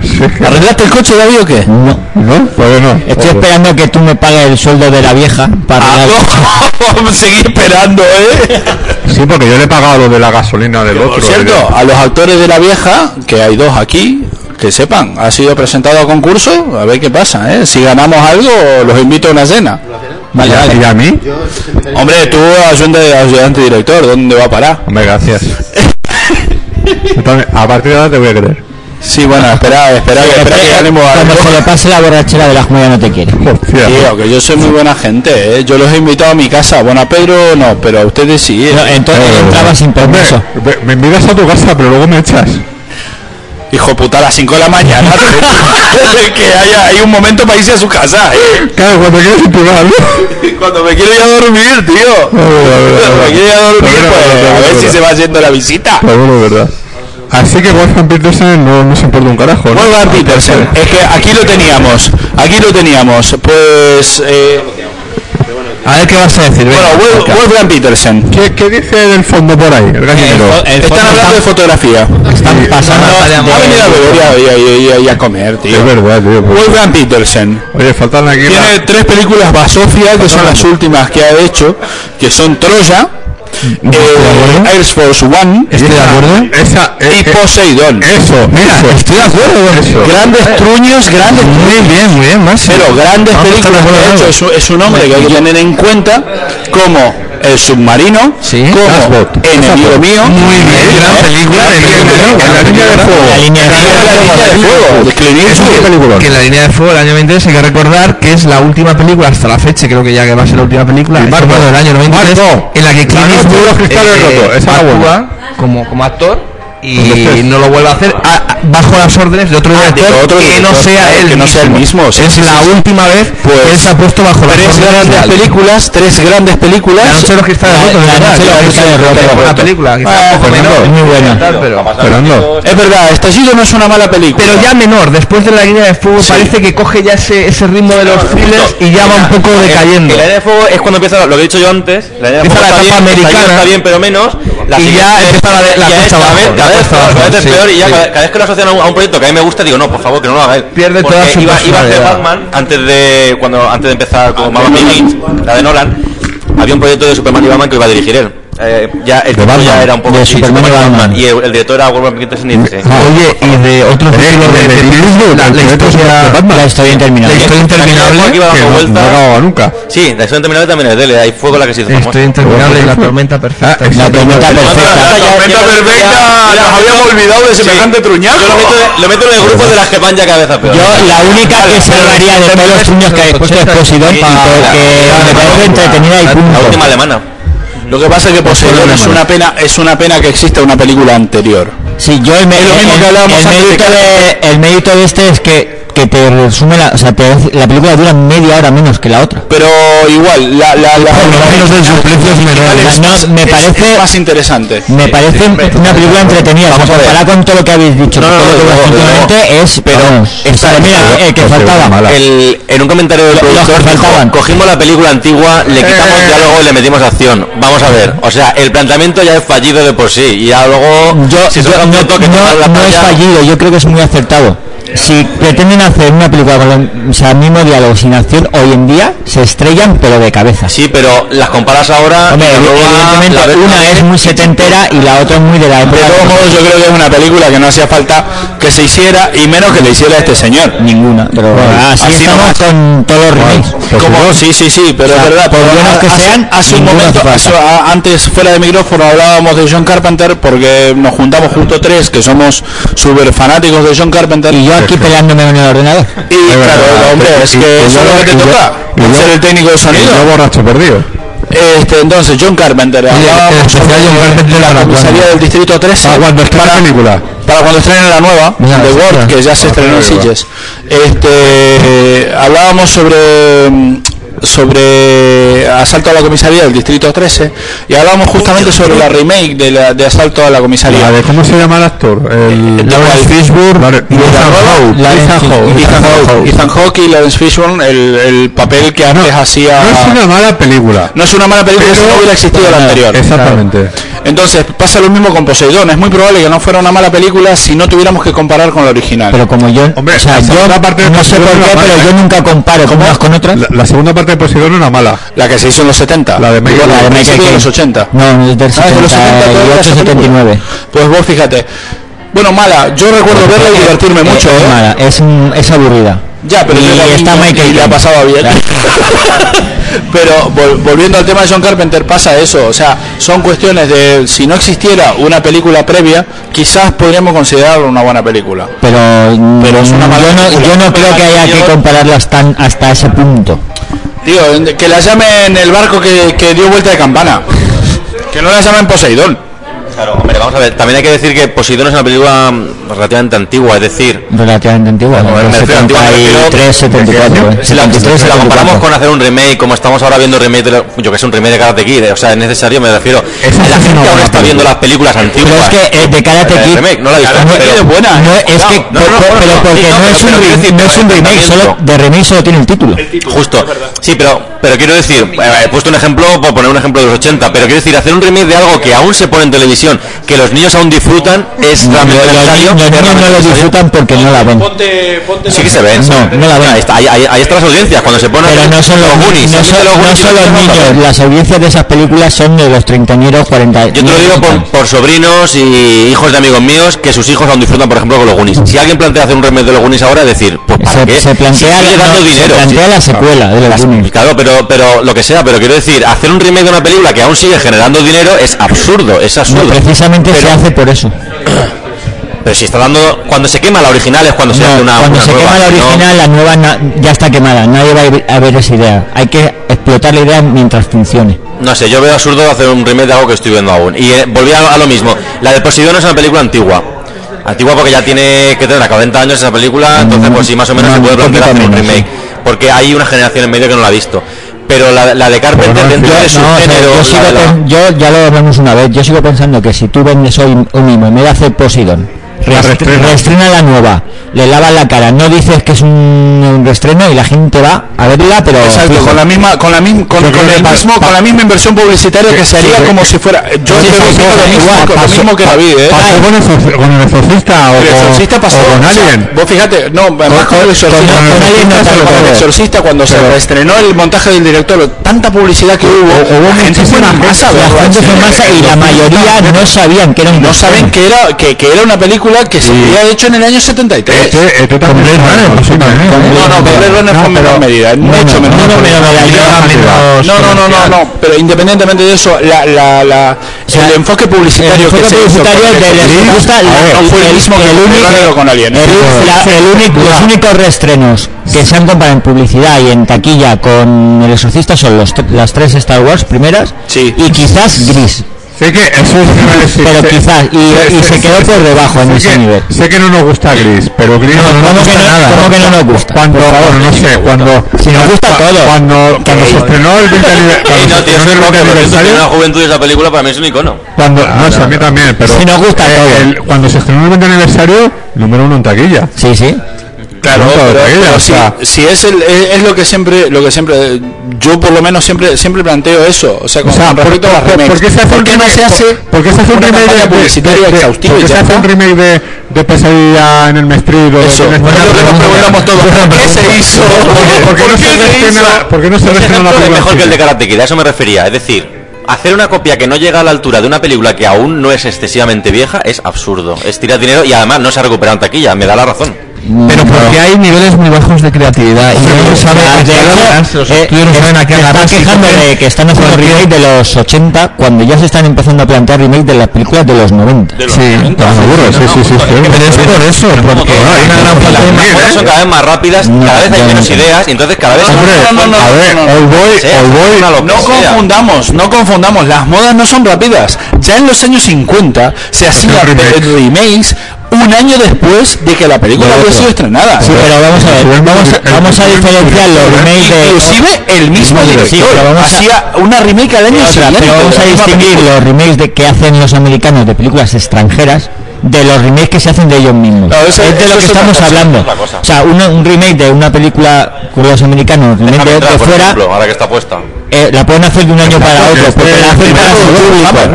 Speaker 7: ¿Arreglaste el coche, David, o qué?
Speaker 35: No.
Speaker 3: ¿No? Pues Ah, no.
Speaker 35: Estoy esperando que tú me pagues el sueldo de la vieja para...
Speaker 7: Ah, Seguí esperando, ¿eh?
Speaker 3: Sí, porque yo le he pagado lo de la gasolina del otro.
Speaker 7: Por cierto, a los actores de la vieja, que hay dos aquí, que sepan, ha sido presentado a concurso, a ver qué pasa, ¿eh? Si ganamos algo, los invito a una cena. Vale,
Speaker 3: Vaya,
Speaker 7: vale.
Speaker 3: ¿y a mí?
Speaker 7: Hombre, tú ayudante, ayudante director, ¿dónde va a parar?
Speaker 3: Hombre, gracias. Yo también- a partir de ahora te voy a querer.
Speaker 7: Sí, bueno, espera, espera, que- espera que ganemos
Speaker 35: Cuando
Speaker 7: algo.
Speaker 35: se le pase la borrachera de la jumella no te quiere.
Speaker 7: Tío, que yo soy muy buena gente, ¿eh? Yo los he invitado a mi casa. Bueno, a Pedro no, pero a ustedes sí. ¿eh?
Speaker 3: Hombre, me, me invitas a tu casa, pero luego me echas.
Speaker 7: Hijo puta, a las 5 de la mañana. que haya, hay un momento para irse a su casa, ¿eh?
Speaker 3: Claro, cuando quieres empujar,
Speaker 7: Cuando me quiero ir a dormir, tío. Cuando me quiero ir a dormir, pues a ver si se va haciendo la visita.
Speaker 3: Pero bueno, verdad. Así que Wolfgang Petersen no nos importa un carajo, ¿no?
Speaker 7: Wolfgang Petersen, es que aquí lo teníamos, aquí lo teníamos, pues eh,
Speaker 38: A ver qué vas a decir.
Speaker 7: Bueno, Wolf- Wolfgang Petersen. Eh,
Speaker 38: ¿Qué,
Speaker 39: dice del fondo por ahí? El
Speaker 38: gallinero.
Speaker 7: Están hablando de fotografía. Están pasando. Ha venido a beber y a- y a- y a- y a comer, tío.
Speaker 39: Es verdad, tío. pues-
Speaker 7: Wolfgang Petersen.
Speaker 39: Oye, faltan aquí. la-
Speaker 7: Tiene tres películas basofia, que son las últimas que ha hecho, que son Troya,
Speaker 38: Mm,
Speaker 7: eh, Air Force One,
Speaker 38: Estoy de acuerdo. Eh,
Speaker 39: Esa,
Speaker 7: y Poseidón.
Speaker 39: Eso,
Speaker 38: Mira, estoy de acuerdo con eso.
Speaker 7: Grandes truños, grandes
Speaker 38: Muy bien, muy bien, más.
Speaker 7: Pero grandes películas que ha hecho, es, un- es un hombre que hay que tener en cuenta como El Submarino, como
Speaker 38: Gasbot.
Speaker 7: Enemigo
Speaker 38: Gasbot.
Speaker 7: Mío.
Speaker 38: Muy bien, gran película, Enemigo Mío.
Speaker 7: En la línea de fuego.
Speaker 38: La línea de
Speaker 7: fuego. de Clint
Speaker 38: Es
Speaker 7: Eastwood.
Speaker 38: una película. Que en la línea de fuego del año 23 hay que recordar que es la última película hasta la fecha, creo que ya que va a ser la última película, es
Speaker 3: Marco.
Speaker 38: como del año 93,
Speaker 3: Marco.
Speaker 38: en la que Clint
Speaker 3: La noche de
Speaker 38: Eastwood, eh,
Speaker 3: los cristales rotos, esa era buena.
Speaker 38: actúa como, como actor y no lo vuelve a hacer a- a- bajo las órdenes de otro director
Speaker 7: de otro
Speaker 38: que no
Speaker 7: director,
Speaker 38: sea
Speaker 7: claro,
Speaker 38: él
Speaker 7: que no sea el mismo, sí,
Speaker 38: es
Speaker 7: sí,
Speaker 38: la
Speaker 7: sí.
Speaker 38: última vez que él se ha puesto bajo las
Speaker 7: tres
Speaker 38: órdenes
Speaker 7: grandes
Speaker 38: de alguien.
Speaker 7: películas, tres grandes películas. Ah,
Speaker 38: La noche de los cristales rotos,
Speaker 7: La
Speaker 38: es
Speaker 7: noche de
Speaker 38: verdad,
Speaker 7: los
Speaker 38: que
Speaker 7: cristales
Speaker 38: es una
Speaker 7: rotos.
Speaker 38: buena película, quizá
Speaker 7: Ah,
Speaker 38: un poco
Speaker 7: Fernando,
Speaker 38: menor,
Speaker 7: es muy buena.
Speaker 38: tal, pero-
Speaker 7: Fernando. Es verdad, Estallido no es una mala película.
Speaker 38: pero ya menor, después de la línea de fuego parece que coge ya ese, ese ritmo de los thrillers y ya va un poco decayendo.
Speaker 40: El, área de fuego es cuando empieza lo que he dicho yo antes. La línea de
Speaker 38: Empieza
Speaker 40: fuego
Speaker 38: la
Speaker 40: está
Speaker 38: etapa
Speaker 40: bien,
Speaker 38: americana.
Speaker 40: Está bien, pero menos. La
Speaker 38: Y
Speaker 40: siguiente
Speaker 38: ya
Speaker 40: es-
Speaker 38: empieza la de-
Speaker 40: ya
Speaker 38: la cuesta
Speaker 40: es cada
Speaker 38: abajo,
Speaker 40: vez- cada
Speaker 38: la
Speaker 40: vez
Speaker 38: cuesta
Speaker 40: peor,
Speaker 38: abajo,
Speaker 40: cada vez
Speaker 38: sí,
Speaker 40: peor. Y ya
Speaker 38: sí.
Speaker 40: cada, cada vez que lo asocian a un, a un proyecto que a mí me gusta, digo, no, por favor, que no lo haga él. Pierde
Speaker 38: toda su
Speaker 40: iba, iba a hacer
Speaker 38: personalidad.
Speaker 40: Batman antes de, cuando, antes de empezar con Batman Begins, la de Nolan. Había un proyecto de Superman y Batman que iba a dirigir él. Eh, ya el tipo ya
Speaker 38: Batman,
Speaker 40: era un poco
Speaker 38: de
Speaker 40: sí,
Speaker 38: Superman y Batman.
Speaker 40: y el, el director era Wolfgang Petersen y dice,
Speaker 3: Ah.
Speaker 38: Oye, y de otros títulos de, de- la, la historia la historia interminable. La historia interminable
Speaker 40: Aquí va dando
Speaker 38: que no-
Speaker 40: vueltas.
Speaker 38: no ha acabado nunca.
Speaker 40: Sí, la acción terminal también es de él, ¿eh? hay fuego la que se hizo
Speaker 38: La
Speaker 40: famosa.
Speaker 38: historia Este interminable y la tormenta
Speaker 3: Ah,
Speaker 38: perfecta. La tormenta perfecta.
Speaker 40: tormenta perfecta, nos habíamos olvidado de semejante truñazo. Yo lo meto, lo meto en el grupo de las que van ya cada vez a peor.
Speaker 3: Yo la única que salvaría de todos los truños que habéis puesto es Posidón porque me parece entretenida y punto.
Speaker 40: La última alemana.
Speaker 7: Lo que pasa es que Poseidón es una pena, es una pena que exista una película anterior.
Speaker 3: Sí, yo el, me-
Speaker 7: Es lo mismo
Speaker 3: el-
Speaker 7: que hablábamos
Speaker 3: el
Speaker 7: antes de
Speaker 3: mérito de, el mérito de este es que, que te resume la, o sea, te hace- la película dura media hora menos que la otra.
Speaker 7: Pero igual, la la la
Speaker 3: No, me parece
Speaker 7: más interesante.
Speaker 3: me parece una película entretenida.
Speaker 7: Vamos
Speaker 3: Vamos
Speaker 7: a ver.
Speaker 3: con todo lo que habéis dicho,
Speaker 40: No, no, no,
Speaker 3: todo lo que
Speaker 40: desde
Speaker 3: habéis
Speaker 40: luego,
Speaker 3: dicho
Speaker 40: desde
Speaker 3: anteriormente es vamos, esta- mira, eh, que faltaba.
Speaker 40: El- en un comentario del productor dijo, cogimos la película antigua,
Speaker 7: Eh,
Speaker 40: le quitamos diálogo y le metimos acción. Vamos a ver, o sea, el planteamiento ya es fallido de por sí. Y ya luego,
Speaker 3: Yo,
Speaker 40: si
Speaker 3: yo-
Speaker 40: suena un
Speaker 3: no,
Speaker 40: toque,
Speaker 3: no-
Speaker 40: tocar la
Speaker 3: no es
Speaker 40: playa-
Speaker 3: fallido, yo creo que es muy acertado. Si pretenden hacer una película con el o sea, mismo diálogo sin acción, hoy en día se estrellan pero de cabeza.
Speaker 40: Sí, pero las comparas ahora.
Speaker 3: Hombre,
Speaker 40: y la nueva, la
Speaker 3: evidentemente
Speaker 40: ves-
Speaker 3: una es muy setentera y la otra es muy de la época.
Speaker 7: De todos modos, yo creo que es una película que no hacía falta que se hiciera y menos que le hiciera este señor.
Speaker 3: Ninguna, pero así,
Speaker 7: así
Speaker 3: estamos
Speaker 7: nomás.
Speaker 3: con todos los remakes.
Speaker 39: pues
Speaker 7: Como, Pues sí, sí, sí, pero
Speaker 3: O sea,
Speaker 7: es verdad.
Speaker 3: por
Speaker 7: pero
Speaker 3: buenos
Speaker 7: ha-
Speaker 3: que
Speaker 7: hace,
Speaker 3: sean,
Speaker 7: hace un
Speaker 3: ninguno
Speaker 7: momento,
Speaker 3: hace falta.
Speaker 7: hace- a- antes fuera de micrófono hablábamos de John Carpenter porque nos juntamos justo tres que somos súper fanáticos de John Carpenter. Y
Speaker 3: yo aquí peleándome con el ordenador.
Speaker 7: Y claro, hombre, es que eso es lo que te toca, ser el técnico de sonido.
Speaker 39: Yo borracho perdido.
Speaker 7: Este, entonces, John Carpenter. hablábamos
Speaker 39: este,
Speaker 7: sobre la comisaría del Distrito
Speaker 39: Ah,
Speaker 7: 13. para, para cuando estrenen la nueva,
Speaker 39: Mira,
Speaker 7: The
Speaker 39: sí,
Speaker 7: World,
Speaker 39: claro.
Speaker 7: que ya se
Speaker 39: Ah,
Speaker 7: estrenó en
Speaker 39: claro,
Speaker 7: Sitges. Este, eh, hablábamos sobre mm, sobre eh, asalto a la comisaría del Distrito 13 y hablábamos justamente sobre la remake de, la- de asalto a la comisaría.
Speaker 39: La de- ¿Cómo se llama el actor?
Speaker 3: Eh,
Speaker 39: El
Speaker 7: Lawrence
Speaker 39: Fishburne. Ethan Hawke. Ethan Hawke. Ah,
Speaker 7: Ethan Hawke. Ethan Hawke y Lawrence Fishburne, el, el papel que antes hacía...
Speaker 39: No es una mala película.
Speaker 7: No es una mala película
Speaker 39: Pero-
Speaker 7: si no hubiera existido la
Speaker 39: Claro,
Speaker 7: anterior.
Speaker 39: Exactamente.
Speaker 7: Entonces, pasa lo mismo con Poseidón. Es muy probable que no fuera una mala película si no tuviéramos que comparar con la original.
Speaker 3: Pero como yo, o sea, yo no sé por qué, pero yo nunca comparo con unas con otras.
Speaker 39: La, la segunda parte de Poseidón era mala.
Speaker 7: La que se hizo en los 70.
Speaker 39: La de
Speaker 7: Digo,
Speaker 39: Michael
Speaker 7: la de Michael
Speaker 39: Jackson.
Speaker 7: Caine. 80.
Speaker 3: No, no es del
Speaker 7: Ah, es de los 70 todas las
Speaker 3: 78, 79.
Speaker 7: Pues vos fíjate. Bueno, mala. Yo recuerdo verla y divertirme
Speaker 3: Eh,
Speaker 7: mucho.
Speaker 3: Es,
Speaker 7: ¿eh?
Speaker 3: mala, es, mm, es aburrida.
Speaker 7: Ya, pero yo
Speaker 3: y
Speaker 7: también-
Speaker 3: está Michael
Speaker 7: y la
Speaker 3: Caine.
Speaker 7: pasaba bien. Pero vol- volviendo al tema de John Carpenter, pasa eso. O sea, son cuestiones de si no existiera una película previa, quizás podríamos considerarlo una buena película.
Speaker 3: Pero,
Speaker 7: Pero es una mala
Speaker 3: yo, no,
Speaker 7: película.
Speaker 3: yo no creo que haya que compararlas tan hasta ese punto.
Speaker 7: Tío, que la llamen el barco que, que dio vuelta de campana. Que no la llamen Poseidón.
Speaker 5: Claro, hombre, vamos a ver. También hay que decir que Poseidón es una película mm, relativamente antigua, es decir,
Speaker 3: Relativamente antigua,
Speaker 5: Bueno,
Speaker 3: ¿no?
Speaker 5: me refiero a antigua, me refiero-
Speaker 3: 73, 74.
Speaker 5: si la, si la
Speaker 3: 73,
Speaker 5: comparamos
Speaker 3: 74.
Speaker 5: con hacer un remake, como estamos ahora viendo remake, de lo- yo que es un remake de Karate Kid, eh, o sea, es necesario, me refiero. la gente ahora está viendo las películas antiguas.
Speaker 3: Pero es que eh, de Karate
Speaker 5: El
Speaker 3: Kid.
Speaker 5: remake, no la he visto,
Speaker 3: Karate
Speaker 5: pero-
Speaker 3: Kid es buena. No, es que. po-
Speaker 5: no, no, no,
Speaker 3: pero
Speaker 5: no,
Speaker 3: porque
Speaker 5: sí,
Speaker 3: no,
Speaker 5: no,
Speaker 3: es
Speaker 5: pero
Speaker 3: un,
Speaker 5: quiero
Speaker 3: re-
Speaker 5: decir,
Speaker 3: no es un remake, solo de remake solo tiene el título.
Speaker 5: Justo. Sí, pero, pero quiero decir, eh, he puesto un ejemplo, por poner un ejemplo de los 80, pero quiero decir, hacer un remake de algo que aún se pone en televisión, que los niños aún disfrutan, es
Speaker 3: Los
Speaker 5: realmente necesario.
Speaker 3: los
Speaker 5: es
Speaker 3: niños
Speaker 5: realmente
Speaker 3: no lo
Speaker 5: necesario.
Speaker 3: disfrutan porque no la ven.
Speaker 5: Sí que se ven.
Speaker 3: No, no la ven.
Speaker 5: Ahí, está- ahí, ahí- ahí están las audiencias, cuando se ponen
Speaker 3: Pero no son los,
Speaker 5: Goonies,
Speaker 3: no
Speaker 5: se
Speaker 3: son,
Speaker 5: meten los
Speaker 3: no
Speaker 5: Goonies y
Speaker 3: son
Speaker 5: los
Speaker 3: los
Speaker 5: niños
Speaker 3: niños,
Speaker 5: también.
Speaker 3: las audiencias de esas películas son de los treintañeros, cuarenta.
Speaker 5: Yo te lo digo por, por sobrinos y hijos de amigos míos que sus hijos aún disfrutan, por ejemplo, con los Goonies. Si alguien plantea hacer un remake de los Goonies ahora, decir, pues ¿para
Speaker 3: Se,
Speaker 5: qué?
Speaker 3: se plantea,
Speaker 5: Si sigue
Speaker 3: no,
Speaker 5: dando
Speaker 3: se
Speaker 5: dinero.
Speaker 3: plantea
Speaker 5: si-
Speaker 3: la secuela de los
Speaker 5: Las-
Speaker 3: Goonies.
Speaker 5: Claro, pero, pero lo que sea, pero quiero decir, hacer un remake de una película que aún sigue generando dinero es absurdo, es
Speaker 3: No,
Speaker 5: absurdo.
Speaker 3: precisamente se hace por eso.
Speaker 5: Pero si está dando. Cuando se quema la original es cuando se
Speaker 3: No,
Speaker 5: hace una.
Speaker 3: cuando
Speaker 5: una
Speaker 3: se
Speaker 5: nueva,
Speaker 3: quema la
Speaker 5: ¿no?
Speaker 3: original, la nueva na- ya está quemada. Nadie va a ir a ver esa idea. Hay que explotar la idea mientras funcione.
Speaker 5: No sé, yo veo absurdo hacer un remake de algo que estoy viendo aún. Y eh, volví a, a lo mismo. La de Poseidón es una película antigua. Antigua porque ya tiene que tener 40 años esa
Speaker 3: Mm,
Speaker 5: película, entonces pues sí, más o menos se puede plantear hacer un remake. Porque hay una generación en medio que no la ha visto. Pero la, la de Carpenter dentro de su
Speaker 3: No, o sea,
Speaker 5: género...
Speaker 3: yo, sigo
Speaker 5: la de la-
Speaker 3: pen- yo ya lo hablamos una vez. Yo sigo pensando que si tú vendes hoy un mimo en vez de hacer Poseidón,
Speaker 5: La
Speaker 3: reest-
Speaker 5: reestrenas.
Speaker 3: reestrena la nueva, le lavas la cara, no dices que es un, un reestreno y la gente va a verla, pero.
Speaker 7: Exacto,
Speaker 3: fijo.
Speaker 7: con la misma, con la misma, con,
Speaker 3: Yo creo
Speaker 7: con
Speaker 3: que
Speaker 7: el
Speaker 3: pa-
Speaker 7: mismo,
Speaker 3: pa-
Speaker 7: con la misma inversión publicitaria que se haría
Speaker 3: Sí,
Speaker 7: como si fuera. Yo
Speaker 3: Sí,
Speaker 7: creo
Speaker 3: sí,
Speaker 7: que
Speaker 3: sí,
Speaker 7: con lo
Speaker 3: sí,
Speaker 7: mismo-
Speaker 3: igual,
Speaker 7: con lo
Speaker 3: pasó-
Speaker 7: mismo que
Speaker 3: pa-
Speaker 7: David, ¿eh?
Speaker 41: Pasó con el, exorci- con el exorcista o,
Speaker 7: El
Speaker 41: con-
Speaker 7: exorcista pasó.
Speaker 41: o con
Speaker 7: o sea,
Speaker 41: Alien.
Speaker 7: vos fíjate, no, además con el exorcista.
Speaker 41: con
Speaker 7: con
Speaker 41: Alien no
Speaker 7: el
Speaker 41: tanto,
Speaker 7: con el
Speaker 41: pero-
Speaker 7: exorcista, cuando se
Speaker 41: pero-
Speaker 7: reestrenó el montaje del director, tanta publicidad que hubo. la gente fue en masa,
Speaker 3: la
Speaker 7: ¿verdad?
Speaker 3: gente fue en masa y la mayoría no sabían que era un
Speaker 7: No saben que era, que, que era una película que se había hecho en el año 73.
Speaker 3: Este
Speaker 41: Con Blade Runner, posiblemente.
Speaker 7: No, no, Blade Runner fue en menor medida, en mucho menor medida. No, no, no, no, no, pero independientemente de eso, la, la, la, el enfoque publicitario
Speaker 3: enfoque
Speaker 7: que se hizo
Speaker 3: publicitario
Speaker 7: con
Speaker 3: del
Speaker 7: el
Speaker 3: exorcista,
Speaker 7: exorcista,
Speaker 3: la-
Speaker 7: no fue el
Speaker 3: el-
Speaker 7: mismo que
Speaker 3: el
Speaker 7: con
Speaker 3: único-
Speaker 7: Blade Runner o con ¿eh? Alien.
Speaker 3: El, la- el único- los únicos reestrenos que se han comprado en publicidad y en taquilla con El Exorcista son los, tre- las tres Star Wars primeras y quizás Gris. pero quizás, y, y se quedó por debajo en ese nivel.
Speaker 42: Sé que no nos gusta Gris, pero Gris no, nos
Speaker 3: ¿cómo
Speaker 42: gusta
Speaker 3: que no-
Speaker 42: nada.
Speaker 3: cómo que no nos gusta?
Speaker 42: Cuando,
Speaker 3: Por favor,
Speaker 42: bueno, no sé, cuando... Si nos gusta todo. Cuando, cuando se estrenó el 20 anive- cuando
Speaker 5: Y
Speaker 42: se
Speaker 5: no,
Speaker 42: estrenó
Speaker 5: tío, es
Speaker 42: el
Speaker 5: que
Speaker 42: 20
Speaker 5: porque el
Speaker 42: aniversario...
Speaker 5: la juventud de esa película para mí es un icono.
Speaker 42: Cuando,
Speaker 7: Ah,
Speaker 42: no, sé, a mí también, pero...
Speaker 5: Si nos gusta
Speaker 42: eh,
Speaker 5: todo.
Speaker 42: el- cuando se estrenó el 20 aniversario, número uno en taquilla.
Speaker 3: Sí, sí.
Speaker 7: Claro,
Speaker 42: Número uno en
Speaker 7: pero,
Speaker 42: taquilla,
Speaker 7: pero
Speaker 42: o
Speaker 7: si,
Speaker 42: sea,
Speaker 7: si es, el, es, es lo que siempre, lo que siempre, eh, yo por lo menos siempre, siempre planteo eso, o sea, con,
Speaker 42: O sea,
Speaker 7: con
Speaker 42: ¿por,
Speaker 7: respecto a las
Speaker 42: por-
Speaker 7: remakes.
Speaker 42: por qué se hace
Speaker 7: ¿Por
Speaker 42: un
Speaker 7: qué no
Speaker 42: remake,
Speaker 7: se hace
Speaker 42: por- por qué se hace un
Speaker 7: una
Speaker 42: remake
Speaker 7: campaña
Speaker 42: de,
Speaker 7: publicitaria
Speaker 42: de- de-
Speaker 7: exhaustiva y
Speaker 42: por qué
Speaker 7: ya
Speaker 42: se hace
Speaker 7: está?
Speaker 42: un remake de, de Pesadilla en el Mestrido?
Speaker 7: Eso, es lo que nos preguntamos todos. ¿Por qué se hizo?
Speaker 42: ¿Por qué no se
Speaker 7: ¿Por qué se
Speaker 42: reestrena
Speaker 7: hizo?
Speaker 42: la- por qué no se
Speaker 5: Ese
Speaker 42: reestrena la
Speaker 5: ejemplo es
Speaker 42: película
Speaker 5: mejor que el de
Speaker 42: antigua?
Speaker 5: Karate Kid, a eso me refería. Es decir, hacer una copia que no llega a la altura de una película que aún no es excesivamente vieja es absurdo. Es tirar dinero y además no se ha recuperado en taquilla, me da la razón.
Speaker 41: Pero porque hay niveles muy bajos de creatividad y no se sabe,
Speaker 3: Ah, de hecho,
Speaker 41: los
Speaker 3: eh,
Speaker 41: estudios no
Speaker 3: es-
Speaker 41: saben a qué
Speaker 3: se
Speaker 41: agarrar.
Speaker 3: están
Speaker 41: si
Speaker 3: quejando
Speaker 41: cogen-
Speaker 3: de que están haciendo
Speaker 41: porque-
Speaker 3: remake de los 80 cuando ya se están empezando a plantear remake de las películas de los 90.
Speaker 41: Sí, nos aburre, sí, sí, sí, sí. Pero es por eso, porque hay una gran
Speaker 5: Las
Speaker 41: falta de
Speaker 5: mejoras son cada vez más rápidas, cada vez hay menos ideas y entonces cada vez...
Speaker 7: a ver, No confundamos, no confundamos, las modas no son rápidas. Ya en los años 50 se hacían pe- remakes un año después de que la película había sido estrenada.
Speaker 3: Sí, pero vamos a ver, vamos a, vamos a diferenciar los remakes de...
Speaker 7: Inclusive el mismo
Speaker 3: Sí,
Speaker 7: director
Speaker 3: pero vamos a-
Speaker 7: hacía una remake al año
Speaker 3: Otra,
Speaker 7: siguiente.
Speaker 3: pero vamos
Speaker 7: de
Speaker 3: a
Speaker 7: la misma
Speaker 3: distinguir
Speaker 7: película.
Speaker 3: los remakes de, que hacen los americanos de películas extranjeras de los remakes que se hacen de ellos mismos.
Speaker 7: Claro, eso-
Speaker 3: es de
Speaker 7: eso
Speaker 3: lo que
Speaker 7: es otra
Speaker 3: estamos
Speaker 7: cosa,
Speaker 3: hablando.
Speaker 5: otra cosa.
Speaker 3: O sea, uno- un remake de una película con los americanos, un remake de,
Speaker 5: Entrar,
Speaker 3: de
Speaker 5: por
Speaker 3: fuera,
Speaker 5: ejemplo, ahora que está puesta.
Speaker 3: eh, la pueden hacer de un año para otro, porque la hacen para su público.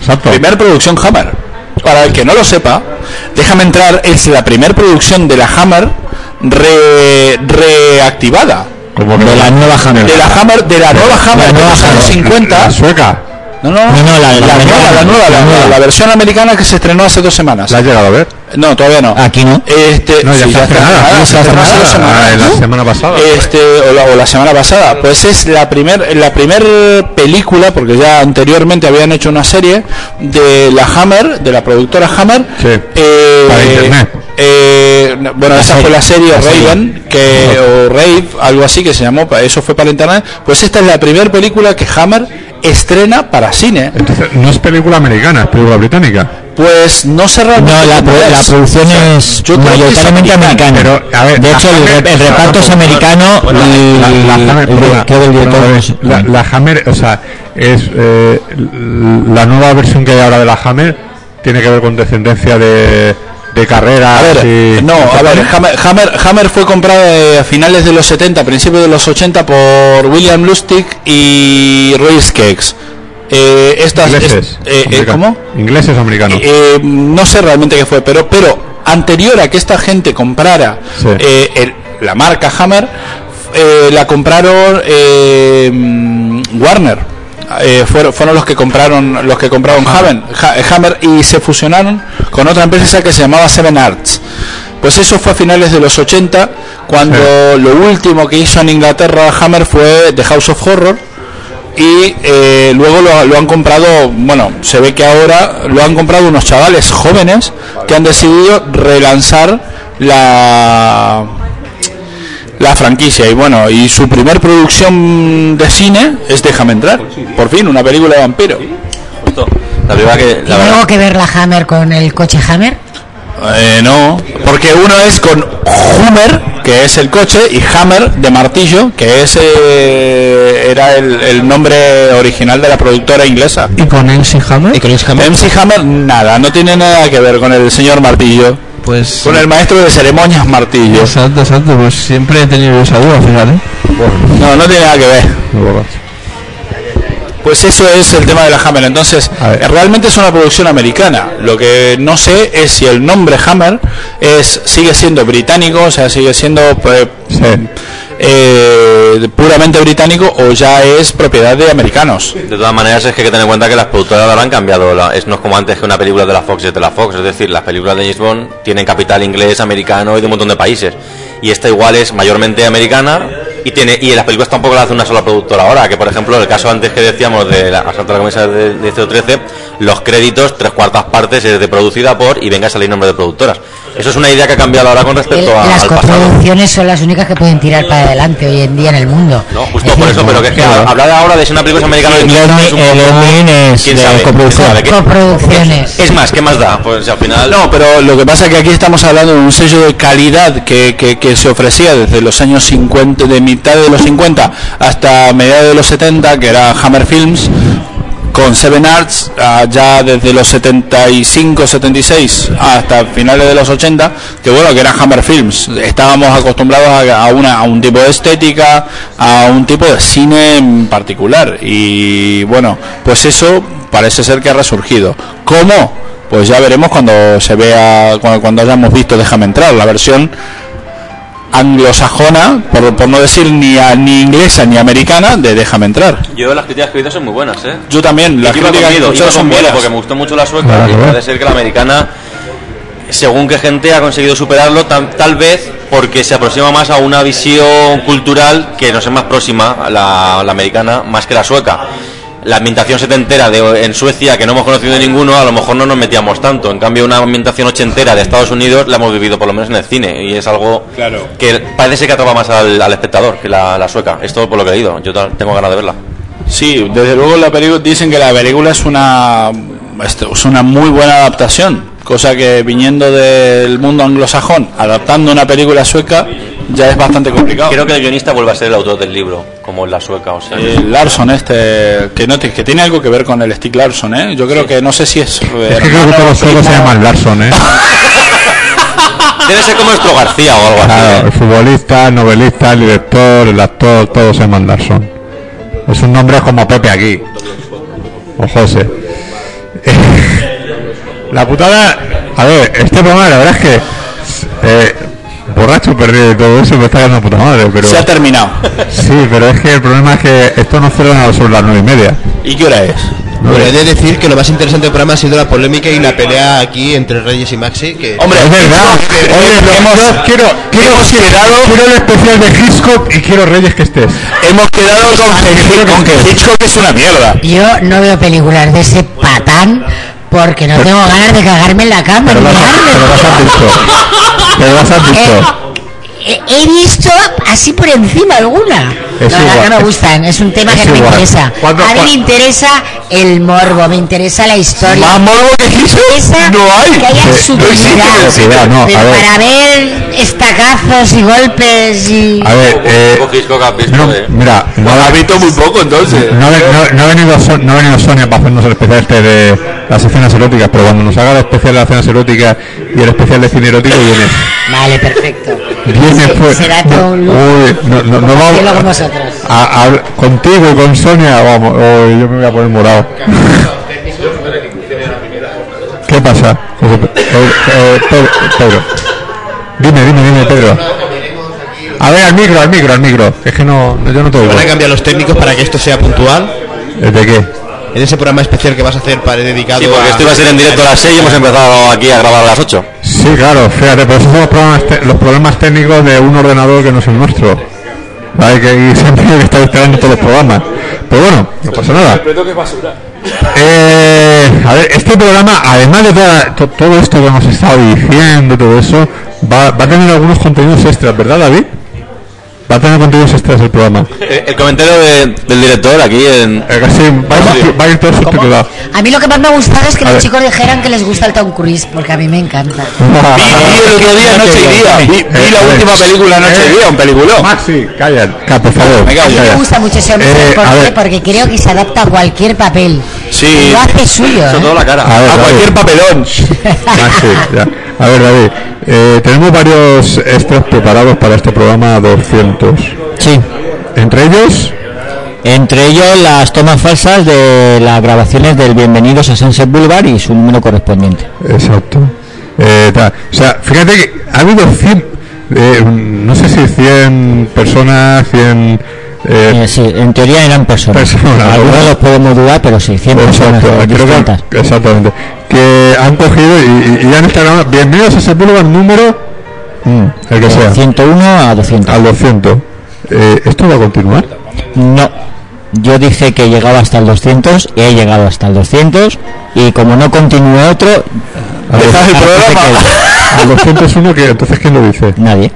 Speaker 42: mucho.
Speaker 7: Primer producción Hammer. Para el que no lo sepa, déjame entrar, es la primer producción de la Hammer re- reactivada.
Speaker 3: De la nueva Hammer.
Speaker 7: De la Hammer, de la nueva Hammer de los años 50.
Speaker 42: sueca.
Speaker 7: No, no,
Speaker 3: No, no, la- la
Speaker 7: nueva,
Speaker 3: americana,
Speaker 7: la nueva, la,
Speaker 3: la nueva.
Speaker 7: la versión americana que se estrenó hace dos semanas.
Speaker 42: ¿La has llegado a ver?
Speaker 7: No, todavía no.
Speaker 3: Aquí no.
Speaker 7: Este,
Speaker 42: No, ya
Speaker 7: sí,
Speaker 42: está estrenada.
Speaker 7: estrenada,
Speaker 42: Ya
Speaker 7: se
Speaker 42: está
Speaker 7: estrenó hace dos
Speaker 42: estrenada.
Speaker 7: semanas,
Speaker 42: Ah, en la
Speaker 7: ¿no?
Speaker 42: semana pasada.
Speaker 7: Este, o, la, o la semana pasada. Pues es la primer, la primer película, porque ya anteriormente habían hecho una serie de la Hammer, de la productora Hammer. Eh,
Speaker 42: Para internet.
Speaker 7: eh, no, bueno,
Speaker 42: La
Speaker 7: esa
Speaker 42: serie,
Speaker 7: fue la serie
Speaker 42: la serie.
Speaker 7: Raven, que, o Rave, algo así que se llamó, pa- eso fue para internet. Pues esta es la primera película que Hammer estrena para cine.
Speaker 3: No es película americana, es película británica.
Speaker 7: Pues no se
Speaker 35: No, la, pro- la producción es
Speaker 7: creo que es
Speaker 35: mayoritariamente americana.
Speaker 3: Pero, a ver,
Speaker 35: de hecho, el,
Speaker 3: Hammer-
Speaker 35: re- el reparto es americano
Speaker 3: Bueno,
Speaker 35: y
Speaker 3: la, la Hammer,
Speaker 35: el-
Speaker 3: perdona,
Speaker 35: creo que el director
Speaker 3: perdona,
Speaker 35: es-
Speaker 3: la- la Hammer, o sea, es eh, la nueva versión que hay ahora de la Hammer tiene que ver con descendencia de, de carreras.
Speaker 7: A ver,
Speaker 3: y-
Speaker 7: no, a ver, Hammer, Hammer, Hammer fue comprada eh, a finales de los 70, principios de los 80 por William Lustig y Royce Cakes. Eh, estas,
Speaker 3: Ingleses,
Speaker 7: est- eh, eh,
Speaker 3: americanos.
Speaker 7: ¿Cómo?
Speaker 3: Ingleses o americanos.
Speaker 7: Eh, no sé realmente qué fue, pero, pero anterior a que esta gente comprara
Speaker 3: Sí.
Speaker 7: eh, el- la marca Hammer, eh, la compraron eh, mm, Warner. Eh, fueron, fueron los que compraron los que compraron Hammer, Ja- Hammer y se fusionaron con otra empresa que se llamaba Seven Arts. Pues eso fue a finales de los 80, cuando lo último que hizo en Inglaterra Hammer fue The House of Horror, y eh, luego lo, lo han comprado, bueno, se ve que ahora lo han comprado unos chavales jóvenes que han decidido relanzar la la franquicia y bueno, y su primer producción de cine es Déjame entrar, por fin una película de vampiro.
Speaker 34: La primera que
Speaker 7: la verdad-
Speaker 10: ¿Tengo que ver la Hammer con el coche Hammer?
Speaker 7: Eh, no, porque uno es con Hummer, que es el coche, y Hammer de martillo, que es eh, era el, el nombre original de la productora inglesa.
Speaker 35: eh,
Speaker 36: ¿Y con MC Hammer?
Speaker 7: ¿Y con Hammer? MC Hammer nada, no tiene nada que ver con el señor martillo.
Speaker 35: Pues
Speaker 7: con el maestro de ceremonias
Speaker 35: eh,
Speaker 7: martillo.
Speaker 36: Exacto, exacto, pues siempre he tenido esa duda, fíjate.
Speaker 7: No, no tiene nada que ver. Pues eso es el tema de la Hammer. Entonces, realmente es una producción americana. Lo que no sé es si el nombre Hammer es sigue siendo británico, o sea, sigue siendo pues, eh, puramente británico o ya es propiedad de americanos.
Speaker 34: De todas maneras, es que hay que tener en cuenta que las productoras ahora han cambiado. la- es, no es como antes que una película de la Fox es de la Fox. Es decir, las películas de James Bond tienen capital inglés, americano y de un montón de países. Y esta igual es mayormente americana y tiene y las películas tampoco las hace una sola productora ahora. Que por ejemplo, el caso antes que decíamos de la, Asalto a la Comisa de, de CO13, los créditos, tres cuartas partes es de producida por y venga a salir nombre de productoras. Eso es una idea que ha cambiado ahora con respecto a-
Speaker 10: Las
Speaker 34: al pasado.
Speaker 10: coproducciones son las únicas que pueden tirar para adelante hoy en día en el mundo.
Speaker 34: No, justo por eso, pero que es que
Speaker 10: claro.
Speaker 34: hablar ahora de si una película es americana o
Speaker 35: El
Speaker 34: inglesa
Speaker 35: Learning-
Speaker 34: es un
Speaker 35: el
Speaker 34: poco-
Speaker 35: Learning es
Speaker 34: ¿Quién
Speaker 35: de
Speaker 34: sabe?
Speaker 35: coproducción.
Speaker 34: ¿Quién sabe? ¿Qué-
Speaker 10: Coproducciones.
Speaker 34: Es más, ¿qué más da? Pues al final.
Speaker 7: No, pero lo que pasa es que aquí estamos hablando de un sello de calidad que, que- que se ofrecía desde los años 50, de mitad de los 50 hasta mediados de los 70, que era Hammer Films, con Seven Arts, ah, ya desde los 75, 76 hasta finales de los 80, que bueno, que era Hammer Films. Estábamos acostumbrados a, a una, a un tipo de estética, a un tipo de cine en particular. Y bueno, pues eso parece ser que ha resurgido. ¿Cómo? Pues ya veremos cuando se vea, cuando, cuando hayamos visto Déjame entrar, la versión anglosajona, por, por no decir ni, a- ni inglesa ni americana, de Déjame entrar.
Speaker 34: Yo las críticas que he visto son muy buenas, ¿eh?
Speaker 7: Yo también, las
Speaker 34: Yo iba
Speaker 7: críticas que he
Speaker 34: conmigo,
Speaker 7: escuchado
Speaker 34: iba
Speaker 7: son
Speaker 34: conmigo,
Speaker 7: buenas.
Speaker 34: porque me gustó mucho la sueca
Speaker 7: Vale,
Speaker 34: y
Speaker 7: vale.
Speaker 34: puede ser que la americana, según qué gente ha conseguido superarlo, tan- tal vez porque se aproxima más a una visión cultural que nos es más próxima a la, la americana más que la sueca. La ambientación setentera de, en Suecia, que no hemos conocido de ninguno, a lo mejor no nos metíamos tanto. En cambio, una ambientación ochentera de Estados Unidos la hemos vivido por lo menos en el cine y es algo que parece que atrapa más al, al espectador que la, la sueca. Es todo por lo que he leído. Yo ta- tengo ganas de verla.
Speaker 7: Sí, desde luego la película dicen que la película es una este, es una muy buena adaptación, cosa que viniendo del mundo anglosajón adaptando una película sueca ya es bastante complicado.
Speaker 34: Creo que el guionista vuelve a ser el autor del libro, como en la sueca, o sea.
Speaker 7: Eh, Larson este que no te- que tiene algo que ver con el Stick Larson, ¿eh? Yo creo que no sé si es
Speaker 3: Es que creo que todos los juegos se llaman Larson, ¿eh?
Speaker 34: Debe ser como nuestro García o algo así. ¿eh?
Speaker 3: Claro, el futbolista, el novelista, el director, el actor, todos se llaman Larson. Es un nombre como Pepe aquí. O José. la putada... A ver, este programa la verdad es que... eh, borracho perdido y todo eso me está dando puta madre, pero...
Speaker 7: Se ha terminado.
Speaker 3: Sí, pero es que el problema es que esto no cierra sobre las nueve y media.
Speaker 7: ¿Y qué hora es?
Speaker 43: Em,
Speaker 4: Bueno, he de decir que lo más interesante del programa ha sido la polémica y la pelea aquí entre Reyes y Maxi. Que
Speaker 7: Hombre,
Speaker 3: es verdad. Oye, lo- yo quiero, quiero, quiero el especial de Hitchcock y quiero Reyes que estés.
Speaker 7: Hemos quedado
Speaker 43: Ah,
Speaker 3: con
Speaker 7: que Hitchcock es una mierda.
Speaker 10: Yo no veo películas de ese patán porque no tengo ganas de cagarme en la cama. Eh,
Speaker 3: Pero las, pero las has visto. Pero las has visto.
Speaker 10: he, he visto así por encima alguna.
Speaker 44: Es
Speaker 10: la verdad
Speaker 44: igual,
Speaker 10: que no me
Speaker 44: es-
Speaker 10: gustan, es un tema
Speaker 44: es
Speaker 10: que no me
Speaker 44: igual.
Speaker 10: interesa.
Speaker 44: Cuando-
Speaker 10: a mí me
Speaker 44: cua-
Speaker 10: interesa el morbo, me interesa la historia.
Speaker 44: Más morbo
Speaker 10: que no hay. Que
Speaker 3: Eh,
Speaker 44: Sí,
Speaker 10: haya
Speaker 44: no existe.
Speaker 10: subida.
Speaker 44: Subida, no, a
Speaker 10: pero
Speaker 44: ver.
Speaker 10: para ver estacazos y golpes y...
Speaker 3: A ver, eh, no, mira, no ha visto muy poco entonces.
Speaker 43: eh,
Speaker 3: No, ha- no- no ha venido, Son- no ha venido Sonia para hacernos el especial este de las escenas eróticas, pero cuando nos haga el especial de las escenas eróticas y el especial de cine erótico viene.
Speaker 10: Vale, perfecto.
Speaker 3: Viene
Speaker 10: Se-
Speaker 3: pues.
Speaker 10: será
Speaker 3: no,
Speaker 10: todo un lujo.
Speaker 3: uy, no, no, no vamos-
Speaker 10: Hacerlo con vosotros.
Speaker 3: a- a- contigo y con Sonia, vamos, uy, yo me voy a poner morado. ¿Qué pasa? José Pe- eh, Pedro, Pedro. Dime, dime, dime, Pedro. A ver, al micro, al micro, al micro. Es que no, no- yo no te oigo.
Speaker 4: Van a cambiar los técnicos para que esto sea puntual.
Speaker 3: ¿De qué?
Speaker 4: En ese programa especial que vas a hacer para dedicado
Speaker 43: Sí, porque
Speaker 4: a-
Speaker 43: esto iba a ser en directo a las 6 y hemos em- empezado aquí a grabar a las 8.
Speaker 3: Sí, claro, fíjate, pero esos son los problemas, te- los problemas técnicos de un ordenador que no es el nuestro. Hay que ir siempre hay que estar instalando todos los programas. Pero bueno, no pasa nada.
Speaker 45: Interpreto que es basura.
Speaker 3: Eh, a ver, este programa, además de toda- to- todo esto que hemos estado diciendo, todo eso, va, va a tener algunos contenidos extras, ¿verdad, David? Va a tener contenidos extras el programa. Eh,
Speaker 43: El, el comentario de- del director aquí en.
Speaker 3: Va a ir todo subtitulado.
Speaker 10: A mí lo que más me ha gustado es que
Speaker 43: A
Speaker 10: los
Speaker 43: ver.
Speaker 10: chicos dijeran que les gusta el Tom Cruise, porque a mí me encanta.
Speaker 43: el otro día
Speaker 7: Ah,
Speaker 43: Noche y Día. Vi- vi
Speaker 7: Eh,
Speaker 3: eh,
Speaker 7: pues,
Speaker 43: la última película Noche y Día, un peliculón.
Speaker 3: Maxi, calla, ca- por favor.
Speaker 10: A mí me
Speaker 3: calla.
Speaker 10: gusta mucho ese hombre,
Speaker 3: Eh,
Speaker 10: ¿sabes
Speaker 3: a
Speaker 10: por qué?
Speaker 3: ver.
Speaker 10: Porque creo que se adapta a cualquier papel. Y lo hace suyo. ¿eh?
Speaker 3: A, cualquier
Speaker 43: papelón.
Speaker 3: A ver, David, eh, tenemos varios extras preparados para este programa 200.
Speaker 46: Sí.
Speaker 3: ¿Entre ellos?
Speaker 46: Entre ellos las tomas falsas de las grabaciones del Bienvenidos a Sunset Boulevard y su número correspondiente.
Speaker 3: Exacto. Eh, ta- o sea, fíjate que ha habido 100, eh, no sé si 100 personas, 100... Eh,
Speaker 46: sí, en teoría eran personas. Algunos los podemos dudar, pero sí, 100 personas
Speaker 3: Exacto, creo que-
Speaker 46: distintas.
Speaker 3: exactamente. Que han cogido y, y- y han instalado. Bienvenidos a ese Boulevard número. mm, el que
Speaker 46: De
Speaker 3: sea.
Speaker 46: 101 a 200.
Speaker 3: Al 200. Eh, ¿Esto va a continuar?
Speaker 46: No, yo dije que llegaba hasta el 200, he llegado hasta el 200 y como no continúe otro,
Speaker 3: Dejar el programa. Al 201, que, entonces, ¿quién lo dice?
Speaker 46: Nadie.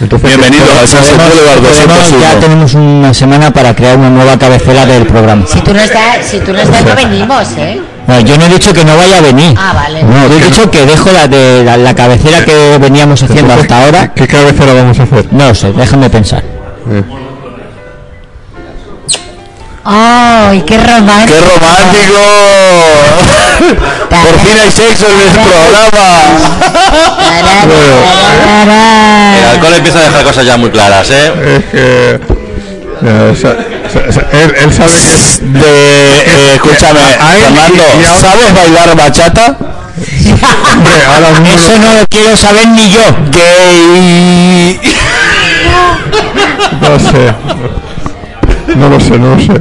Speaker 3: Entonces,
Speaker 46: Podemos- podemos- ya tenemos una semana para crear una nueva cabecera del programa.
Speaker 10: Si tú no estás, si tú no, estás no venimos, ¿eh?
Speaker 46: No, yo no he dicho que no vaya a venir.
Speaker 10: Ah, vale.
Speaker 46: No, yo he dicho que dejo la de la, la cabecera que veníamos haciendo hasta ahora.
Speaker 3: ¿Qué cabecera vamos a hacer?
Speaker 46: No lo sé, déjame pensar.
Speaker 10: ¡Ay, qué romántico!
Speaker 46: ¡Qué
Speaker 43: romántico!
Speaker 10: Por fin hay
Speaker 43: sexo en el
Speaker 10: programa.
Speaker 43: El alcohol empieza a dejar cosas ya muy claras, ¿eh?
Speaker 3: Es que. eh, o sea, o sea, él, él sabe que es.
Speaker 7: Eh, escúchame,
Speaker 3: A- a él
Speaker 7: Fernando,
Speaker 3: y- y a-
Speaker 7: ¿sabes bailar bachata?
Speaker 46: Eso no lo quiero saber ni yo. Gay.
Speaker 3: No sé. No lo sé, no lo sé.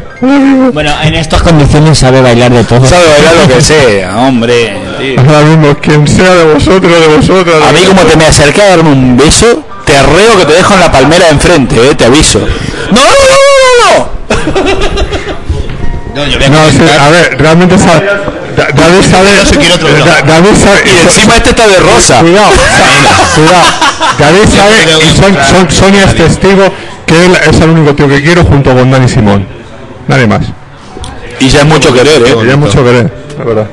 Speaker 46: Bueno, en estas condiciones sabe bailar de todo.
Speaker 7: Sabe bailar lo que sea, hombre. tío.
Speaker 3: Ahora mismo, quien sea de vosotros, de vosotras.
Speaker 7: A mí como te me acerqué a darme un beso, te arreo que te dejo en la palmera de enfrente, eh, te aviso. No, no, no, no, no.
Speaker 3: No, sí, a ver, realmente sabe. Da- David sabe. Da- David sabe.
Speaker 7: Y encima este está de rosa.
Speaker 3: Cuidado, sa- cuidado. David sabe. Y son, son- Sonia es testigo que él es el único tío que quiero junto con Dani Simón. Nadie más.
Speaker 7: Y ya es mucho querer, eh.
Speaker 3: Ya es mucho querer, la verdad.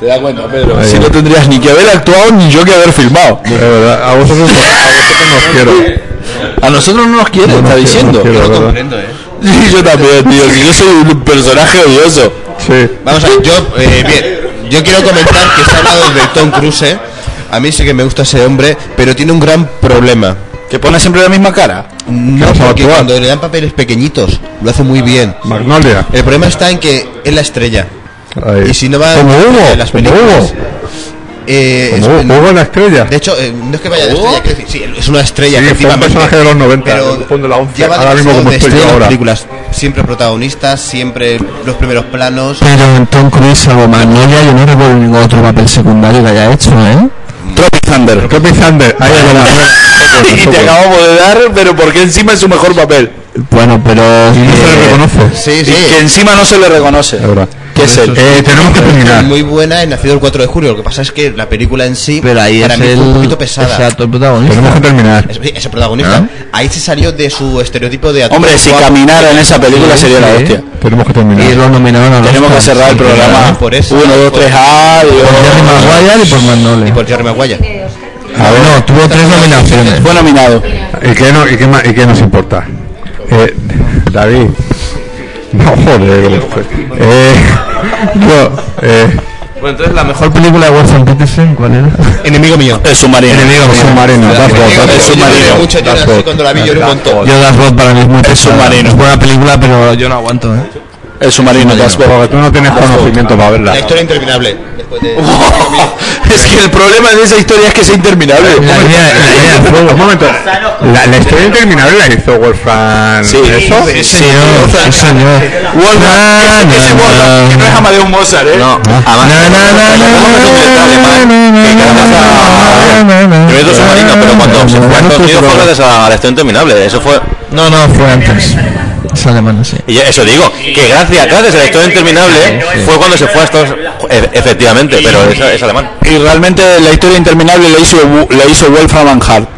Speaker 7: Te das cuenta, Pedro. si no tendrías ni que haber actuado ni yo que haber filmado.
Speaker 3: Es verdad, a vosotros, a vosotros nos quiero.
Speaker 7: A nosotros no nos quiere, está diciendo.
Speaker 3: quiere, Yo lo ¿verdad?
Speaker 7: Sí, yo también, tío. que Yo soy un personaje odioso.
Speaker 3: Sí.
Speaker 4: Vamos a ver, yo, eh, bien, yo quiero comentar que se ha hablado de Tom Cruise. eh. A mí sí que me gusta ese hombre, pero tiene un gran problema.
Speaker 7: ¿Que pone siempre la misma cara?
Speaker 4: No, porque cuando le dan papeles pequeñitos, lo hace muy bien.
Speaker 3: Magnolia.
Speaker 4: El problema está en que es la estrella.
Speaker 3: Ahí.
Speaker 4: Y si no va
Speaker 3: Como Hugo,
Speaker 4: en las
Speaker 3: como
Speaker 4: películas.
Speaker 3: Hugo.
Speaker 4: eh, es-
Speaker 3: Como Hugo la estrella.
Speaker 4: de hecho, eh, no es que vaya de estrella, quiero decir, sí, es una
Speaker 3: Sí,
Speaker 4: estrella.
Speaker 3: fue un
Speaker 4: efectivamente,
Speaker 3: personaje de los 90,
Speaker 4: pero
Speaker 3: del fondo de la 11,
Speaker 4: lleva
Speaker 3: ahora mismo
Speaker 4: demasiado
Speaker 3: como
Speaker 4: de
Speaker 3: estoy yo
Speaker 4: estrella en
Speaker 3: ahora.
Speaker 4: las películas. Siempre protagonistas, siempre los primeros planos.
Speaker 47: Pero Tom Cruise, salvo Magnolia, yo no recuerdo ningún otro papel secundario que haya hecho, ¿eh?
Speaker 7: Tropic Thunder.
Speaker 3: Tropic Thunder, ahí es
Speaker 7: y te acabamos de dar, pero porque encima es su mejor papel.
Speaker 47: Bueno, pero...
Speaker 4: eh,
Speaker 3: no se le reconoce.
Speaker 7: Y que encima no se le reconoce.
Speaker 3: Es verdad.
Speaker 48: ¿Qué es él?
Speaker 4: Eh, Es muy buena en Nacido el 4 de julio. Lo que pasa es que la película en sí
Speaker 49: Pero ahí
Speaker 4: para
Speaker 49: es
Speaker 4: mí fue
Speaker 49: el-
Speaker 4: un poquito pesada.
Speaker 49: exacto, el protagonista. Tenemos que terminar.
Speaker 4: Es, es el protagonista.
Speaker 3: ¿Ah?
Speaker 4: Ahí se salió de su estereotipo de actor
Speaker 7: Hombre, si
Speaker 4: guapo.
Speaker 7: caminara en esa película sería la hostia.
Speaker 3: Tenemos que terminar.
Speaker 49: Y los nominaron a los
Speaker 7: Tenemos que cerrar el programa.
Speaker 4: Por eso.
Speaker 7: 1, 2, 3, adiós.
Speaker 49: Maguire y por Magnolia.
Speaker 4: Y por Jerry Maguire.
Speaker 3: A ver, no, Ah, tuvo tres nominaciones.
Speaker 7: Fue nominado.
Speaker 3: ¿Y qué, no, y qué, ma- y qué nos importa? Eh, David. No, joder. Eh, no, eh,
Speaker 49: Bueno, entonces la mejor película de Watson Peterson, ¿cuál era?
Speaker 4: Enemigo mío.
Speaker 7: El submarino.
Speaker 49: Enemigo mío.
Speaker 3: submarino, das voz, das
Speaker 49: El
Speaker 3: voz.
Speaker 49: submarino.
Speaker 4: Mucho yo
Speaker 3: Das
Speaker 4: así
Speaker 3: voz.
Speaker 4: cuando la vi lloré un montón.
Speaker 49: Yo Das Bot para mí es muy El submarino. Es buena película, pero yo no aguanto, ¿eh?
Speaker 7: El submarino, Das Bot.
Speaker 3: Porque tú no tienes conocimiento para verla.
Speaker 4: La historia interminable. Después de.
Speaker 7: Es que el problema de esa historia es que es interminable.
Speaker 3: Un momento. La, la historia interminable la hizo Wolfram.
Speaker 7: Sí,
Speaker 3: ¿Eso?
Speaker 7: sí, sí, Wolfram. Wolfram, ese- ese Wolfram, que no es Amadeus Mozart, ¿eh? No,
Speaker 5: Yo he ido submarino, pero cuando se fue a Estados Unidos fue gracias a la historia interminable. Eso fue.
Speaker 49: No, no, fue antes. Es alemana, sí.
Speaker 5: Y eso digo, que gracias, gracias a la historia interminable fue cuando se fue a Estados e- Efectivamente, pero es, es alemán.
Speaker 7: Y realmente la historia interminable la hizo, la hizo Wolfram Van Hart.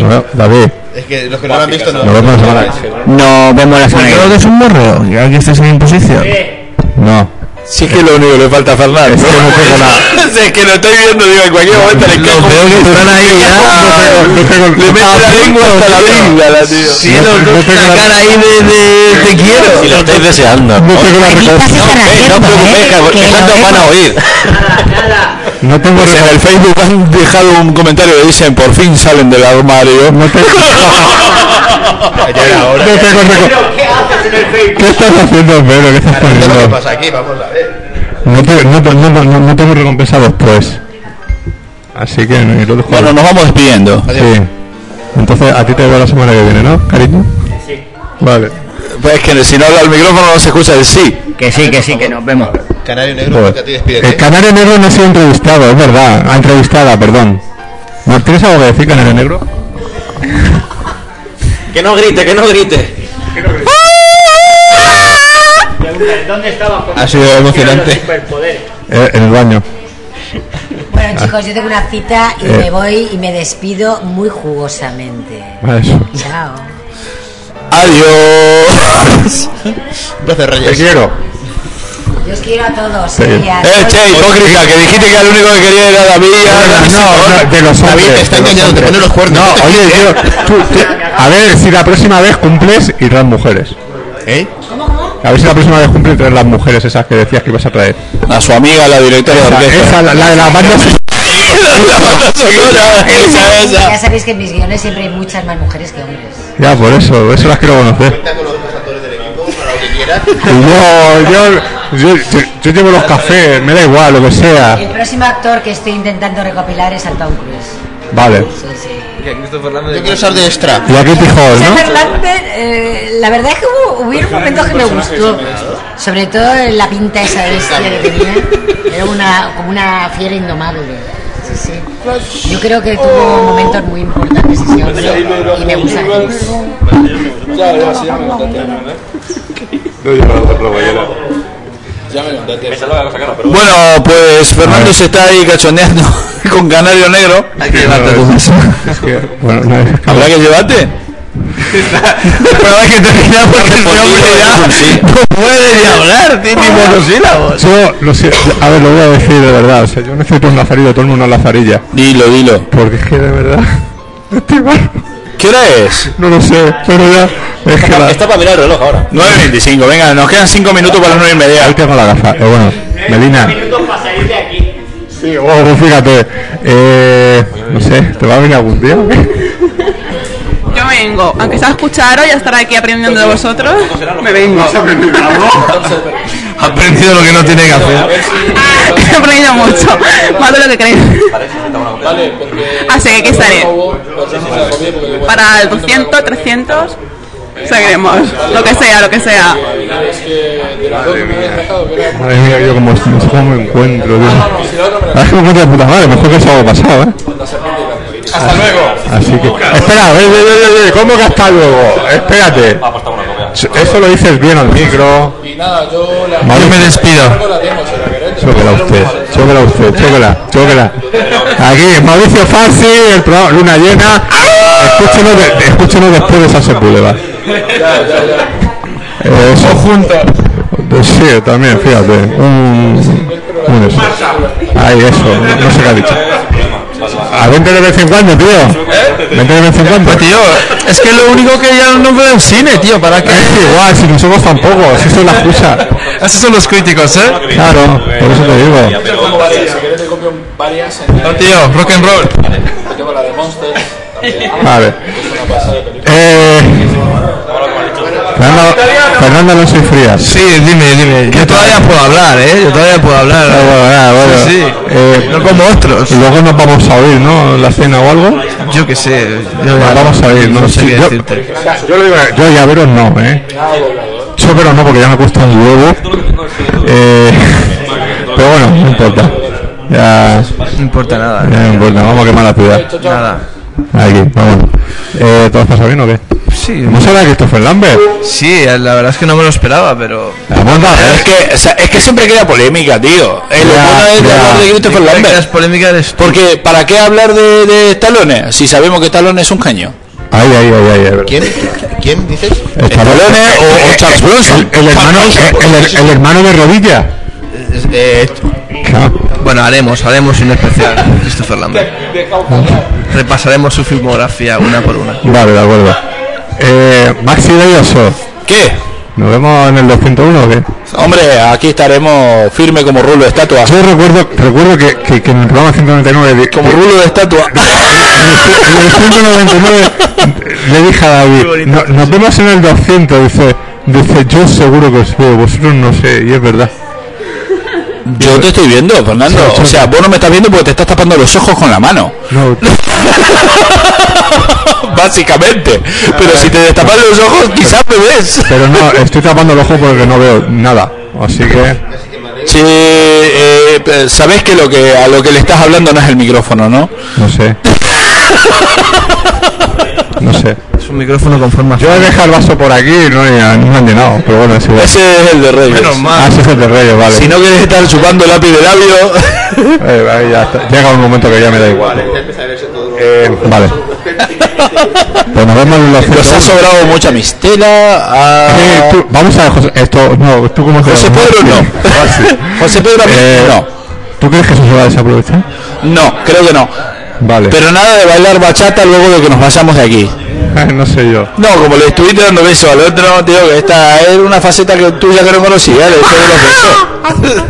Speaker 3: Bueno, David.
Speaker 4: Es que los que no la han visto no.
Speaker 3: Nos vemos la semana.
Speaker 7: No, vemos la semana.
Speaker 49: Creo que es un morreo, ya que estés en imposición.
Speaker 3: No.
Speaker 48: Sí es que lo único que le falta a Fernando. Es que no
Speaker 3: pega
Speaker 48: es que lo estoy viendo, digo, en cualquier momento le cago. Los veo que duran ahí ya. Le meto la lengua hasta la lengua, la tío. Ah, Sí,
Speaker 49: La cara ahí de, de te quiero.
Speaker 5: Si lo estáis deseando. No, eh, no os preocupéis, que- que tanto van a oír.
Speaker 3: No tengo
Speaker 7: pues en el Facebook han dejado un comentario que dicen por fin salen del armario.
Speaker 3: No tengo reco- ¿Qué estás haciendo, Vero? ¿Qué estás
Speaker 4: ¿Qué
Speaker 3: poniendo?
Speaker 4: pasa aquí? Vamos a ver.
Speaker 3: No, te- no, te- no, no, no tengo recompensa después. Así que no, lo dejo.
Speaker 7: Bueno, nos vamos despidiendo.
Speaker 3: Sí. Entonces, a ti te veo la semana que viene, ¿no, cariño? Sí. Vale.
Speaker 7: Pues es que si no habla el micrófono no se escucha el sí.
Speaker 50: Que sí, que sí, que nos vemos.
Speaker 4: Canario
Speaker 36: Pues,
Speaker 4: Negro,
Speaker 3: Joder.
Speaker 4: vete a ti, ¿eh? despídete.
Speaker 3: pues, El Canario Negro no ha sido entrevistado, es verdad. Ah, entrevistada, perdón. ¿No tienes algo que decir, Canario Negro?
Speaker 48: Que no grite, que no grite.
Speaker 51: ¿Dónde estabas? cuando
Speaker 3: Ha sido
Speaker 51: se
Speaker 3: emocionante.
Speaker 51: hicieron los superpoderes?
Speaker 3: Eh, en el baño.
Speaker 10: Bueno, chicos, yo tengo una cita y
Speaker 3: Eh.
Speaker 10: me voy y me despido muy jugosamente.
Speaker 3: Vale, eso.
Speaker 10: Chao.
Speaker 7: Adiós.
Speaker 4: Gracias, Reyes.
Speaker 3: Te quiero.
Speaker 10: Yo os quiero a todos.
Speaker 3: Sí.
Speaker 10: ¿eh? Y a
Speaker 7: Eh,
Speaker 10: todos.
Speaker 7: che, hipócrita, que dijiste que el único que quería era David.
Speaker 3: No, no, de los hombres.
Speaker 7: David, te está
Speaker 3: de los
Speaker 7: engañando,
Speaker 3: hombres.
Speaker 7: te pone los cuernos.
Speaker 3: No, oye, tío, tú- tú- a ver si la próxima vez cumples y traes mujeres.
Speaker 4: ¿Eh?
Speaker 3: A ver si la próxima vez cumples y traes las mujeres esas que decías que ibas a traer.
Speaker 7: A su amiga, la directora de
Speaker 3: Esa,
Speaker 7: orquesta.
Speaker 3: esa, la, la de las bandas.
Speaker 7: La banda sonora, esa, esa.
Speaker 10: Ya sabéis que en mis guiones siempre hay muchas más mujeres que hombres.
Speaker 3: Ya, por eso, por eso las quiero conocer.
Speaker 4: Cuenta con los demás actores del equipo para lo que quieras.
Speaker 3: Y yo, yo, yo, yo- yo llevo los cafés, me da igual, lo que sea.
Speaker 10: El próximo actor que estoy intentando recopilar es a Tom Cruise.
Speaker 3: Vale.
Speaker 10: Sí, sí.
Speaker 4: Yo quiero usar de extra.
Speaker 3: Y aquí Pijol, Pues ¿no?
Speaker 10: Christopher Lambert, eh, la verdad es que hubo, hubieron momentos que me gustó, sobre todo la pinta esa bestia que tenía, era una, como una fiera indomable. Sí, sí. Yo creo que tuvo momentos muy importantes ese hombre y me gusta.
Speaker 52: No, yo no la playera.
Speaker 7: Bueno, pues Fernando se está ahí cachondeando con Canario Negro. Hay que llevarte tú eso.
Speaker 3: Bueno, no, es que-
Speaker 7: ¿Habrá que llevarte? Pero hay que terminar porque el hombre ya no puede ni hablar, tiene ni monosílabos.
Speaker 3: Yo, lo sé, a ver, lo voy a decir de verdad. O sea, yo necesito un lazarillo, todo el mundo una lazarilla.
Speaker 7: Dilo, dilo.
Speaker 3: Porque es que de verdad. no estoy mal.
Speaker 7: ¿Qué hora es?
Speaker 3: No lo sé, pero ya. Es que la.
Speaker 5: Está para mirar el reloj ahora.
Speaker 7: 9.25, venga, nos quedan 5 minutos para las 9 y media.
Speaker 3: Ahí tengo la gafa. Eh, bueno, Melina.
Speaker 51: Minutos para salir de aquí.
Speaker 3: Sí, oh, pues fíjate. Eh, no sé, ¿te va a venir algún día? o qué?
Speaker 8: Yo vengo, aunque sea escucharos y estar aquí aprendiendo de vosotros, me vengo.
Speaker 7: Ha aprendido lo que no tiene que hacer.
Speaker 8: Ah, He aprendido mucho, más de lo que creéis. Así que aquí estaré. Para el 200, 300, seguiremos. Lo que sea, lo que sea.
Speaker 3: Madre mía, yo como no sé cómo me encuentro, tío. La verdad es que me encuentro de puta madre, mejor que el sábado pasado, ¿eh?
Speaker 48: Hasta luego.
Speaker 3: Así que. Espera, ve, ve, ve, ve, ve, ¿cómo que hasta luego? Espérate. Eso lo dices bien al micro.
Speaker 53: Y nada, yo la...
Speaker 3: Yo me despido. Chóquela usted, chóquela usted, chóquela, chóquela. Aquí, Mauricio Farsi, el programa Luna Llena. Escúchenos, de- escúchenos después de Sunset Boulevard. Eso. juntos. Sí, también, fíjate. Un, un eso. Ay, eso, no sé qué ha dicho. A 20 de vez en cuando, tío. 20 de vez en cuando.
Speaker 7: Pues,
Speaker 3: tío,
Speaker 36: Es que lo único que ya no veo en cine, tío, ¿para qué?
Speaker 3: igual, si nosotros tampoco, si eso es la excusa.
Speaker 36: Esos son los críticos, ¿eh?
Speaker 3: Claro, por eso te digo.
Speaker 36: No, tío, rock and roll.
Speaker 3: Vale. Eh, Fernando, Fernando Alonso y Frías. Sí, dime, dime. Yo todavía puedo hablar, ¿eh? Yo todavía puedo hablar. Ah,
Speaker 36: Sí, sí.
Speaker 3: no como otros. Eh, Luego nos vamos a oír, ¿no? En la cena o algo.
Speaker 36: Yo qué sé. Yo
Speaker 3: Nos vamos a oír, ¿no?
Speaker 36: No sé
Speaker 3: Sí,
Speaker 36: qué
Speaker 3: yo-
Speaker 36: decirte.
Speaker 3: Yo, yo llaveros no, ¿eh? Yo pero no, porque ya me cuesta un huevo. Eh, pero bueno, no importa. Ya,
Speaker 36: No importa nada.
Speaker 3: ya no importa, vamos a quemar la ciudad.
Speaker 36: Nada.
Speaker 3: Aquí, vamos. Eh, ¿Todo pasa bien o qué?
Speaker 36: Sí.
Speaker 3: ¿Hemos hablado de Christopher Lambert?
Speaker 36: Sí, la verdad es que no me lo esperaba, pero.
Speaker 3: ¿eh?
Speaker 7: Es que, o sea, es que siempre queda polémica, tío. Es lo bueno de- de hablar de Christopher Lambert. Porque, ¿para qué hablar de, de Stallone? Si sabemos que Stallone es un genio.
Speaker 3: Ay, ay, ay, ay. ay.
Speaker 4: ¿Quién? ¿Quién dices?
Speaker 7: Stallone o, o Charles Bronson.
Speaker 3: eh, El hermano, eh, el, el- el hermano de rodilla.
Speaker 4: eh,
Speaker 36: Bueno, haremos, haremos un especial de Christopher Lambert. Repasaremos su filmografía una por una.
Speaker 3: Vale, de acuerdo. Eh, Maxi Delloso.
Speaker 7: ¿Qué?
Speaker 3: ¿Nos vemos en el 201 o qué?
Speaker 7: Hombre, aquí estaremos firme como rulo de estatua.
Speaker 3: Yo recuerdo, recuerdo que, que, que en el programa 199... di-
Speaker 7: Como
Speaker 3: di-
Speaker 7: rulo de estatua.
Speaker 3: En el 199 le dije a David, "No- nos vemos en el 200, dice, dice, yo seguro que os veo, vosotros no sé, y es verdad.
Speaker 7: Yo te estoy viendo, Fernando.
Speaker 3: Sí, sí.
Speaker 7: O sea, vos no me estás viendo porque te estás tapando los ojos con la mano.
Speaker 3: No,
Speaker 7: Básicamente. Pero si te destapas los ojos, quizás me ves.
Speaker 3: pero no, estoy tapando el ojo porque no veo nada, así que...
Speaker 7: Sí, eh, eh, sabes que lo que a lo que le estás hablando no es el micrófono, ¿no?
Speaker 3: No sé. No sé.
Speaker 36: Es un micrófono con forma.
Speaker 3: Yo he dejado el vaso por aquí y no, he- no me han llenado, pero bueno, es igual.
Speaker 7: Ese es el de Reyes. Menos mal.
Speaker 3: Ah, ese es el de Reyes, vale.
Speaker 7: Si no quieres estar chupando lápiz de labio.
Speaker 3: Eh, ahí ya está. Llega un momento que ya me da igual. Eh, vale. Pues nos vemos en los
Speaker 7: Nos
Speaker 3: 101.
Speaker 7: ha sobrado mucha mistela. a-
Speaker 3: Eh, tú- vamos a José, esto no, tú como
Speaker 7: José Pedro no. José Pedro a mí Ah, Eh, no.
Speaker 3: ¿Tú crees que eso se va a desaprovechar?
Speaker 7: No, creo que no.
Speaker 3: Vale.
Speaker 7: Pero nada de bailar bachata luego de que nos vayamos de aquí.
Speaker 3: Ah, no sé yo.
Speaker 7: No, como le estuviste dando besos al otro, tío, que esta es una faceta que tuya que no conocía, le diste de los besos.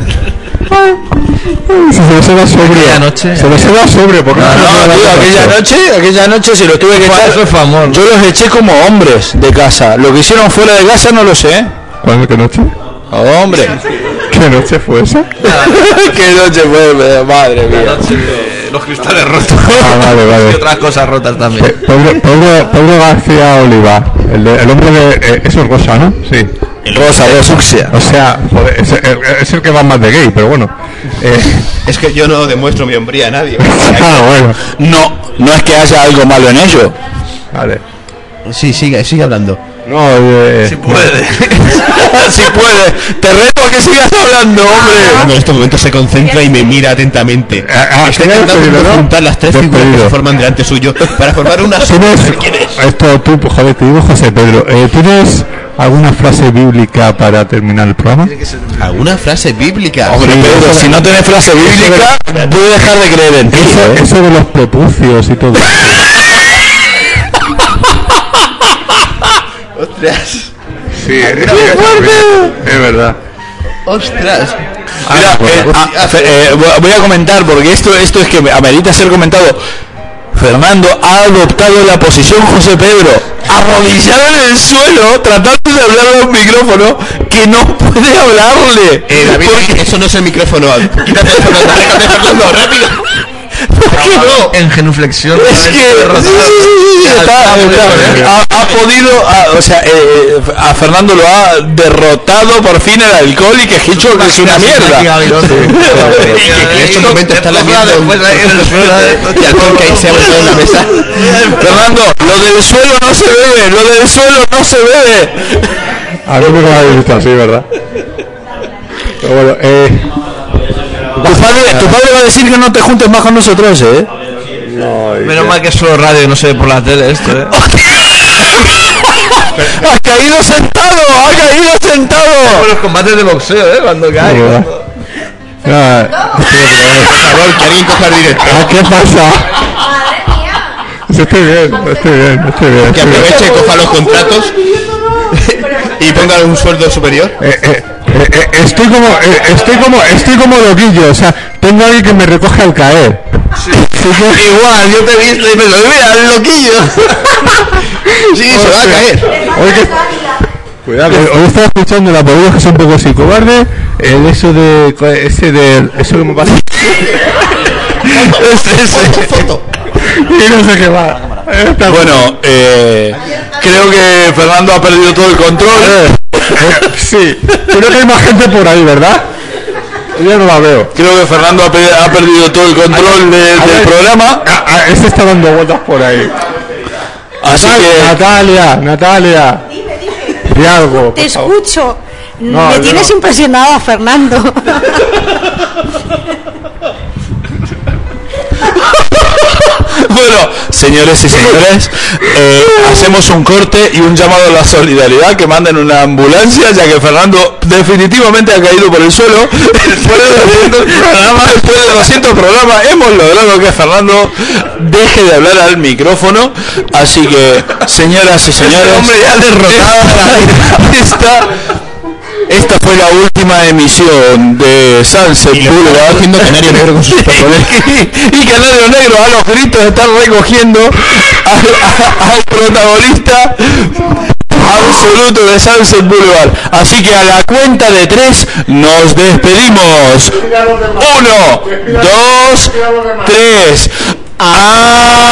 Speaker 3: Se lo lleva sobre. Se lo lleva sobre porque
Speaker 7: No, no, tío, aquella noche, aquella noche se los tuve que echar. Yo los eché como hombres de casa. Lo que hicieron fuera de casa no lo sé. ¿eh?
Speaker 3: ¿Cuándo qué noche?
Speaker 7: Hombre.
Speaker 3: ¿Qué noche fue esa?
Speaker 7: Qué noche fue, me- madre mía.
Speaker 36: Los cristales rotos.
Speaker 3: Ah, vale, vale.
Speaker 36: Y otras cosas rotas también.
Speaker 3: Pedro, Pedro, Pedro García Oliva, el, de- el hombre de. eh, eso es Rosa, ¿no? Sí.
Speaker 7: El rosa, de sucia.
Speaker 3: O sea, joder, es, el- es el que va más de gay, pero bueno. Eh,
Speaker 4: Es que yo no demuestro mi hombría a nadie.
Speaker 3: ah, bueno.
Speaker 7: No, no es que haya algo malo en ello.
Speaker 3: Vale.
Speaker 4: Sí, sigue, sigue hablando.
Speaker 3: No, eh,
Speaker 4: pues.
Speaker 7: Puede. si puede. Te reto a que sigas hablando, hombre.
Speaker 4: Cuando en estos momentos se concentra y me mira atentamente.
Speaker 3: ah,
Speaker 4: Está
Speaker 3: qué
Speaker 4: intentando
Speaker 3: despedido, ¿no?
Speaker 4: juntar las tres figuras que
Speaker 3: Despedido.
Speaker 4: se forman delante suyo para formar una
Speaker 3: ¿Tú
Speaker 4: sola.
Speaker 3: tienes- Esto tú, joder, te digo José Pedro. Eh, ¿Tienes alguna frase bíblica para terminar el programa?
Speaker 4: ¿Alguna frase bíblica?
Speaker 7: Hombre,
Speaker 3: Sí,
Speaker 7: Pedro,
Speaker 3: eso-
Speaker 7: si no tenés frase
Speaker 3: eso
Speaker 7: bíblica, puedo dejar de creer en ti.
Speaker 3: Eso,
Speaker 7: ¿eh?
Speaker 3: eso de los prepucios y todo.
Speaker 4: Ostras.
Speaker 3: Sí, es, verdad.
Speaker 4: Ostras.
Speaker 7: Mira, eh, ah, Fe- eh, vo- voy a comentar porque esto esto es que me- amerita ser comentado. Fernando ha adoptado la posición José Pedro, arrodillado en el suelo, tratando de hablar a un micrófono que no puede hablarle.
Speaker 4: Eh, David, eso no es el micrófono. Quítate el Fernando, déjame, Fernando, rápido.
Speaker 7: ¿Por qué no?
Speaker 36: En genuflexión.
Speaker 7: Es que sí, sí, sí, sí, está, está. Ha, ha podido, ha- o sea, eh, eh, a Fernando lo ha derrotado por fin el alcohol y que Hitchcock es una mierda.
Speaker 4: Que en estos momentos está lamiendo un- y alcohol que ahí se ha vuelto en la mesa.
Speaker 7: Fernando, lo del suelo no se bebe, lo del suelo no se bebe.
Speaker 3: A mí me lo habéis visto así, ¿verdad? Pero bueno, eh.
Speaker 7: Tu padre, tu padre va a decir que no te juntes más con nosotros, ¿eh?
Speaker 36: Menos mal que es solo radio y no se ve por la tele esto, ¿eh?
Speaker 7: ¡Ha caído sentado! ¡Ha caído sentado!
Speaker 36: Como los combates de boxeo, ¿eh? Cuando cae. cuando-
Speaker 3: Ah, favor, que alguien coja directo.
Speaker 36: Ah,
Speaker 3: ¿Qué pasa? Yo estoy bien, estoy bien, estoy bien.
Speaker 4: Que
Speaker 3: estoy bien.
Speaker 4: aproveche, coja los contratos y ponga un sueldo superior.
Speaker 3: Eh, eh, estoy como, eh, estoy como, estoy como loquillo, o sea, tengo alguien que me recoge al caer.
Speaker 53: Igual, yo te he visto y me lo mira, el loquillo. sí, se va a caer.
Speaker 3: Hoy, que- Cuidado, que Eh, hoy estaba escuchando la podemos que es un poco psicobarde, el eso de, ese de, eso que me pasa. Y no sé qué va.
Speaker 7: Bueno, eh, creo que Fernando ha perdido todo el control.
Speaker 3: eh, Sí, creo que hay más gente por ahí, ¿verdad? Yo no la veo.
Speaker 7: Creo que Fernando ha, pe- ha perdido todo el control de- del programa.
Speaker 3: Este está dando vueltas por ahí.
Speaker 7: Así
Speaker 3: Natal-
Speaker 7: que-
Speaker 3: Natalia, Natalia. Di algo.
Speaker 37: Te
Speaker 3: por favor.
Speaker 37: escucho.
Speaker 3: No,
Speaker 37: Me
Speaker 3: yo
Speaker 37: tienes
Speaker 3: no.
Speaker 37: impresionado, Fernando.
Speaker 7: Bueno, señores y señores, eh, hacemos un corte y un llamado a la solidaridad que manden una ambulancia, ya que Fernando definitivamente ha caído por el suelo. Después de 200 programas, después de 200 programas, hemos logrado que Fernando deje de hablar al micrófono. Así que, señoras y señores,
Speaker 53: Este hombre ya
Speaker 7: derrotado. Esta, esta fue la última emisión de Sunset Boulevard. Haciendo Canario Negro con sus y, y Canario Negro a los gritos están recogiendo al, a- al protagonista absoluto de Sunset Boulevard. Así que a la cuenta de tres nos despedimos. Uno, dos, tres. Adiós.